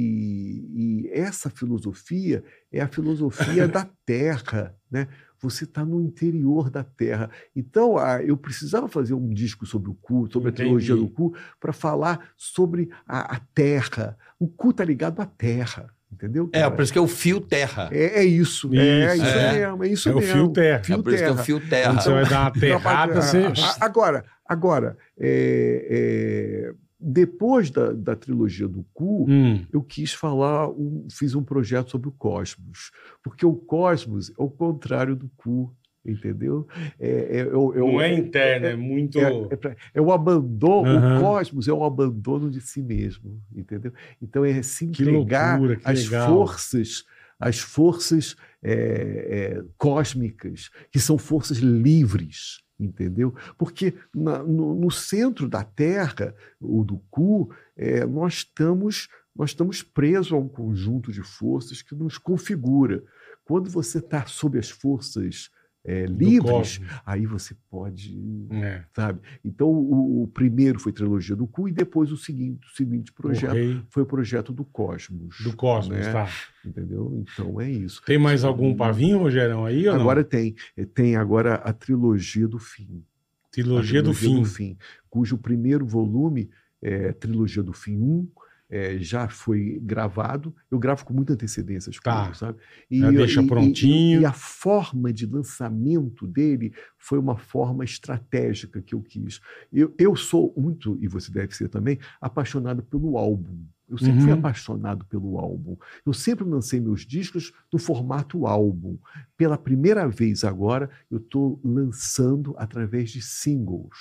E, e essa filosofia é a filosofia da terra, né? Você está no interior da terra. Então, a- eu precisava fazer um disco sobre o cu, sobre
Entendi.
a trilogia do cu, para falar sobre a, a terra. O cu está ligado à terra, entendeu?
É,
cara?
por isso que é o fio terra.
é, é isso,
Isso,
é isso
é.
mesmo, é isso
É o
mesmo.
fio terra.
Fio
é por isso que é o
terra.
Quando você
fio
Então,
terra.
vai dar uma
Trabalho-
terrada, você.
é a- a- Agora, agora é, é, depois da, da trilogia do cu,
Hum,
eu quis falar, um- fiz um projeto sobre o cosmos, porque o cosmos é o contrário do cu, entendeu? É, é- eu- eu-
não é interno, é muito.
é, é pra- é o abandono,
Aham.
o cosmos é o abandono de si mesmo, entendeu? Então é se
Que
entregar
loucura, que
às
legal.
forças, às forças é, é, cósmicas, que são forças livres, entendeu? Porque na- no, no centro da Terra, ou do cu, é, nós estamos nós estamos presos a um conjunto de forças que nos configura. Quando você está sob as forças é,
do
livres,
cosmos.
aí você pode
É.
sabe? Então, o, o primeiro foi Trilogia do Cu e depois o seguinte, o seguinte
O
projeto
rei
foi o projeto do Cosmos.
do cosmos,
né?
tá.
Entendeu? Então, é isso.
Tem mais algum pavinho, Rogerão, aí ou não?
Agora tem, eh, tem agora a Trilogia do Fim. A
Trilogia do fim.
Cujo primeiro volume, é, Trilogia do Fim 1, é, já foi gravado. Eu gravo com muita antecedência as
Tá.
coisas, sabe? E,
Já deixa prontinho.
E, a forma de lançamento dele foi uma forma estratégica que eu quis. Eu, eu sou muito, e você deve ser também, apaixonado pelo álbum. Eu sempre fui
Uhum.
apaixonado pelo álbum. Eu sempre lancei meus discos no formato álbum. Pela primeira vez agora, eu estou lançando através de singles.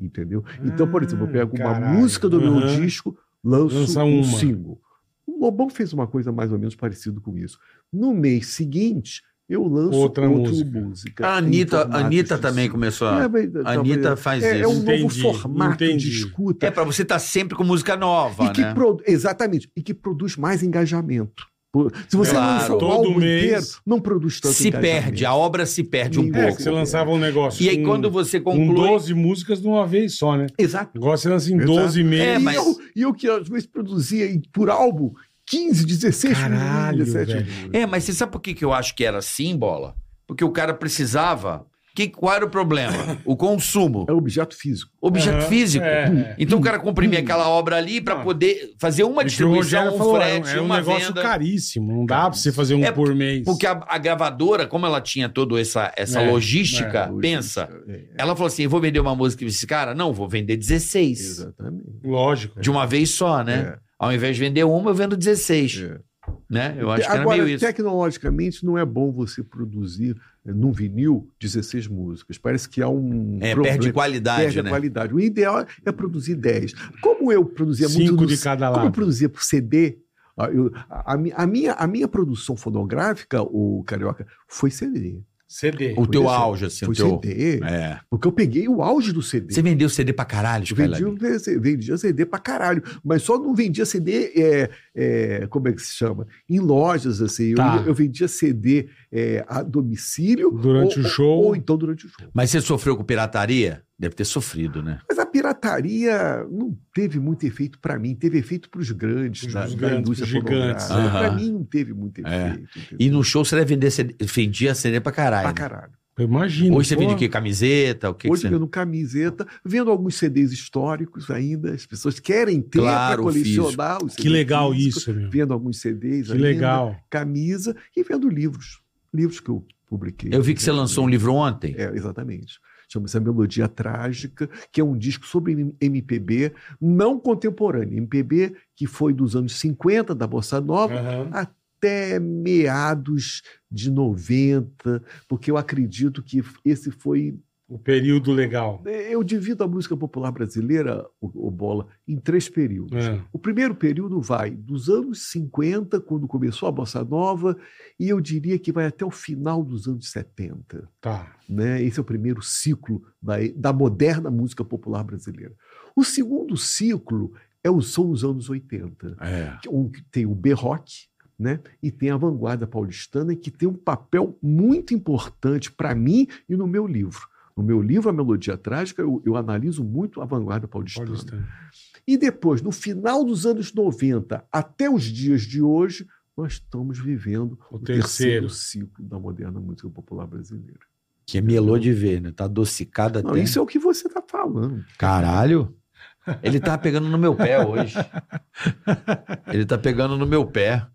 Entendeu? Então, por exemplo, eu
Ah,
pego uma
caralho.
música do meu
Aham.
disco, lanço
Lança
um
uma.
single. O Lobão fez uma coisa mais ou menos parecida com isso. No mês seguinte, eu lanço
Outra
outra,
música.
música.
A
em
Anitta,
formato
Anitta
de
também
single.
começou a.
mas-
A Anitta
É, talvez-
faz
é, é um
isso.
novo
Entendi,
formato
entendi.
de escuta.
É, pra você estar sempre com música nova,
E que
né?
produ- Exatamente. E que produz mais engajamento. Pô, Se você
Claro.
lança o
Todo
álbum
mês.
inteiro, não produz tanto
Se
engajamento.
perde, a obra se perde um
É,
É,
pouco.
que você lançava um negócio.
E aí,
com-
quando você
Com
conclui.
12 músicas de uma vez só, né?
Exato.
Agora você lança em
Exato.
12 meses.
É,
e,
mas-
eu, e eu que às vezes produzia em- por álbum 15, 16,
Caralho,
17.
velho.
É, mas você sabe por que, que eu acho que era assim, bola? Porque o cara precisava. Que, qual era o problema? O consumo.
É objeto físico.
Objeto
Aham,
físico.
é.
Então o cara comprimia aquela obra ali pra
Não.
poder fazer uma
É que o
distribuição,
Rogério
um
falou, é um-
frete,
é um
uma
negócio
venda.
caríssimo. Não dá pra você fazer um
É,
por mês.
Porque a, a gravadora, como ela tinha toda essa, essa
É,
logística, pensa.
É,
Ela falou assim: eu vou vender uma música pra esse cara? Não, vou vender 16.
exatamente.
Lógico.
De uma vez só, né? Ao invés de vender uma, eu vendo 16.
É, é.
Né? Eu acho que era
Agora,
meio isso.
tecnologicamente, não é bom você produzir eh, num vinil 16 músicas. Parece que há um.
É,
problema-
perde qualidade,
perde a
né?
qualidade. O ideal é produzir 10. Como eu produzia
é
muito.
Cinco
no-
de cada
Como eu
lado.
produzia por CD. ah, eu- a, a mi- a minha, a minha produção fonográfica, o Carioca, foi CD.
CD.
O teu
Foi
auge, assim, o
Foi
teu.
CD.
É.
Porque eu peguei o auge do CD.
Você vendeu CD pra caralho,
é
Vendia,
Skylar.
um DC vendia CD pra caralho, mas só não vendia CD, é, é, como é que se chama? Em lojas, assim. Eu-
Tá.
Eu, vendia CD é, a domicílio.
Durante
ou-
o show.
Ou, ou então durante o show.
Mas você sofreu com pirataria? Deve ter sofrido, né?
Mas a pirataria não teve muito efeito pra mim, teve efeito pros grandes,
Pros
da, da
grandes,
indústria
pros gigantes, É.
pornográfica.
né?
Pra
Aham.
mim não teve muito efeito. entendeu?
E no show você deve vender CD, vendia CD pra caralho.
Pra
né?
caralho.
Eu imagino.
Hoje você
pô.
vende o quê? Camiseta? O que,
Hoje
que você...
vendo camiseta, vendo alguns CDs históricos ainda, as pessoas querem ter
Claro,
pra colecionar os
Que
CDs
legal
físicos,
isso, meu.
Vendo alguns CDs
Que
ainda.
legal.
camisa e vendo livros. Livros que eu publiquei. né?
Eu vi que você lançou um livro ontem.
É, exatamente. Chama-se A Melodia Trágica, que é um disco sobre M- MPB não contemporâneo. MPB que foi dos anos 50, da Bossa
Uhum.
Nova,
Aham.
até meados de 90, porque eu acredito que esse foi
O período legal.
Eu divido a música popular brasileira, o, o Bola, em três períodos.
É.
O primeiro período vai dos anos 50, quando começou a Bossa Nova, e eu diria que vai até o final dos anos 70.
Tá.
né? Esse é o primeiro ciclo da, da moderna música popular brasileira. O segundo ciclo é o, são os anos 80,
É.
que- um que tem o B-Rock né? e tem a vanguarda paulistana, que tem um papel muito importante para mim e no meu livro. No meu livro, A Melodia Trágica, eu, eu analiso muito a vanguarda paulistana.
Paulistano.
E depois, no final dos anos 90 até os dias de hoje, nós estamos vivendo
O
o,
terceiro.
terceiro ciclo da moderna música popular brasileira.
Que é melô de ver, né? Tá adocicada
Não,
até.
isso é o que você está falando.
Caralho. Ele tá pegando no meu pé hoje. Ele tá pegando no meu pé.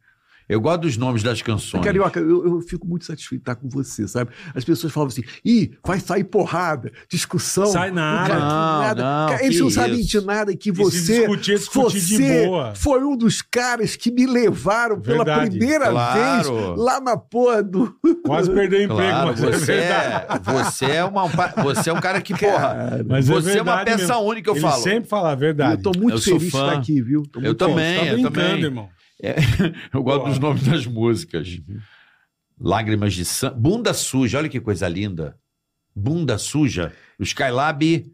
Eu gosto dos nomes das canções.
É Carioca, eu, eu fico muito satisfeito de estar com você, sabe? As pessoas falam assim: ih, vai sair porrada, discussão.
Sai nada.
cara,
Não,
nada.
não,
Cara, eles
que
não sabem
isso.
de nada que
E se
você.
discutir, é discutir de
você
boa.
foi um dos caras que me levaram pela
Verdade.
primeira
Claro.
vez lá na porra do.
Quase perdeu o emprego,
Claro,
mas é
você,
verdade.
é, você, é uma, você é um cara que, porra,
Mas
você é,
é
uma
verdade
peça
mesmo.
única, eu
Ele
falo.
sempre fala a verdade.
Eu tô muito
Eu sou
feliz de
fã.
estar aqui, viu? Tô
Eu
muito
também,
Você tá
eu
brincando,
também.
irmão.
Eu gosto
Boa.
dos nomes das músicas. Lágrimas de sangue. Bunda suja, olha que coisa linda. Bunda suja. O Skylab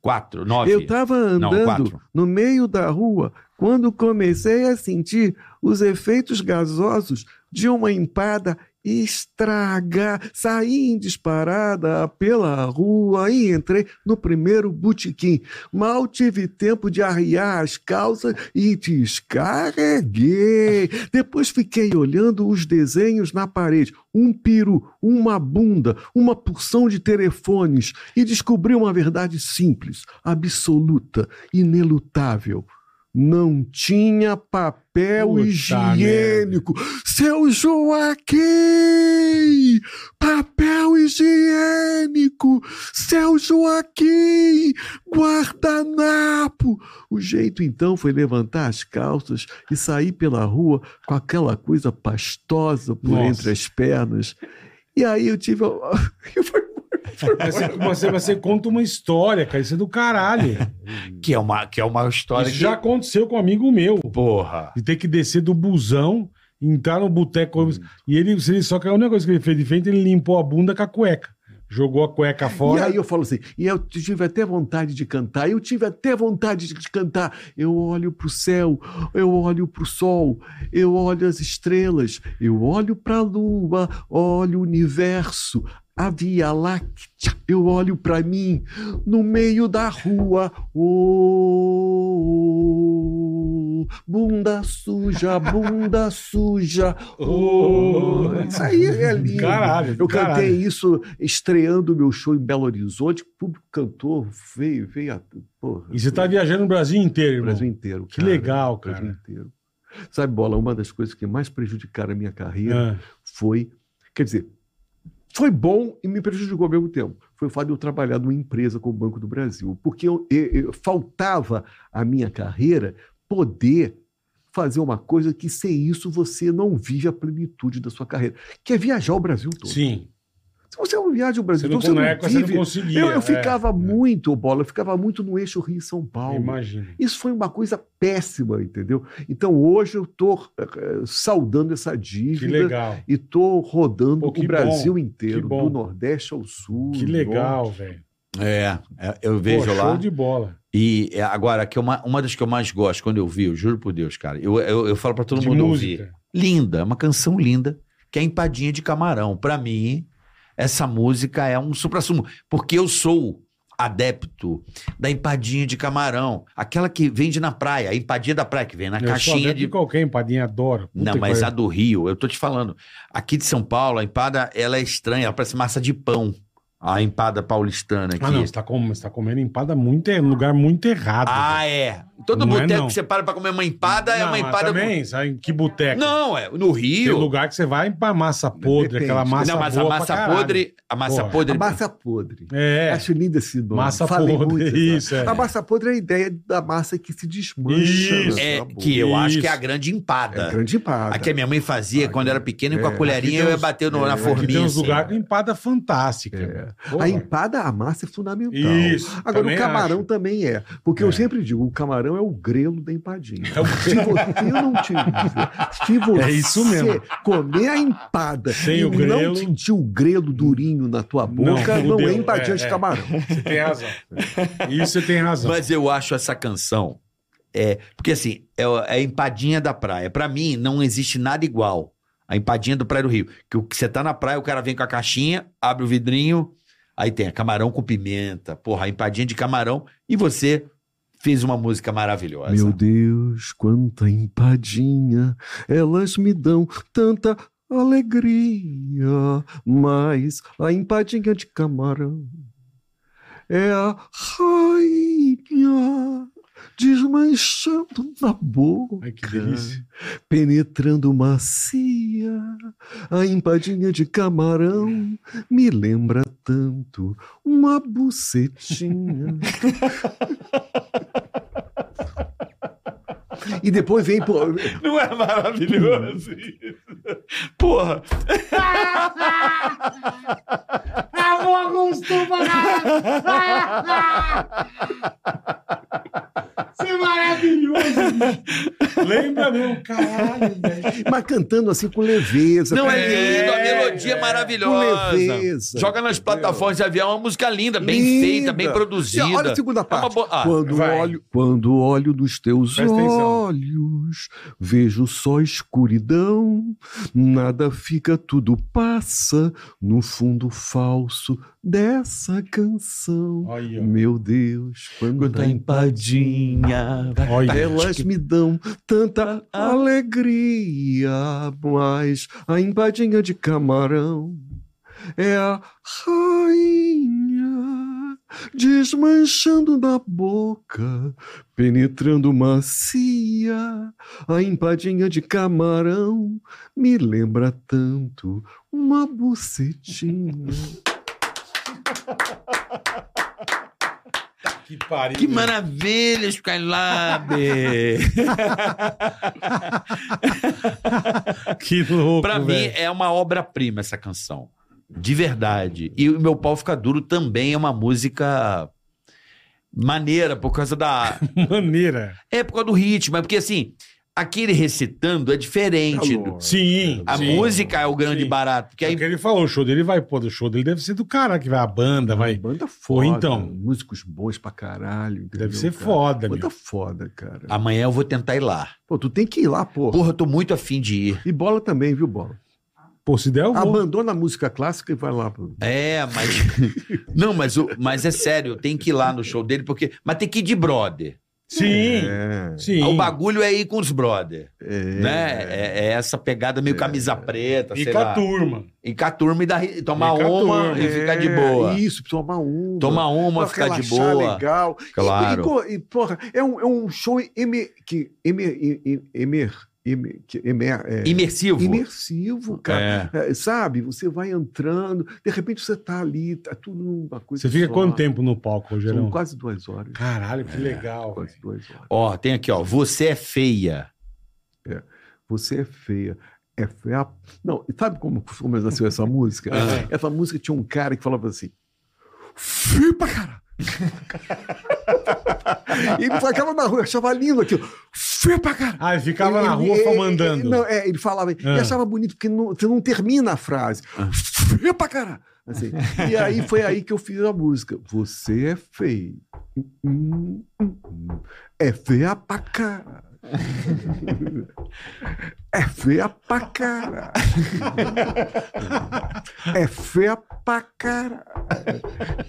4, 9.
Eu estava
Não,
andando
quatro.
no meio da rua quando comecei a sentir os efeitos gasosos de uma empada estragar. Saí em disparada pela rua e entrei no primeiro botequim. Mal tive tempo de arriar as calças e descarreguei. Depois fiquei olhando os desenhos na parede. Um peru, uma bunda, uma porção de telefones e descobri uma verdade simples, absoluta, inelutável. Não tinha papel
Puta
higiênico. Seu Joaquim! Papel higiênico! Seu Joaquim! Guardanapo! O jeito então foi levantar as calças e sair pela rua com aquela coisa pastosa por
Nossa.
entre as pernas. E aí eu tive. a- Eu fui
Mas Você, você, você conta uma história, cara. Isso é do caralho.
Que é uma, que é uma história
Isso
que...
já aconteceu com um amigo meu.
Porra.
De ter que descer do busão, entrar no boteco. E ele, ele só que a única coisa que ele fez de frente, ele limpou a bunda com a cueca. Jogou a cueca
E
fora.
aí eu falo assim, e eu tive até vontade de cantar, eu tive até vontade de cantar. Eu olho pro céu, eu olho pro sol, eu olho as estrelas, eu olho pra lua, olho o universo, a Via Láctea, eu olho pra mim, no meio da rua, oh, bunda suja, bunda suja, oh. Isso aí é lindo.
Caralho,
Eu
caralho.
cantei isso estreando o meu show em Belo Horizonte. O público cantou, veio, veio. a- Porra,
E você tá viajando o Brasil inteiro,
o
irmão.
Brasil inteiro.
Que legal,
O Brasil
cara.
inteiro. Sabe, Bola, uma das coisas que mais prejudicaram a minha carreira
Ah,
foi. Quer dizer, foi bom e me prejudicou ao mesmo tempo. Foi o fato de eu trabalhar numa empresa como o Banco do Brasil. Porque eu- eu- eu- faltava à minha carreira poder fazer uma coisa que, sem isso, você não vive a plenitude da sua carreira, que é viajar o Brasil todo.
sim.
Se você é um não viaja o
Você
Brasil
não,
todo, Então você
na
não
época você
vive.
não conseguia.
eu, eu
é.
ficava muito, bola, eu ficava muito no eixo Rio-São Paulo.
Imagina.
Isso foi uma coisa péssima, entendeu? Então hoje eu estou saudando essa
Que
dívida
legal.
e estou rodando
Pô, que
o Brasil
bom,
inteiro,
que bom.
do Nordeste ao Sul.
Que
do
legal, velho.
É, é, eu
Pô,
vejo lá.
Show de bola.
E é, agora, que é uma, uma das que eu mais gosto, quando eu vi, eu juro por Deus, cara. Eu, eu, eu falo pra todo
de
mundo
música.
ouvir. Linda, é uma canção linda, que é Empadinha de Camarão. Pra mim, essa música é um supra-sumo. Porque eu sou adepto da empadinha de camarão. Aquela que vende na praia, a empadinha da praia que vem na
Eu sou
caixinha
adepto de
de...
qualquer empadinha, adoro. Puta
Não,
que
mas
pariu.
a do Rio, eu tô te falando. Aqui de São Paulo, a empada, ela é estranha, ela parece massa de pão. A empada paulistana aqui.
Ah, não, você tá, com, você tá comendo empada muito, é um lugar muito errado.
Ah, é. Todo
Não é,
boteco
não.
que você para pra comer uma empada é
Não,
uma
mas
empada. com-
também, sabe? em Que boteco?
Não, é no
Tem
Rio.
lugar que você vai pra massa podre,
Depende.
aquela massa
não, mas a
boa pra
massa
caralho.
podre. A massa
Porra.
A
podre.
massa podre.
É.
Acho lindo esse nome.
Massa
assim,
podre, isso, é.
A massa podre é a ideia da massa que se desmancha.
Isso.
na
É,
sua boca.
que eu acho que é a
Isso.
grande
É
empada.
grande empada.
a que a minha mãe fazia
Aqui-
quando era pequena e com a
é,
aqui
colherinha eu
tem
ia
uns-
bater no- na
é, aqui
Porque tem
forminha.
uns
assim.
lugares com empada fantástica.
É.
Porra.
A empada, a massa é fundamental.
Isso.
então, Agora,
também
o camarão
acho.
também é. Porque eu
É.
sempre digo, o camarão é o grelo da empadinha.
É o
Se você não tiver, se você
É isso mesmo.
comer a empada
Sem
e
o grelo-
não sentir o grelo durinho na tua boca,
Não,
não, é
fudeu.
empadinha
É,
de
é.
camarão.
Você tem razão. Isso você tem razão.
Mas eu acho essa canção. É, porque assim, é, o- é a empadinha da praia. Pra mim, não existe nada igual. A empadinha do Praia do Rio. Que o- que você tá na praia, o cara vem com a caixinha, abre o vidrinho, aí tem a camarão com pimenta, porra, a empadinha de camarão, e você fez uma música maravilhosa.
Meu Deus, quanta empadinha, elas me dão tanta alegria, mas a empadinha de camarão é a rainha desmanchando na boca,
Ai, que delícia.
penetrando macia. A empadinha de camarão me lembra tanto uma bucetinha. E depois vem. pô,
Não é maravilhoso isso? Porra,
Alô, Augusto Você é maravilhoso!
Lembra mesmo, caralho, velho.
Mas cantando assim com leveza.
não é
com-
lindo, a melodia é
Com
maravilhosa.
leveza.
Joga nas plataformas de avião, é uma música linda, bem
Linda.
feita, bem
E
produzida.
olha a segunda
É uma
parte.
boa... Ah,
Quando
vai.
olho, quando olho nos teus
Presta atenção.
olhos, vejo só escuridão. Nada fica, tudo passa no fundo falso dessa canção.
Olha, ó.
Meu Deus, quanta
Quanta empadinha.
Olha. Ah,
Elas me dão tanta alegria, mas a empadinha de camarão é a rainha desmanchando na boca, penetrando macia. A empadinha de camarão me lembra tanto uma bucetinha.
Que pariu.
Que maravilha, Skylab!
Que louco,
pra mim
velho.
é uma obra-prima essa canção. De verdade. E o Meu Pau Fica Duro também é uma música maneira por causa da.
Maneira.
É por causa do ritmo, é porque assim, aquele recitando é diferente.
Calor.
Sim.
A
sim.
música é o grande
Sim.
barato. Porque
É
aí
o que ele falou, o show dele vai, pô, o show dele deve ser do cara que vai, a banda vai.
Banda é foda.
então.
Músicos bons pra caralho.
Deve
entendeu,
ser
cara?
foda, meu.
Banda foda, cara.
amanhã eu vou tentar ir lá.
Pô, tu tem que ir lá, porra.
Porra, eu tô muito afim de ir.
E bola também, viu, bola?
Pô, se der, eu vou.
Abandona a música clássica e vai lá. Pro...
É, mas. Não, mas, o- mas é sério, eu tenho que ir lá no show dele, porque. Mas tem que ir de brother.
Sim,
É,
sim.
O bagulho é ir com os brother,
é,
né? É, é essa pegada meio camisa preta,
E
sei
com a
lá.
turma.
E com a turma e, dá, e tomar
E com a
uma
turma. é,
e ficar de boa.
É, Isso, tomar uma.
Tomar uma,
pra
ficar de
relaxar
boa.
legal. E-
Claro.
E, co- e, porra, é um, é um show emer, que, emer, em- em- emer, emer, que- emer, é,
Imersivo.
imersivo, cara.
É.
É, sabe? Você vai entrando, de repente você tá ali, tá tudo numa coisa
Você fica
só.
quanto tempo no palco,
São
Rogerão?
quase duas horas.
Caralho, que legal. velho.
Quase duas horas.
Ó, tem aqui, ó. Você é feia.
Você é feia. É feia. Não, e sabe como, como nasceu essa música?
Ah.
Essa música tinha um cara que falava assim: feio pra caralho. e ele ficava na rua, achava lindo aquilo. Feio pra caralho.
Ah, ele ficava na
Ele-
rua
ele- ele-
mandando.
Não, é, ele falava
Ah.
e achava bonito, porque não- você não termina a frase. Feio pra caralho. Assim. E aí foi aí que eu fiz a música. Você é feio. Hum, hum, hum. É feia pra caralho. É feia pra caralho. É feia pra caralho.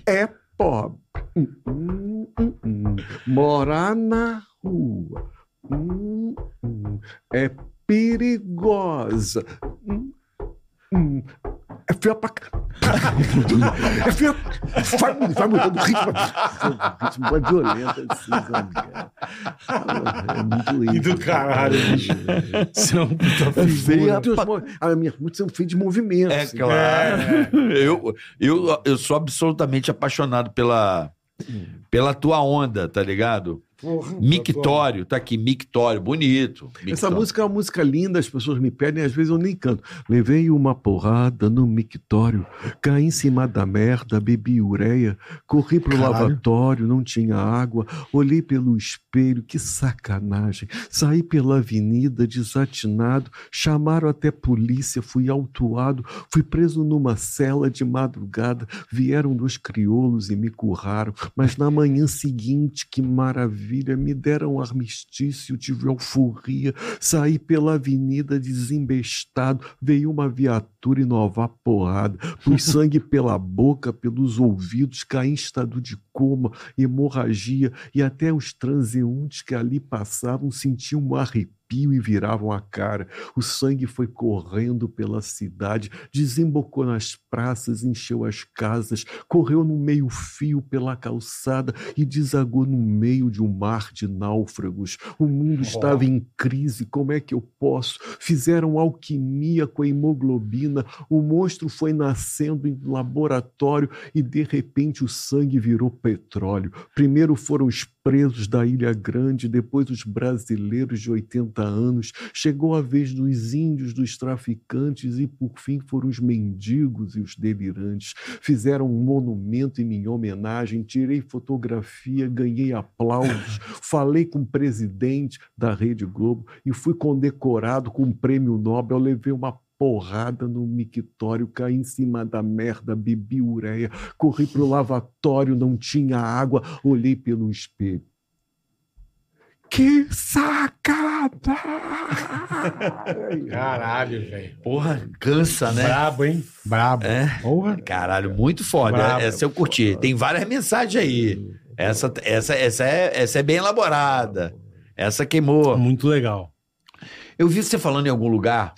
É pobre. Hum, hum, hum, hum. Morar na rua. Hum, hum. É perigosa. Hum, hum. É feia pra. ca- é feia. Vai, mu- vai mudando o ritmo. O ritmo vai violento assim, sabe, cara? É muito É lindo.
E do caralho, bicho. Você é um puta
É
figura.
feia. pra- Ah, minha música é um feio de movimento.
É
assim.
claro.
É.
Eu, eu, eu sou absolutamente apaixonado pela, pela tua onda, tá ligado?
Porra,
Mictório, tá aqui, Mictório, bonito.
Essa
Mictório.
música é uma música linda, as pessoas me pedem, às vezes eu nem canto. Levei uma porrada no mictório, caí em cima da merda, bebi ureia, corri pro
Caralho.
lavatório, não tinha água, olhei pelo espelho, que sacanagem. Saí pela avenida desatinado, chamaram até polícia, fui autuado, fui preso numa cela de madrugada, vieram dois crioulos e me curraram, mas na manhã seguinte, que maravilha, me deram armistício, tive alforria, saí pela avenida desembestado, veio uma viatura e nova porrada, pus Um sangue pela boca, pelos ouvidos, caí em estado de coma, hemorragia, e até os transeuntes que ali passavam sentiam um arrepio e viravam a cara. O sangue foi correndo pela cidade, desembocou nas praças, encheu as casas, correu no meio-fio pela calçada e desagou no meio de um mar de náufragos. O mundo estava em crise, como é que eu posso? Fizeram alquimia com a hemoglobina, o monstro foi nascendo em laboratório e de repente o sangue virou petróleo. Primeiro foram os presos da Ilha Grande, depois os brasileiros de 80 anos, chegou a vez dos índios, dos traficantes e por fim foram os mendigos e os delirantes. Fizeram um monumento em minha homenagem, tirei fotografia, ganhei aplausos, falei com o presidente da Rede Globo e fui condecorado com um prêmio Nobel, levei uma porrada no mictório, caí em cima da merda, bebi ureia, corri pro lavatório, não tinha água, olhei pelo espelho. Que sacanagem!
Caralho, velho.
Porra, cansa, né?
Brabo, hein? Brabo.
É.
Porra.
Caralho, muito foda.
Brabo.
Essa eu curti. Tem várias mensagens aí. Essa, essa, essa, é, essa é bem elaborada. Essa queimou.
Muito legal.
Eu vi você falando em algum lugar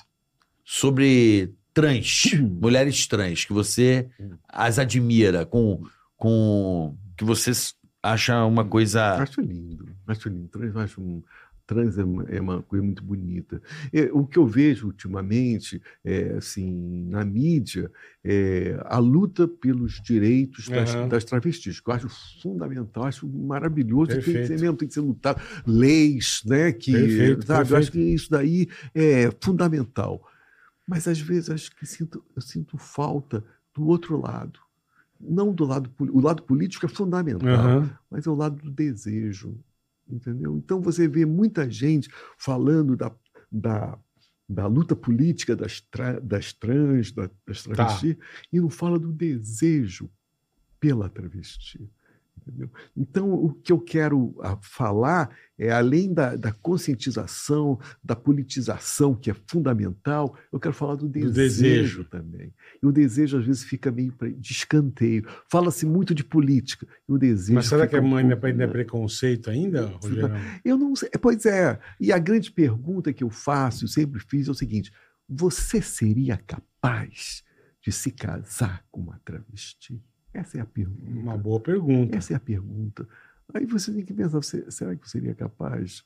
sobre trans,
Hum.
mulheres trans, que você as admira, com, com que você s- acha uma
Ah.
coisa.
Acho lindo, acho lindo. Trans, acho um- trans é uma, é uma coisa muito bonita. E o que eu vejo ultimamente, é, assim, na mídia, é a luta pelos direitos das,
Aham.
das travestis, que eu acho fundamental, acho maravilhoso, e tem que ser
Perfeito.
mesmo, tem que ser lutado. Leis, né? Que,
Perfeito,
sabe, Eu
perfeito.
acho que isso daí é fundamental. Mas às vezes acho que sinto, eu sinto falta do outro lado. Não do lado político. O lado político é fundamental
Aham.
mas é o lado do desejo, entendeu? Então você vê muita gente falando da, da, da luta política das, tra- das trans, da- das travestis, e não fala do desejo pela travesti. Entendeu? Então, o que eu quero ah, falar é, além da, da conscientização, da politização, que é fundamental, eu quero falar do desejo,
desejo.
também. E o desejo, às vezes, fica meio pre- de escanteio. Fala-se muito de política, e o desejo.
Mas será
fica
que
um
ainda,
pouco,
ainda é
né?
preconceito ainda, Rogério?
Eu não sei. Pois é. E a grande pergunta que eu faço, eu sempre fiz, é o seguinte: você seria capaz de se casar com uma travesti? Essa é a pergunta.
Uma boa pergunta.
Essa é a pergunta. Aí você tem que pensar: você- será que eu seria capaz de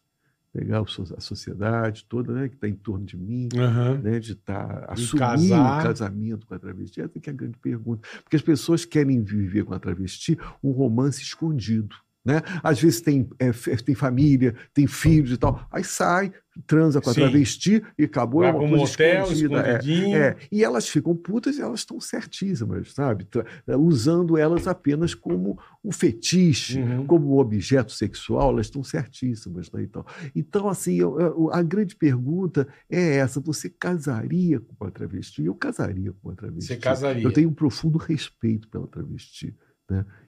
pegar o so- a sociedade toda né, que está em torno de mim?
Aham.
né, de estar
De
assumindo
casar.
o casamento com a travesti, essa que é a grande pergunta. Porque as pessoas querem viver com a travesti um romance escondido. Né? Às vezes tem, é, f- tem família, tem filhos e tal. Aí sai, transa com a
Sim.
travesti e acabou.
Vai
é
pra
uma
um
coisa
motel,
escondida. é.
escondidinho.
É, e elas ficam putas e elas estão certíssimas, sabe? Tra- é, Usando elas apenas como um fetiche,
Uhum.
como um objeto sexual, elas estão certíssimas, né? Então, então assim, eu- eu- a grande pergunta é essa: você casaria com uma travesti? Eu casaria com uma travesti.
Você casaria.
Eu tenho um profundo respeito pela travesti.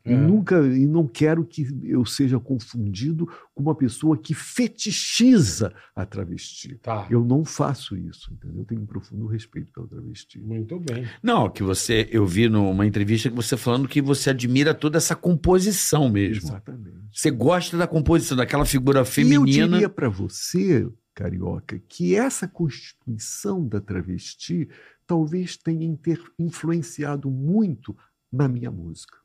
E
Aham.
nunca e não quero que eu seja confundido com uma pessoa que fetichiza a travesti.
Tá.
Eu não faço isso, entendeu? Eu tenho um profundo respeito pela travesti.
Muito bem.
Não, que você. Eu vi numa entrevista que você falando que você admira toda essa composição mesmo.
Exatamente.
Você gosta da composição, daquela figura
E eu
feminina.
diria para você, carioca, que essa constituição da travesti talvez tenha inter- influenciado muito na minha música.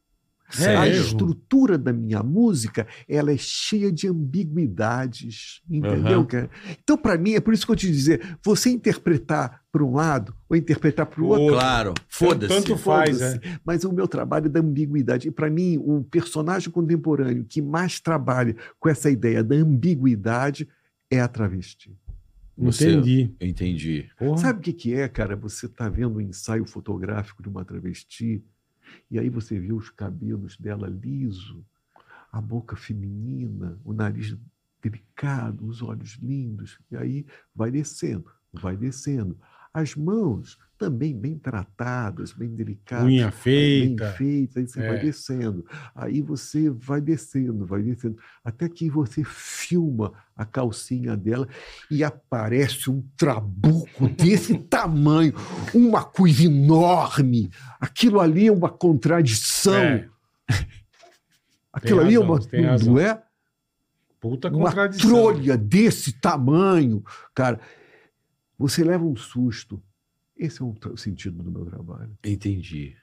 É
a
mesmo?
estrutura da minha música ela é cheia de ambiguidades, entendeu?
Aham.
cara? Então, para mim, é por isso que eu te dizer, você interpretar para um lado ou interpretar para o
é,
outro,
Claro, foda-se.
Tanto faz, é.
Foda-se. Mas o meu trabalho é da ambiguidade. E para mim, o personagem contemporâneo que mais trabalha com essa ideia da ambiguidade é a travesti.
Você-
Entendi.
Eu entendi.
Porra.
Sabe o que, que é, cara? Você tá vendo um ensaio fotográfico de uma travesti e aí você vê os cabelos dela liso, a boca feminina, o nariz delicado, os olhos lindos. E aí vai descendo, vai descendo. As mãos também bem tratadas, bem delicadas.
Unha
Bem
feita.
feita, aí você
É.
vai descendo. Aí você vai descendo, vai descendo. Até que você filma a calcinha dela e aparece um trabuco desse tamanho, uma coisa enorme. Aquilo ali é uma contradição.
É.
Aquilo
tem
ali
razão,
é uma.
tem
não
razão.
é?
Puta
uma
contradição.
trolha desse tamanho, cara. Você leva um susto. Esse é um tra- sentido do meu trabalho.
Entendi.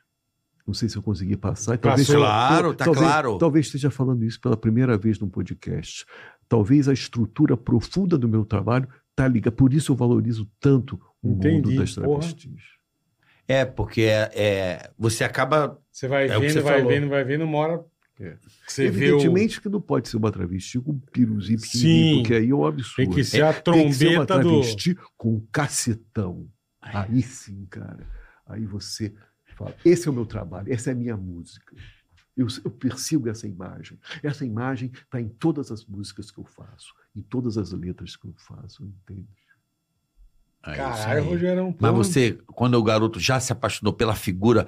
Não sei se eu consegui passar.
Passou.
Claro, tá
talvez,
claro.
Talvez esteja falando isso pela primeira vez num podcast. Talvez a estrutura profunda do meu trabalho tá ligada. Por isso eu valorizo tanto o
Entendi,
mundo das
porra.
travestis.
É, porque é, é- você acaba.
Você vai
É o que
vendo,
você
vai
falou.
vendo, vai vendo, uma hora.
É.
Você vê o.
Evidentemente que não pode ser uma travesti com um piruzinho
Sim.
pequenininho, porque aí é um absurdo.
Tem que ser a
Tem que ser uma
trombeta do.
travesti com um cacetão. Aí sim, cara. Aí você fala: esse é o meu trabalho, essa é a minha música. Eu, eu persigo essa imagem. Essa imagem está em todas as músicas que eu faço, em todas as letras que eu faço, entende?
É isso
Caralho,
aí.
Rogerão.
Mas
porra.
você, quando o garoto já se apaixonou pela figura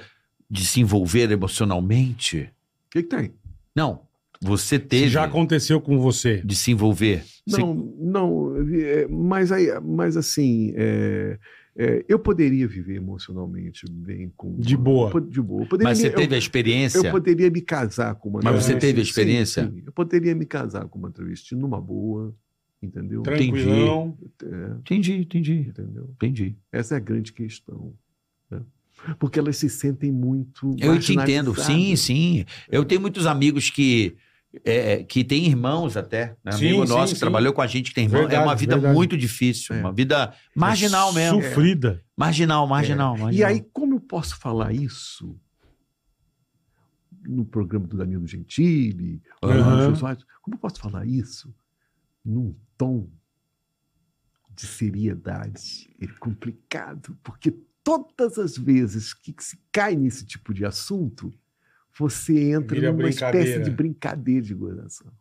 de se envolver emocionalmente?
O que, que tem?
Não. Você
Se
teve
já aconteceu com você.
de se envolver. Você-
Não, não, é, mas, aí, mas assim, é, é, eu poderia viver emocionalmente bem com.
De boa.
po- De boa. Eu Poderia
mas
me-
você
eu-
teve a
Eu
experiência?
poderia me casar com uma
Mas você
teve a
Sim,
experiência?
sim. Eu poderia me casar com uma travesti numa boa, entendeu?
Tranquilão.
Entendi, entendi,
Entendeu?
entendi.
Essa é a grande questão. né? Porque elas se sentem muito.
Eu te entendo, sim,
marginalizadas.
sim. Eu tenho muitos amigos que é, que têm irmãos até. Né?
Sim,
Amigo
sim,
nosso que
sim.
trabalhou com a gente que tem irmão. é
Verdade,
uma vida
verdade. É
muito difícil,
É.
uma vida marginal mesmo.
Sofrida.
Marginal,
É.
marginal,
E
marginal.
aí, como eu posso falar isso no programa do Danilo Gentili? ou do
Aham.
Jô Soares? Como eu posso falar isso num tom de seriedade? É complicado, porque todas as vezes que se cai nesse tipo de assunto, você entra
Vira
numa espécie
brincadeira.
de brincadeira de gozação.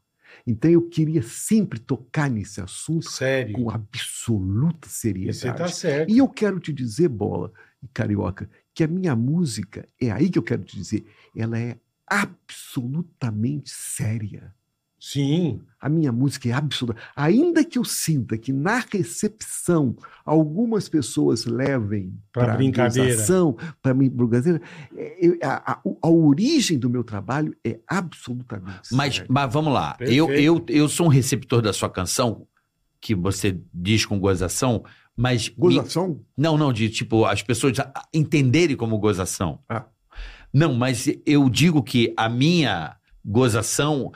Então eu queria sempre tocar nesse assunto
É. Sério.
com absoluta
E
seriedade.
você tá certo.
E eu quero te dizer, bola e carioca, que a minha música, é aí que eu quero te dizer, ela é absolutamente séria.
Sim.
A minha música é absoluta. Ainda que eu sinta que na recepção algumas pessoas levem
Pra
pra
brincadeira.
gozação, para mim brincadeira, é, eu- a, a- a origem do meu trabalho é absolutamente
É.
Mas,
séria.
mas vamos lá. Eu, eu, eu sou um receptor da sua canção, que você diz com gozação, mas. me-
Gozação?
Não, não, de tipo, as pessoas a- a- entenderem como gozação.
Ah.
Não, mas eu digo que a minha gozação,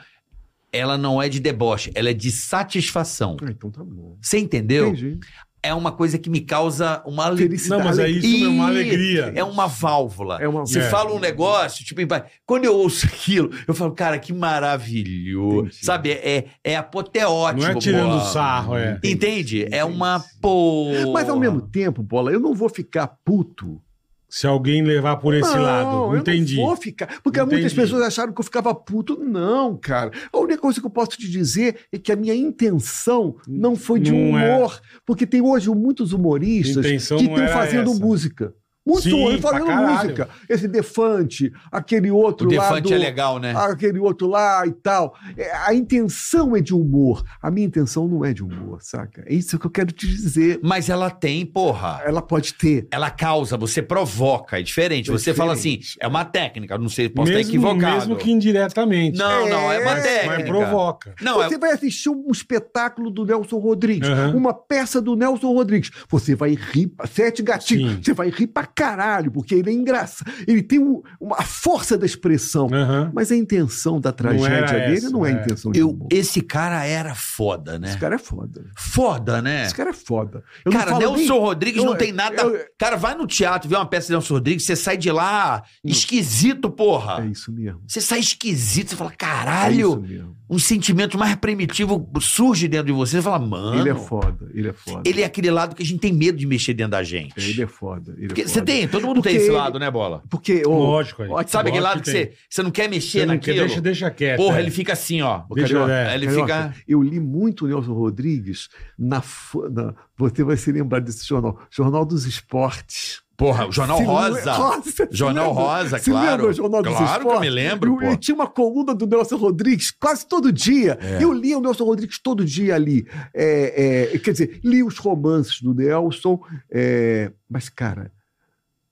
ela não é de deboche, ela é de satisfação.
Ah, então tá bom.
Você entendeu?
Entendi.
É uma coisa que me causa uma alegria.
Felicidade.
Não, mas é isso, é uma
Ih,
alegria.
É uma válvula.
É uma-
Você
É.
fala um negócio, tipo, empa- quando eu ouço aquilo, eu falo, cara, que maravilhoso.
Entendi.
Sabe? É, é apoteótico.
Não é tirando
bola.
sarro, é.
Entende? É
Entendi.
uma pô.
Mas ao mesmo tempo, bola, eu não vou ficar puto
Se alguém levar por esse
não,
lado.
eu
Entendi.
não vou ficar. Porque
Entendi.
muitas pessoas acharam que eu ficava puto. Não, cara. A única coisa que eu posso te dizer é que a minha intenção não foi de
Não é.
humor. Porque tem hoje muitos humoristas
Intenção
que
não
estão
era
fazendo
essa.
música. Muito
Sim,
ruim,
pra
fazendo
caralho.
música. Esse Defante, aquele outro
O
lá
Defante
do-
é legal, né?
Aquele outro lá e tal. É, A intenção é de humor. A minha intenção não é de humor, saca? É isso que eu quero te dizer.
Mas ela tem, porra.
Ela pode ter.
Ela causa, você provoca, é diferente.
É
Você fala assim,
diferente.
é uma técnica, não sei, posso estar
mesmo,
equivocado.
mesmo que indiretamente.
Não, não, é uma
É,
técnica.
Mas provoca.
Não, é-
Você vai assistir um espetáculo do Nelson Rodrigues,
Aham.
uma peça do Nelson Rodrigues. Você vai rir, pra- sete gatinhos,
Sim.
você vai rir pra caralho, porque ele é engraçado. Ele tem um- uma a força da expressão.
É.
Aham.
Mas a intenção da tragédia
era
dele
essa,
não é,
é.
a intenção de
eu,
humor.
esse cara era foda, né?
Esse cara é foda.
Foda, né?
Esse cara é foda. Eu não
cara,
falo
Nelson
nem-
Rodrigues
eu-
não tem nada.
eu-
Cara, vai no teatro ver uma peça de Nelson Rodrigues, você sai de lá esquisito,
É
porra.
isso mesmo.
Você sai esquisito, você fala,
É isso
caralho,
mesmo.
um sentimento mais primitivo surge dentro de você. Você fala, mano,
Ele é foda, ele é foda.
ele é aquele lado que a gente tem medo de mexer dentro da gente.
É, Ele é foda. Ele é
Porque você
foda.
tem, todo mundo tem
Porque
esse
ele-
lado, né, bola?
Porque, ô,
Lógico aí.
Ótimo.
Sabe aquele
Lógico
lado que
que tem.
você, você não quer mexer
Você não quer-
naquilo?
deixa, deixa quieto.
Porra,
é.
ele fica assim, ó.
Ô,
Deixa
Carioca,
eu- é.
Ele
Carioca,
fica.
Eu li muito o Nelson Rodrigues na, fo- na- Você vai se lembrar desse jornal. Jornal dos Esportes.
Porra, o Jornal
Se le-
Rosa.
Rosa, você
Jornal
lembra?
Rosa,
Se
claro.
lembra o Jornal dos
Claro que eu
Esportes?
me lembro,
E,
pô.
e tinha uma coluna do Nelson Rodrigues quase todo dia.
É.
Eu lia o Nelson Rodrigues todo dia ali. É, é, quer dizer, li os romances do Nelson. é, mas, cara,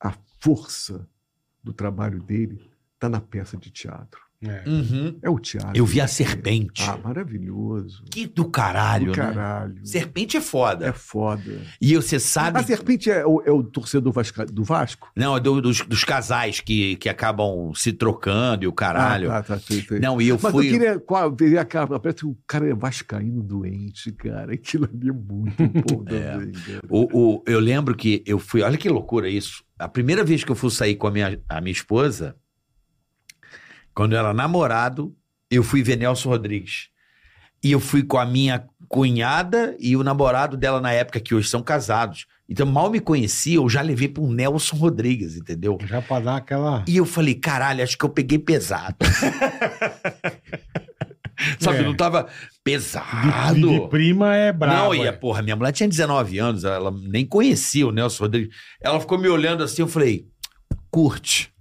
a força do trabalho dele está na peça de teatro.
É.
Uhum.
É o teatro.
Eu vi a serpente.
Ah, maravilhoso.
Que do
Do
caralho, né?
caralho.
Serpente é foda.
É foda.
E você sabe.
A serpente é o, é o torcedor vasca- do Vasco?
Não, é do- dos, dos casais que, que acabam se trocando e o caralho.
Ah, tá, tá, sei, sei.
Não, e eu
Mas
fui. um
eu queria qua- ver a cara. Parece que o cara é vascaíno doente, cara. Aquilo ali é muito bom também.
É.
cara.
O, o- eu lembro que eu fui. Olha que loucura isso. A primeira vez que eu fui sair com a minha, a minha esposa, quando eu era namorado, eu fui ver Nelson Rodrigues. E eu fui com a minha cunhada e o namorado dela na época, que hoje são casados. Então, mal me conhecia, eu já levei para um Nelson Rodrigues, entendeu?
Já pra dar aquela.
E eu falei, caralho, acho que eu peguei pesado. Sabe,
É.
não tava
De, de- de
pesado.
prima é brabo.
não, e
é.
a porra, minha mulher tinha 19 anos, ela nem conhecia o Nelson Rodrigues. Ela ficou me olhando assim, eu falei, curte.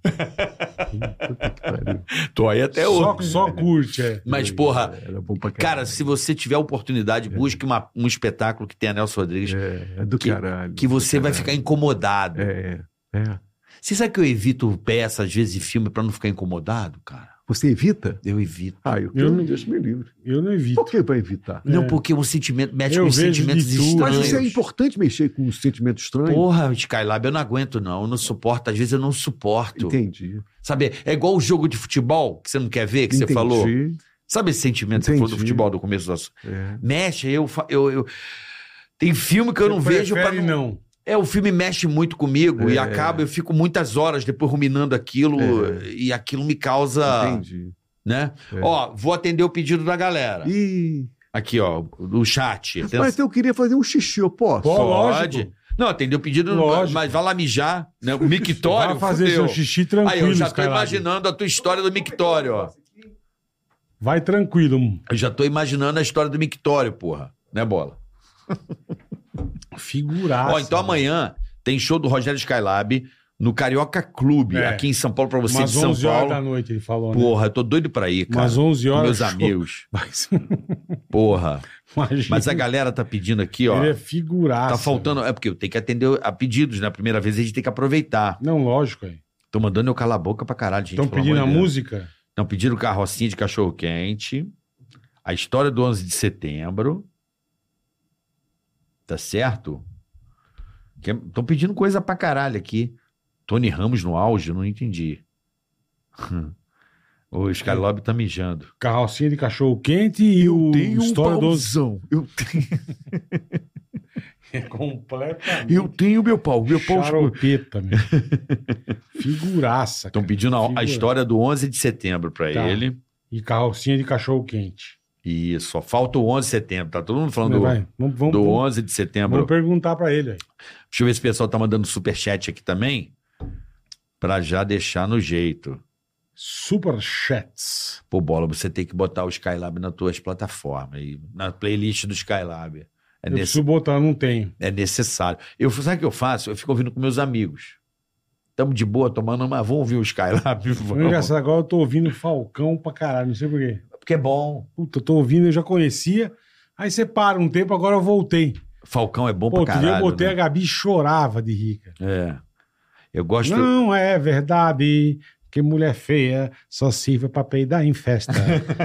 Tô aí até
só,
hoje.
só curte, é.
Mas, porra,
Era bom pra caralho.
cara, se você tiver oportunidade, busque uma- um espetáculo que tenha Nelson Rodrigues,
É, é do
que-
caralho.
que você vai
É.
ficar incomodado.
É, é.
Você sabe que eu evito peças, às vezes, de filme pra não ficar incomodado, cara?
Você evita?
Eu evito.
Ah, eu,
Eu não-
Deus me livre.
Eu não evito.
Por que vai evitar?
Não,
É.
porque um sentimento mexe
Eu
com os
vejo de
sentimentos
tudo.
estranhos.
Mas
Estranho.
isso é importante mexer com um os sentimentos estranhos.
Porra, Skylab, eu não aguento, não. Eu não suporto. Às vezes eu não suporto.
Entendi.
Sabe? É igual o jogo de futebol que você não quer ver, que você
Entendi.
falou. Sabe esse sentimento que você
Entendi.
falou do futebol do começo do assunto?
É.
Mexe, eu, fa- eu, eu- Tem filme que eu não
Você
vejo pra
prefere
não...
não.
É, o filme mexe muito comigo e
É.
acaba, eu fico muitas horas depois ruminando aquilo
É.
e aquilo me causa,
Entendi.
né?
É.
Ó, vou atender o pedido da galera.
Ih,
Aqui, ó, do chat. Atenção.
mas eu queria fazer um xixi, eu posso?
Pô,
Pode.
lógico.
Não, atendeu o pedido,
Lógico.
mas vai lá mijar, né? O mictório,
Vai fazer
fudeu.
seu xixi tranquilo.
Aí eu já tô
Skylab.
imaginando a tua história do mictório, ó.
Vai tranquilo. um
Eu já tô imaginando a história do mictório, porra. Né, Bola?
Figuraça.
ó, então amanhã tem show do Rogério Skylab no Carioca Clube,
É.
aqui em São Paulo, pra você
Umas
de São
11 horas
Paulo.
da noite, ele falou, né?
Porra, eu tô doido pra ir, cara.
Umas 11
Com
horas.
meus
show.
amigos.
Mas,
Porra.
imagina.
Mas a galera tá pedindo aqui, ó.
Ele é figuraça.
Tá faltando. É porque eu tenho que atender a pedidos, né? A primeira vez a gente tem que aproveitar.
Não, lógico. aí.
Tô mandando eu calar a boca pra caralho, gente.
Estão
pelo
pedindo
amor
a
de Deus.
música?
Não, pediram carrocinha de cachorro quente. A história do 11 de setembro. Tá certo? Estão pedindo coisa pra caralho aqui. Tony Ramos no auge, eu não entendi. o Skylob tá mijando.
Carrocinha de cachorro quente e o
um
um História do 11.
Eu tenho,
É completamente.
Eu tenho meu pau, meu pau.
Charopeta, meu. Figuraça.
Estão
cara.
pedindo a, a
Figura.
história do 11 de setembro pra
Tá.
ele.
E carrocinha de cachorro quente.
E só falta o 11 de setembro. Tá todo mundo falando do,
Vai, vamos, vamos,
do né,
vamos,
11 de setembro.
vamos perguntar pra ele aí.
Deixa eu ver se o pessoal tá mandando superchat aqui também. Pra já deixar no jeito.
Super chats.
Pô, Bola, você tem que botar o Skylab nas tuas plataformas. E na playlist do Skylab. É,
Eu
nesse-
preciso botar, não tenho.
é necessário. Eu, sabe o que eu faço? Eu fico ouvindo com meus amigos. Tamo de boa tomando uma. Vamos ouvir o Skylab.
Foi engraçado, agora eu tô ouvindo Falcão pra caralho, não sei porquê.
Porque é bom.
Puta, eu tô ouvindo, eu já conhecia. Aí você para um tempo, agora eu voltei.
Falcão é bom
Pô,
pra
outro dia
caralho.
eu botei
né?
a Gabi e chorava de rica.
É. Eu gosto.
Não é verdade que mulher feia só sirva pra peidar em festa.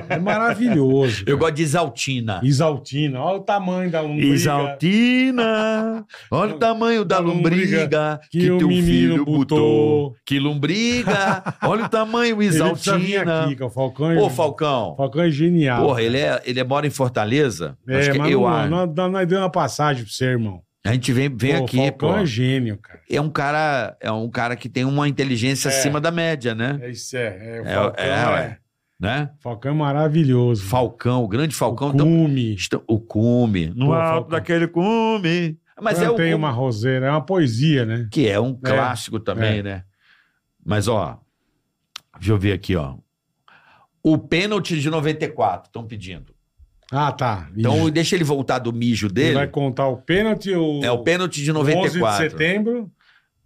é maravilhoso.
Eu gosto de Exaltina.
Exaltina, olha o tamanho da lombriga.
Exaltina, olha o tamanho da
Da lombriga
lombriga que,
que o
teu
menino
filho botou.
botou.
Que lombriga, olha o tamanho,
Ele precisa vir
Exaltina.
aqui, cara. O Falcão é,
Ô, Falcão,
Falcão é genial.
porra, ele, é, ele é, mora em Fortaleza?
é,
Acho que
mas
eu
não-
acho.
nós, nós, nós deu uma passagem pra você, irmão.
A gente vem, vem
Pô,
aqui,
Falcão
pô.
é gênio, cara.
É um cara, é um cara que tem uma inteligência
É.
acima da média, né?
É isso, é. é, o
É,
Falcão,
é,
é,
ué. Né?
Falcão é maravilhoso.
Falcão, o grande Falcão,
O
então,
cume. é
está- o cume, no
Pô,
alto
Falcão.
daquele cume. Mas é o
Plantei
cume.
uma roseira, é uma poesia, né?
que é um clássico
É.
também, né? Mas, ó, deixa eu ver aqui, ó. O pênalti de 94, estão pedindo.
Ah, tá. Ih,
Então, deixa ele voltar do mijo
ele
dele.
vai contar o pênalti ou
É o pênalti de
11 de
94,
setembro?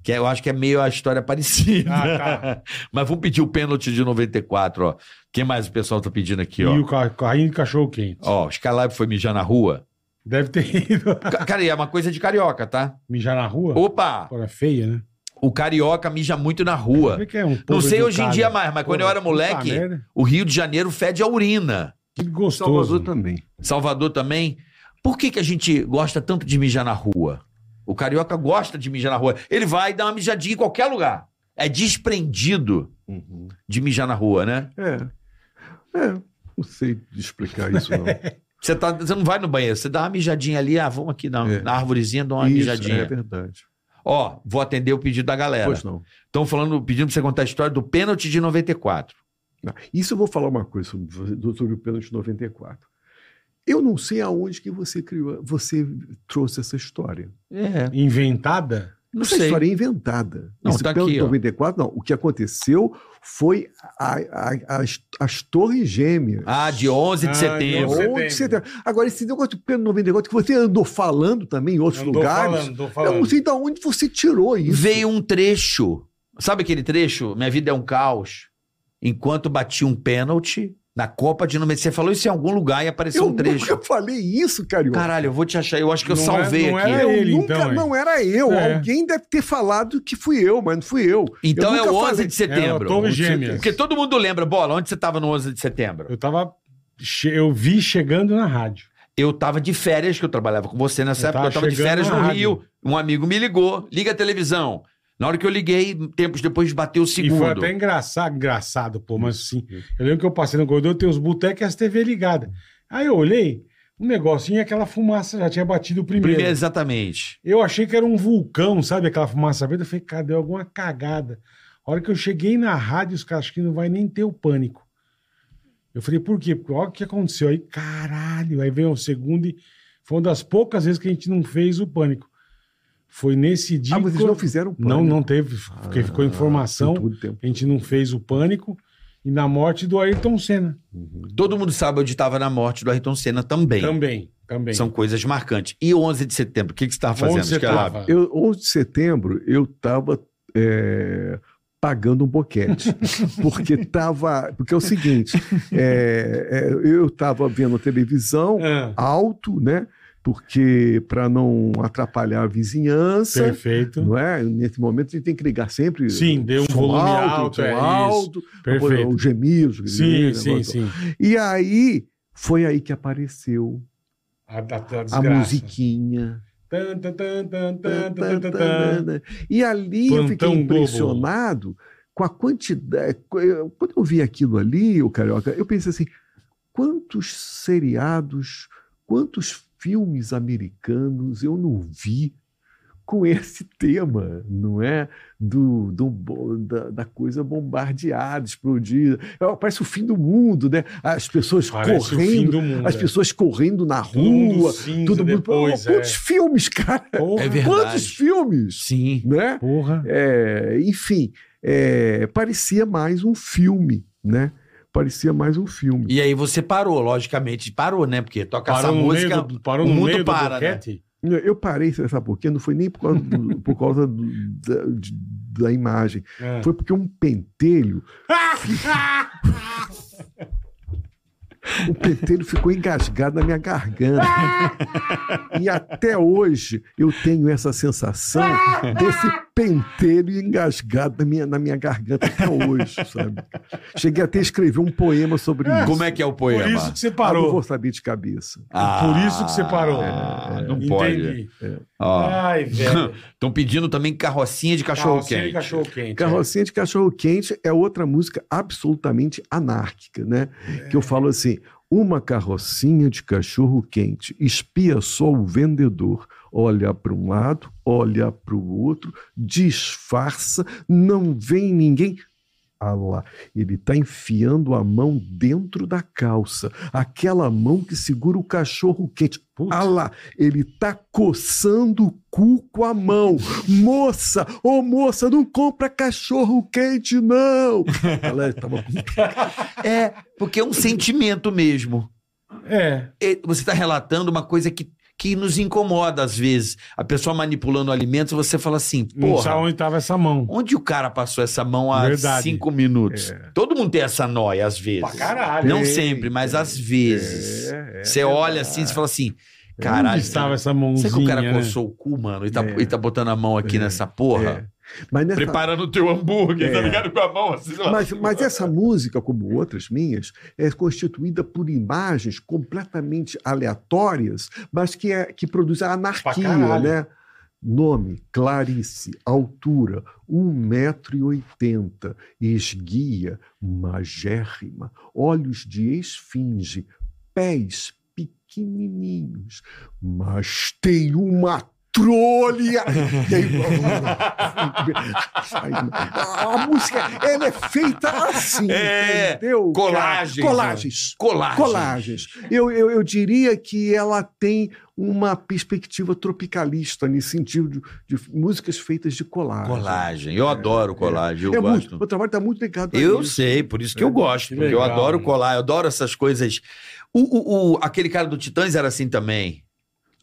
que eu acho que é meio a história parecida.
Ah,
Mas vamos pedir o pênalti de 94, ó. Quem mais o pessoal tá pedindo aqui, ó?
E o ca- carrinho de cachorro quente.
Ó, o Skylab foi mijar na rua.
Deve ter ido
Ca- Cara, e é uma coisa de carioca, tá?
mijar na rua.
Opa!
Porra, feia, né?
O carioca mija muito na rua.
Como é que é um povo
Não sei hoje em
educado?
dia mais, mas quando eu era
Puta
moleque,
merda,
O Rio de Janeiro fede a urina.
que
Salvador
gostoso.
também.
Salvador também. Por que, que a gente gosta tanto de mijar na rua? O carioca gosta de mijar na rua. Ele vai dar uma mijadinha em qualquer lugar. É desprendido
Uhum.
de mijar na rua, né?
É. É. Não sei explicar isso, não.
Você, tá, você não vai no banheiro, você dá uma mijadinha ali, ah, vamos aqui na,
É.
na arvorezinha, dá uma
isso,
mijadinha. É.
É verdade.
Ó, vou atender o pedido da galera.
Pois não.
Estão falando, pedindo pra você contar a história do pênalti de 94.
Não. Isso eu vou falar uma coisa sobre, sobre o pênalti 94. Eu não sei aonde que você criou, você trouxe essa história.
É,
Inventada?
não
essa
sei.
história é inventada.
Não,
Esse
tá
pênalti
aqui, ó.
94, não. O que aconteceu foi a- a- as, as torres gêmeas.
Ah, é. de 11 de
Ah, de
setembro.
11.
Onde você tem- Agora, esse negócio do pênalti 94 que você andou falando também em outros
Eu tô
lugares,
falando, tô
eu não
falando.
sei de onde você tirou isso.
Veio um trecho. Sabe aquele trecho? Minha vida é um caos. Enquanto bati um pênalti na Copa de número. Você falou isso em algum lugar e apareceu
Eu
um trecho.
nunca falei isso, Carioca.
Caralho, eu vou te achar. Eu acho que eu
Não é-
salvei
não
aqui.
era
Eu
ele,
nunca,
então, é.
não era eu.
É.
Alguém deve ter falado que fui eu, mas não fui eu.
Então
Eu
é
nunca
o 11
falei.
de
É,
setembro.
Torre
Com
Gêmeas.
Porque todo mundo lembra, bola, onde você tava no 11 de setembro?
Eu tava. che- Eu vi chegando na rádio.
Eu tava de férias, que eu trabalhava com você nessa
Eu
época.
tava
Eu tava de
chegando
férias
na
no
rádio.
Rio. Um amigo me ligou, liga a televisão. Na hora que eu liguei, tempos depois bateu o
E foi
segundo.
até engraçado, engraçado, pô, mas assim, eu lembro que eu passei no corredor, tem uns botecos e as TV ligadas. Aí eu olhei, um negocinho, aquela fumaça já tinha batido o primeiro.
Primeiro, exatamente.
Eu achei que era um vulcão, sabe, aquela fumaça verde, eu falei, cara, deu alguma cagada. A hora que eu cheguei na rádio, os caras, acho que não vai nem ter o pânico. Eu falei, por quê? Porque olha o que aconteceu. Aí, caralho, aí veio o segundo e foi uma das poucas vezes que a gente não fez o pânico. Foi nesse dia...
Ah, vocês
que eu-
não fizeram Ah,
Não, não teve, porque
Ah,
ficou informação. A gente não fez o pânico e na morte do Ayrton Senna.
Todo mundo sabe onde estava na morte do Ayrton Senna também.
Também, também.
São coisas marcantes. E o 11 de setembro, o que, que você estava fazendo?
Onde você
Escalab?
tava?
Eu, 11 de setembro, eu estava pagando um boquete. porque estava. Porque é o seguinte: é, é, eu estava vendo televisão
Ah,
alto, né? Porque para não atrapalhar a vizinhança.
perfeito.
Não é? Nesse momento a gente tem que ligar sempre.
Sim, deu um
som
volume alto,
som
é isso.
alto,
Perfeito.
os gemidos. os
Sim,
gemidos,
sim,
negócio
sim.
E aí foi aí que apareceu
A, a, a
a
desgraça.
musiquinha.
Tan, tan, tan, tan, tan, tan, tan, tan.
Tantanana. E ali eu fiquei
Plantão Globo.
impressionado com a quantidade. Quando eu vi aquilo ali, o Carioca, eu pensei assim: quantos seriados, quantos filmes americanos eu não vi com esse tema, não é? Do, do bo- da, da coisa bombardeada, explodida. É, Parece o fim do mundo, né? As pessoas
Parece o fim
correndo,
do mundo.
as
é.
pessoas correndo na
Todo mundo
rua,
cinza
todo mundo. "Oh,
Depois, é.
Quantos filmes, cara?
Porra,
É verdade.
Quantos filmes?
Sim.
Né?
Porra.
É, enfim, é, parecia mais um filme, né? Parecia mais um filme.
E aí você parou, logicamente. Parou, né? Porque toca essa
no
música.
meio do- parou
o
no
mundo
meio
para, né?
do boquete?
Eu parei, você sabe por quê? Não foi nem por causa, do- por causa do- da, de- da imagem.
É.
Foi porque um pentelho. o pentelho ficou engasgado na minha garganta. e até hoje eu tenho essa sensação desse pentelho engasgado na minha, na minha garganta até hoje, sabe? Cheguei até a escrever um poema sobre isso.
Como é que é o
Por
poema?
isso que você
Ah, não
parou.
vou saber de cabeça.
Por isso que você parou. É.
Ah, não pode.
Entendi.
Ó,
Ai, velho.
Estão pedindo também carrocinha de cachorro
Carrocinha de
quente.
Cachorro quente.
Carrocinha de Cachorro Quente é outra música absolutamente anárquica, né? Que
É.
eu falo assim: uma carrocinha de cachorro quente espia só o vendedor. Olha para um lado, olha para o outro, disfarça, não vem ninguém. Ah lá, ele está enfiando a mão dentro da calça, aquela mão que segura o cachorro quente.
Putz.
Ah lá, ele tá coçando o cu com a mão. Moça, ô moça, não compra cachorro quente, não. Ela tava com
É, porque é um sentimento mesmo.
É.
E Você está relatando uma coisa que, que nos incomoda às vezes. A pessoa manipulando alimentos, você fala assim,
Não
porra,
sabe onde tava essa mão.
onde o cara passou essa mão há
Verdade.
cinco minutos? Todo mundo tem essa noia às vezes.
Pra caralho.
Não
Tem,
sempre, mas às vezes.
É, é.
você olha assim e fala assim,
Onde
caralho,
estava
será
essa mãozinha?
que o cara
né?
coçou o cu, mano, e tá,
É.
e tá botando a mão aqui
É.
nessa porra?
Mas, nessa-
Preparando o É. teu hambúrguer,
É.
tá ligado? Com a mão assim, sei lá.
mas- mas essa música, como outras minhas, é constituída por imagens completamente aleatórias, mas que, é, que produz a anarquia,
caralho.
né? Nome, Clarice, altura, 1,80m, esguia, magérrima, olhos de esfinge, pés pequenininhos, mas tem uma trolha. E aí, a música ela é feita assim,
É,
entendeu? cara?
colagens,
Colagens.
Colagem.
Colagens. Eu, eu, eu diria que ela tem uma perspectiva tropicalista, nesse sentido de, de músicas feitas de colagem.
Colagem. Eu adoro colagem. Eu
é
gosto.
muito, o trabalho está muito ligado a
Eu
isso. É.
sei, por isso É, que eu gosto.
que
porque eu
legal,
adoro
né?
colar, eu adoro essas coisas. O, o- o- aquele cara do Titãs era assim também.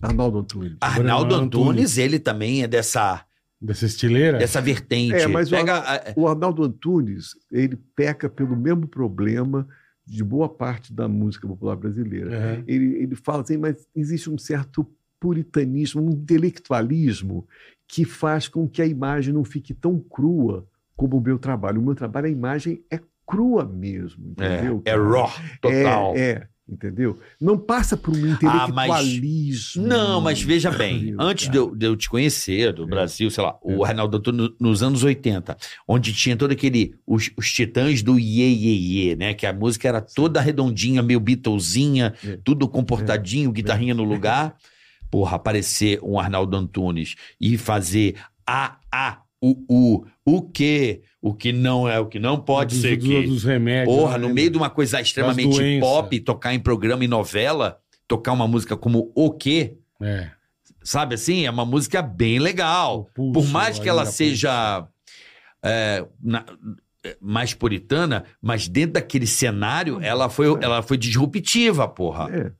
Arnaldo Antunes.
Ah, Arnaldo
Bruno Antunes.
Antunes, ele também é dessa,
Dessa estileira?
dessa vertente.
É, mas o
Pega a-
O Arnaldo Antunes, ele peca pelo mesmo problema de boa parte da música popular brasileira.
É.
Uhum.
ele, ele fala assim, mas existe um certo puritanismo, um intelectualismo que faz com que a imagem não fique tão crua como o meu trabalho. O meu trabalho, a imagem é crua mesmo, entendeu?
é, é
cara?
raw, total.
É, é, entendeu? Não passa por um
Ah, mas-
intelectualismo.
Não,
Hum,
mas veja bem,
Entendeu,
antes
cara?
de eu, de eu te conhecer,
É.
do Brasil, sei lá, o Arnaldo Antunes no- nos anos 80, onde tinha todo aquele, os, os titãs do Iê Iê Iê, né? Que a música era toda redondinha, meio Beatlesinha,
É.
tudo
É.
comportadinho, guitarrinha no lugar. Porra, aparecer um Arnaldo Antunes e fazer a, a, o, o, o que, o que não é, o que não pode
dos,
ser
dos,
que...
Dos remédios.
Porra,
né?
no meio de uma coisa extremamente
doenças.
pop, tocar em programa e novela, tocar uma música como O Quê,
É.
sabe assim? É uma música bem
o
legal.
pulso,
Por mais que
aí
ela
a pulso.
seja é, na- é, mais puritana, mas dentro daquele cenário, ela foi, ela foi disruptiva, porra.
É.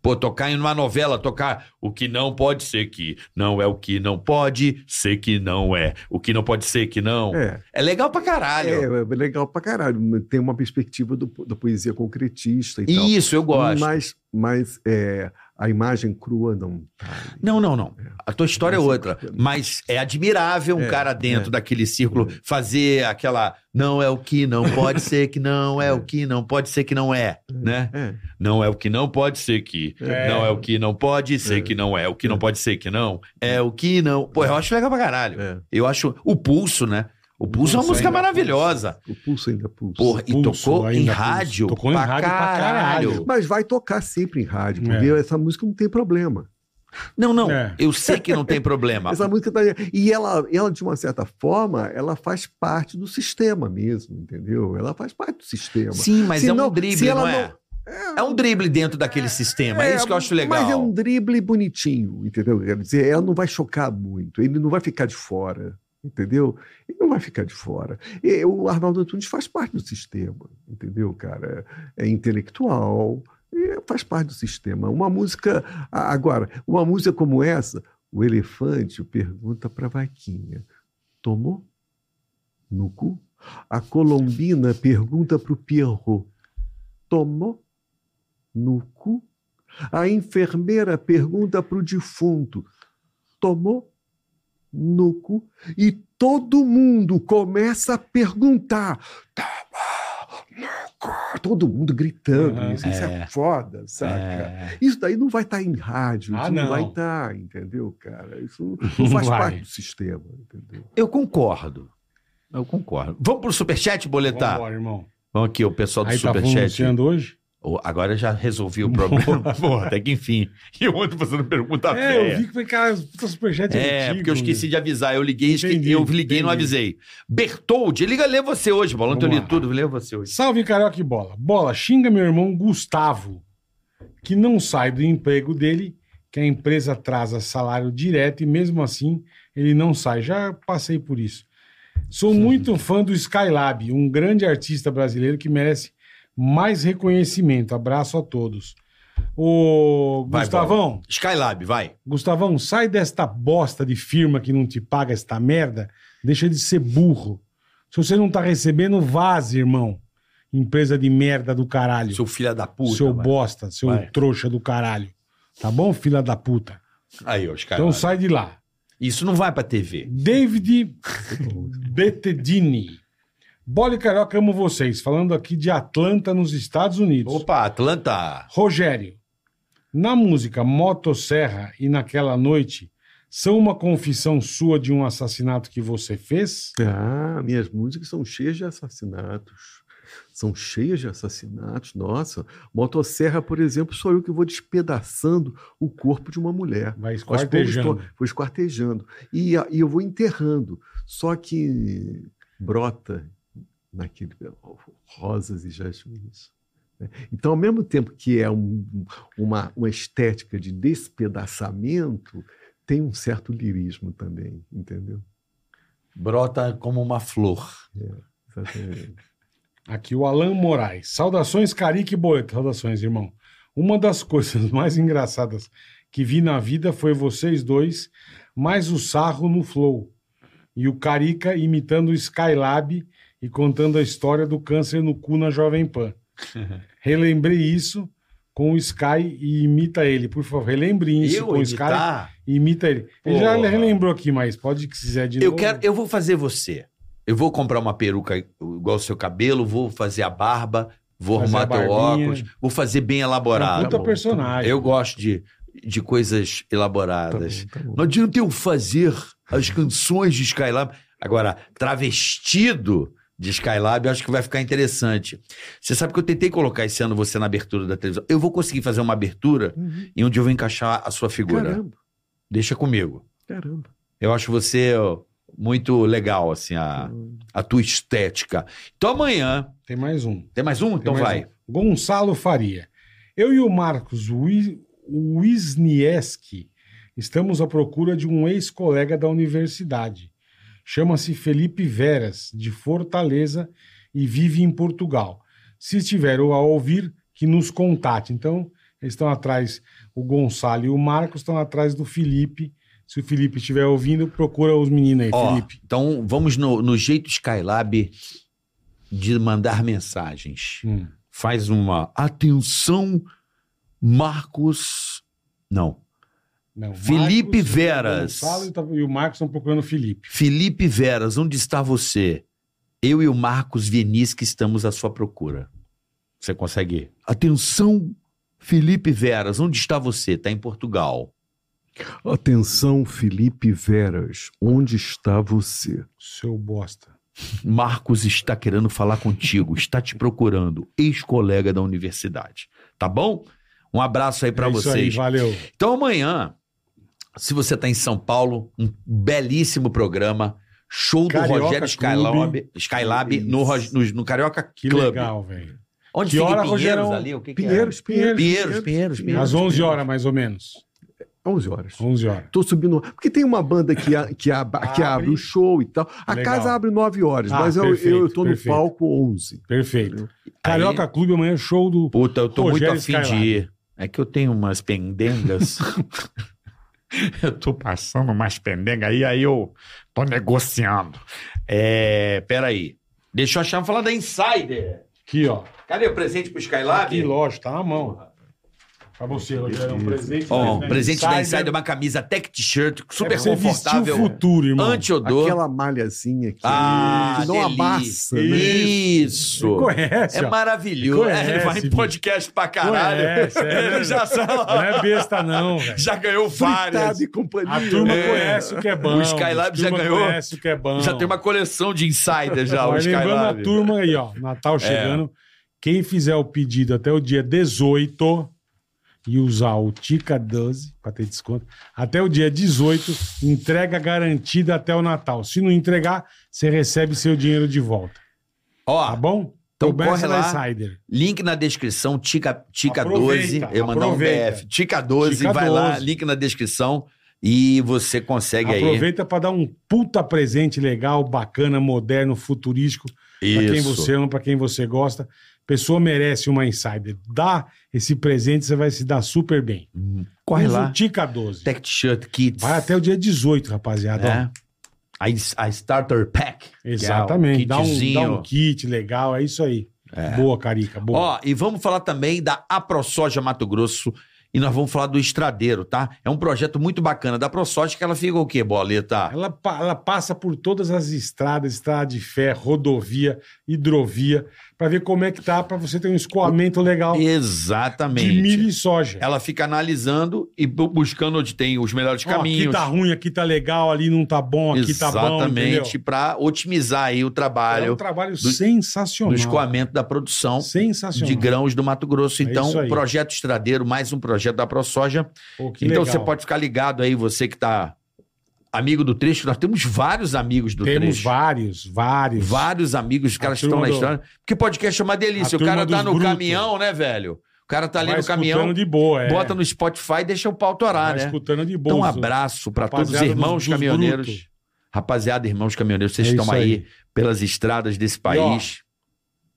Pô, tocar em uma novela, tocar o que não pode ser que não é o que não pode ser que não é. O que não pode ser que não. É,
É,
legal pra caralho.
é, é legal pra caralho. Tem uma perspectiva do- da poesia concretista e tal.
Isso, eu gosto.
então. Mas, mas é, a imagem crua não. tá ali.
Não, não, não. A tua história é
Mas-
outra. Mas é admirável um
É,
cara dentro
é.
daquele círculo fazer aquela. Não é o que não pode ser que não é o que não pode ser que não é, né?
É,
Não é o que não pode ser que.
É.
Não é o que não pode ser que não é. O que não pode ser que não. É o que não. Pô, eu acho legal pra caralho.
é.
Eu acho. O pulso, né? O pulso é uma
Pulso
música
ainda,
maravilhosa.
O pulso ainda pulsa.
Porra, e
Pulso
tocou em
ainda, pulso.
rádio.
Tocou em
pra
rádio pra caralho.
caralho.
Mas vai tocar sempre em rádio, porque essa música não tem problema.
Não, não.
É.
Eu sei que não tem problema.
Essa música tá... E ela, ela, de uma certa forma, ela faz parte do sistema mesmo, entendeu? Ela faz parte do sistema.
Sim, mas
Se
é
não-
um drible,
se ela
não é? É um drible dentro daquele sistema, é, isso que eu acho legal.
Mas é um drible bonitinho, entendeu? Quer dizer, ela não vai chocar muito, ele não vai ficar de fora, entendeu? Ele não vai ficar de fora. E o Arnaldo Antunes faz parte do sistema, entendeu, cara? É intelectual, E faz parte do sistema. Uma música. a- Agora, uma música como essa, o elefante pergunta para a vaquinha: tomou? No cu? A colombina pergunta para o Pierrot: tomou? No cu? A enfermeira pergunta para o defunto: tomou? No cu? E todo mundo começa a perguntar: tomou? No cu? Todo mundo gritando
Aham.
isso. Isso é,
É.
foda, saca?
É.
Isso daí não vai estar em rádio,
Ah,
isso não,
não.
vai estar, entendeu, cara? Isso não faz
vai.
parte do sistema, entendeu?
Eu concordo. Eu concordo. Vamos pro superchat, boletar?
Vambora,
Vamos,
irmão.
aqui, o pessoal tá. do
Aí tá
superchat.
funcionando hoje?
Ô, agora já resolvi o problema. Pô, até que enfim. E ontem você não pergunta a
é, eu vi que foi, cara, puta superchat
É,
antigo,
porque eu esqueci
né?
de avisar. Eu liguei, esque-
Entendi,
eu liguei e não
entendi.
avisei. Bertold, liga, lê você hoje, Bola. Ontem eu
Vamos
li
lá.
tudo, lê você hoje.
Salve, Carioca e Bola. Bola, xinga meu irmão Gustavo, que não sai do emprego dele, que a empresa atrasa salário direto e mesmo assim ele não sai. Já passei por isso. Sou muito fã do Skylab, um grande artista brasileiro que merece mais reconhecimento. Abraço a todos. Ô,
Vai,
Gustavão,
Skylab, vai.
Gustavão, sai desta bosta de firma que não te paga esta merda, deixa de ser burro. Se você não tá recebendo, vaze, irmão. Empresa de merda do caralho.
Seu filho da puta.
seu
vai.
bosta, seu
Vai.
trouxa do caralho. Tá bom, filha da puta?
Aí, ó, Skylab.
Então sai de lá.
Isso não vai pra TV.
David Betedini. Bola e Carioca, amo vocês. Falando aqui de Atlanta, nos Estados Unidos.
Opa, Atlanta.
Rogério, na música Motosserra e Naquela Noite, são uma confissão sua de um assassinato que você fez?
Ah, minhas músicas são cheias de assassinatos. São cheias de assassinatos. Nossa, Motosserra, por exemplo, sou eu que vou despedaçando o corpo de uma mulher.
Vai
Aos poucos
esquartejando.
tô- Vou esquartejando. E, a- e eu vou enterrando. Só que brota naquele rosas e jasmins. né? Então, ao mesmo tempo que é um- uma, uma estética de despedaçamento, tem um certo lirismo também, entendeu?
Brota como uma flor.
Exatamente.
Aqui o Alan Moraes. Saudações, Carique Boeta. Saudações, irmão. Uma das coisas mais engraçadas que vi na vida foi vocês dois, mais o sarro no flow. E o Carica imitando o Skylab e contando a história do câncer no cu na Jovem Pan. Relembrei isso com o Sky e imita ele. Por favor, relembre isso
eu
com o Sky
editar?
e imita ele. Ele já
Porra.
relembrou aqui, mas pode que quiser de
Eu
novo. É
quero, eu vou fazer você. Eu vou comprar uma peruca igual ao seu cabelo, vou fazer a barba, vou
Fazer
arrumar
a
teu
barbinha.
óculos, vou fazer bem
É um
elaborado.
puta
Tá bom,
personagem.
Eu gosto de, de coisas
Tá bom,
elaboradas.
tá bom.
Não adianta eu fazer as canções de Skylab. Agora, travestido de Skylab, eu acho que vai ficar interessante. Você sabe que eu tentei colocar esse ano você na abertura da televisão. Eu vou conseguir fazer uma abertura
Uhum.
e onde eu vou encaixar a sua figura.
Caramba,
Deixa comigo.
caramba.
Eu acho você ó, muito legal, assim,
Ah.
a, a tua estética. Então amanhã.
Tem mais um.
Tem mais um? Então
mais
vai.
um. Gonçalo Faria. Eu e o Marcos Wi- Wisniewski estamos à procura de um ex-colega da universidade. Chama-se Felipe Veras, de Fortaleza, e vive em Portugal. Se estiver a ouvir, que nos contate. Então, eles estão atrás, o Gonçalo e o Marcos estão atrás do Felipe. Se o Felipe estiver ouvindo, procura os meninos aí,
Ó,
Felipe.
então vamos no, no jeito Skylab de mandar mensagens.
Hum.
faz uma atenção, Marcos. Não,
Não,
Felipe Veras.
Gonçalo e tá- e o Marcos estão procurando o Felipe.
Felipe Veras, onde está você? Eu e o Marcos Vinícius que estamos à sua procura. Você consegue? Atenção, Felipe Veras, onde está você? Está em Portugal.
Atenção, Felipe Veras, onde está você?
Seu bosta.
Marcos está querendo falar contigo, está te procurando, ex-colega da universidade. Tá bom? Um abraço aí para
É isso aí,
vocês.
valeu.
Então amanhã, se você está em São Paulo, um belíssimo programa, show
Carioca
do Rogério Skylab,
Clube.
Skylab no, Rog- no, no Carioca
Que
Club.
legal, velho.
Onde
Que
fica
hora,
Pinheiros
Rogerão?
ali? O que que é?
Pinheiros, Pinheiros.
Pinheiros, Pinheiros, Pinheiros.
Às 11 horas, mais ou menos.
11 horas.
11 horas.
Tô subindo. Porque tem uma banda que, a- que, a- que abre o show e tal. A
Legal.
casa abre 9 horas,
Ah,
mas eu,
perfeito,
eu, eu tô no
perfeito.
palco 11.
Perfeito. Carioca Clube, amanhã é show do.
Puta, eu tô
Rogério
muito afim de
Skylab.
ir. É que eu tenho umas pendengas. eu tô passando umas pendengas aí, aí eu tô negociando. É, peraí. Deixa eu achar, vou falar da Insider.
Aqui, ó.
Cadê o presente pro Skylab?
Aqui, lógico, tá na mão. Pra você, Rogério. É um presente.
Ó, um presente da Insider,
é
uma camisa tech t-shirt,
pra
super
você vestir o
confortável.
futuro, irmão.
Antiodor.
Aquela malhazinha que,
Ah,
que não
delícia.
amassa, né?
Isso.
Ele conhece,
É
ó.
maravilhoso.
Conhece,
é, ele vai em
bicho.
podcast pra caralho.
Conhece, é.
ele já
Não
sabe.
é besta, não, velho.
Já ganhou várias.
Fritado e companhia.
A turma
É.
conhece o que é bom.
O Skylab
a turma
já ganhou.
conhece o que é bom.
Já tem uma coleção de insiders já, o
Mas lembrando
Skylab. É.
a turma aí, ó. Natal chegando. Quem fizer o pedido até o dia 18 e usar o Tica 12 para ter desconto, até o dia 18, entrega garantida até o Natal. Se não entregar, você recebe seu dinheiro de volta. Tá
Ó,
bom?
Então
Roberto
corre lá.
Insider.
link na descrição, Tica, Tica
Aproveita,
12. Eu mandar um
aproveita.
BF. Tica 12,
Tica
vai lá,
12.
link na descrição e você consegue
Aproveita para dar um puta presente legal, bacana, moderno, futurístico.
aí.
Pra quem
Isso.
você ama, pra quem você gosta. Pessoa merece uma insider. Dá esse presente, você vai se dar super bem.
Hum, Corre
Usa
lá.
o Tica 12.
Tech T-shirt Kids.
Vai até o dia 18, rapaziada. ó.
né? a, a Starter Pack. que é o
Exatamente. dá, um,
kitzinho.
dá um kit legal, é isso aí. Boa, Carica, boa.
Ó, e vamos falar também da AproSoja Mato Grosso. E nós vamos falar do estradeiro, tá? É um projeto muito bacana da ProSoja que ela fica o quê, Boleta?
Ela, pa- ela passa por todas as estradas, estrada de ferro, rodovia, hidrovia, pra ver como é que tá, pra você ter um escoamento legal
Exatamente. É um
de milho e soja.
Ela fica analisando e bu- buscando onde tem os melhores
Ó, aqui
caminhos.
tá ruim, aqui tá legal, ali não tá bom, aqui tá bom. entendeu?
Exatamente, pra otimizar aí o
É um
trabalho
trabalho
do- do,
sensacional.
escoamento da produção
Sensacional.
de grãos do Mato Grosso.
É
Então,
isso aí.
projeto estradeiro, mais um projeto da ProSoja.
Pô, que
Então
legal.
você pode ficar ligado aí, você que tá amigo do trecho. Nós temos vários amigos do
Temos
trecho.
vários, vários.
Vários amigos, os
A
caras
turma
estão na
do-
estrada. Porque podcast é uma delícia.
A
O
turma
cara tá
dos
no
brutos.
caminhão, né, velho? O cara tá ali
Vai
no caminhão,
escutando de boa, é.
bota no Spotify e deixa o pau torar,
Vai
né?
escutando de boa.
Então, um abraço pra todos os
Rapaziada
irmãos
dos- dos
caminhoneiros.
brutos.
Rapaziada, irmãos caminhoneiros, vocês
É
estão
isso
aí,
aí.
pelas estradas desse país.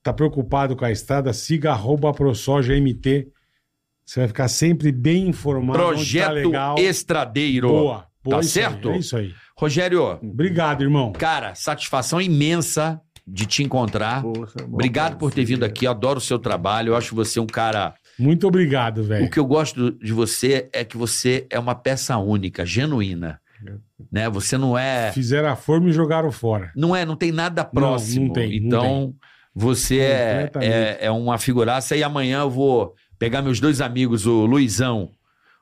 Tá preocupado com a estrada? Siga arroba ProSoja MT. Você vai ficar sempre bem informado. onde tá
Projeto
legal.
Estradeiro.
Boa. boa
Tá
isso aí,
certo?
é isso aí.
Rogério,
Obrigado, irmão.
cara, satisfação imensa de te encontrar.
é
Porra, mó
Obrigado por ter vindo
prazer.
aqui, eu adoro o seu trabalho. Eu acho você um cara.
Muito obrigado, velho.
O que eu gosto de você é que você é uma peça única, genuína.
É.
Né? Você não é.
Fizeram a forma e jogaram fora.
Não é, não tem nada próximo.
não tem, não
então, você é,
Completamente.
é, é uma figuraça. E amanhã eu vou pegar meus dois amigos, o Luizão,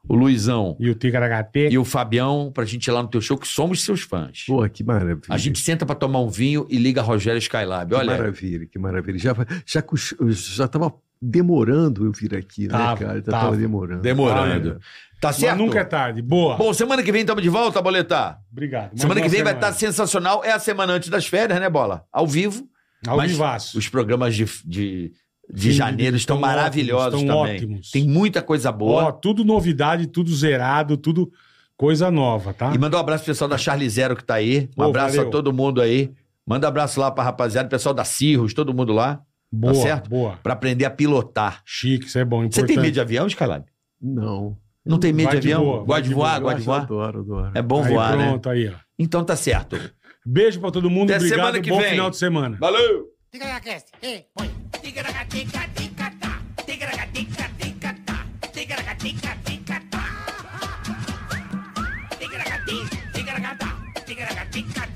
o Luizão
E o Ticaragate.
e o Fabião, pra gente ir lá no teu show, que somos seus fãs.
Porra, que maravilha.
A gente senta pra tomar um vinho e liga Rogério Skylab.
Que
Olha,
maravilha, que maravilha. Já, já, cus- já tava demorando eu vir aqui,
Tava,
né, cara? Já
tava.
tava, demorando.
Demorando.
Olha,
tá
Mas
certo?
nunca é tarde. Boa.
Bom, semana que vem estamos de volta, Boletar.
Obrigado. Mais
semana
uma
que vem vai estar sensacional. É a semana antes das férias, né, Bola? Ao vivo.
Ao
mas
vivaço.
Os programas de, de, de
Sim,
janeiro estão,
estão
maravilhosos
ótimos, estão
também.
ótimos.
Tem muita coisa boa.
Ó, tudo novidade, tudo zerado, tudo coisa nova, tá?
E mandar um abraço pro pessoal da Charlie Zero que tá aí. Um
Ô,
abraço
valeu.
a todo mundo aí. Manda abraço lá pra rapaziada, pessoal da Cirros, todo mundo lá,
Boa,
certo?
boa.
pra aprender a pilotar.
Chique, isso é bom,
Você
importante.
tem medo de avião, Escalade?
Não.
Não tem medo
Vai
de
de
avião?
boa, vai
gosta de
de
voar,
boa,
gosta de voar?
Adoro, adoro.
É bom
Aí,
voar, né?
pronto, aí, ó.
Então tá certo.
Beijo pra todo mundo,
Até
obrigado,
semana que
bom
vem.
final de semana.
Valeu!
Fica na cast. Ei, põe.
Tica-tica-tica-tica-tica-tica-tica-tica-tica.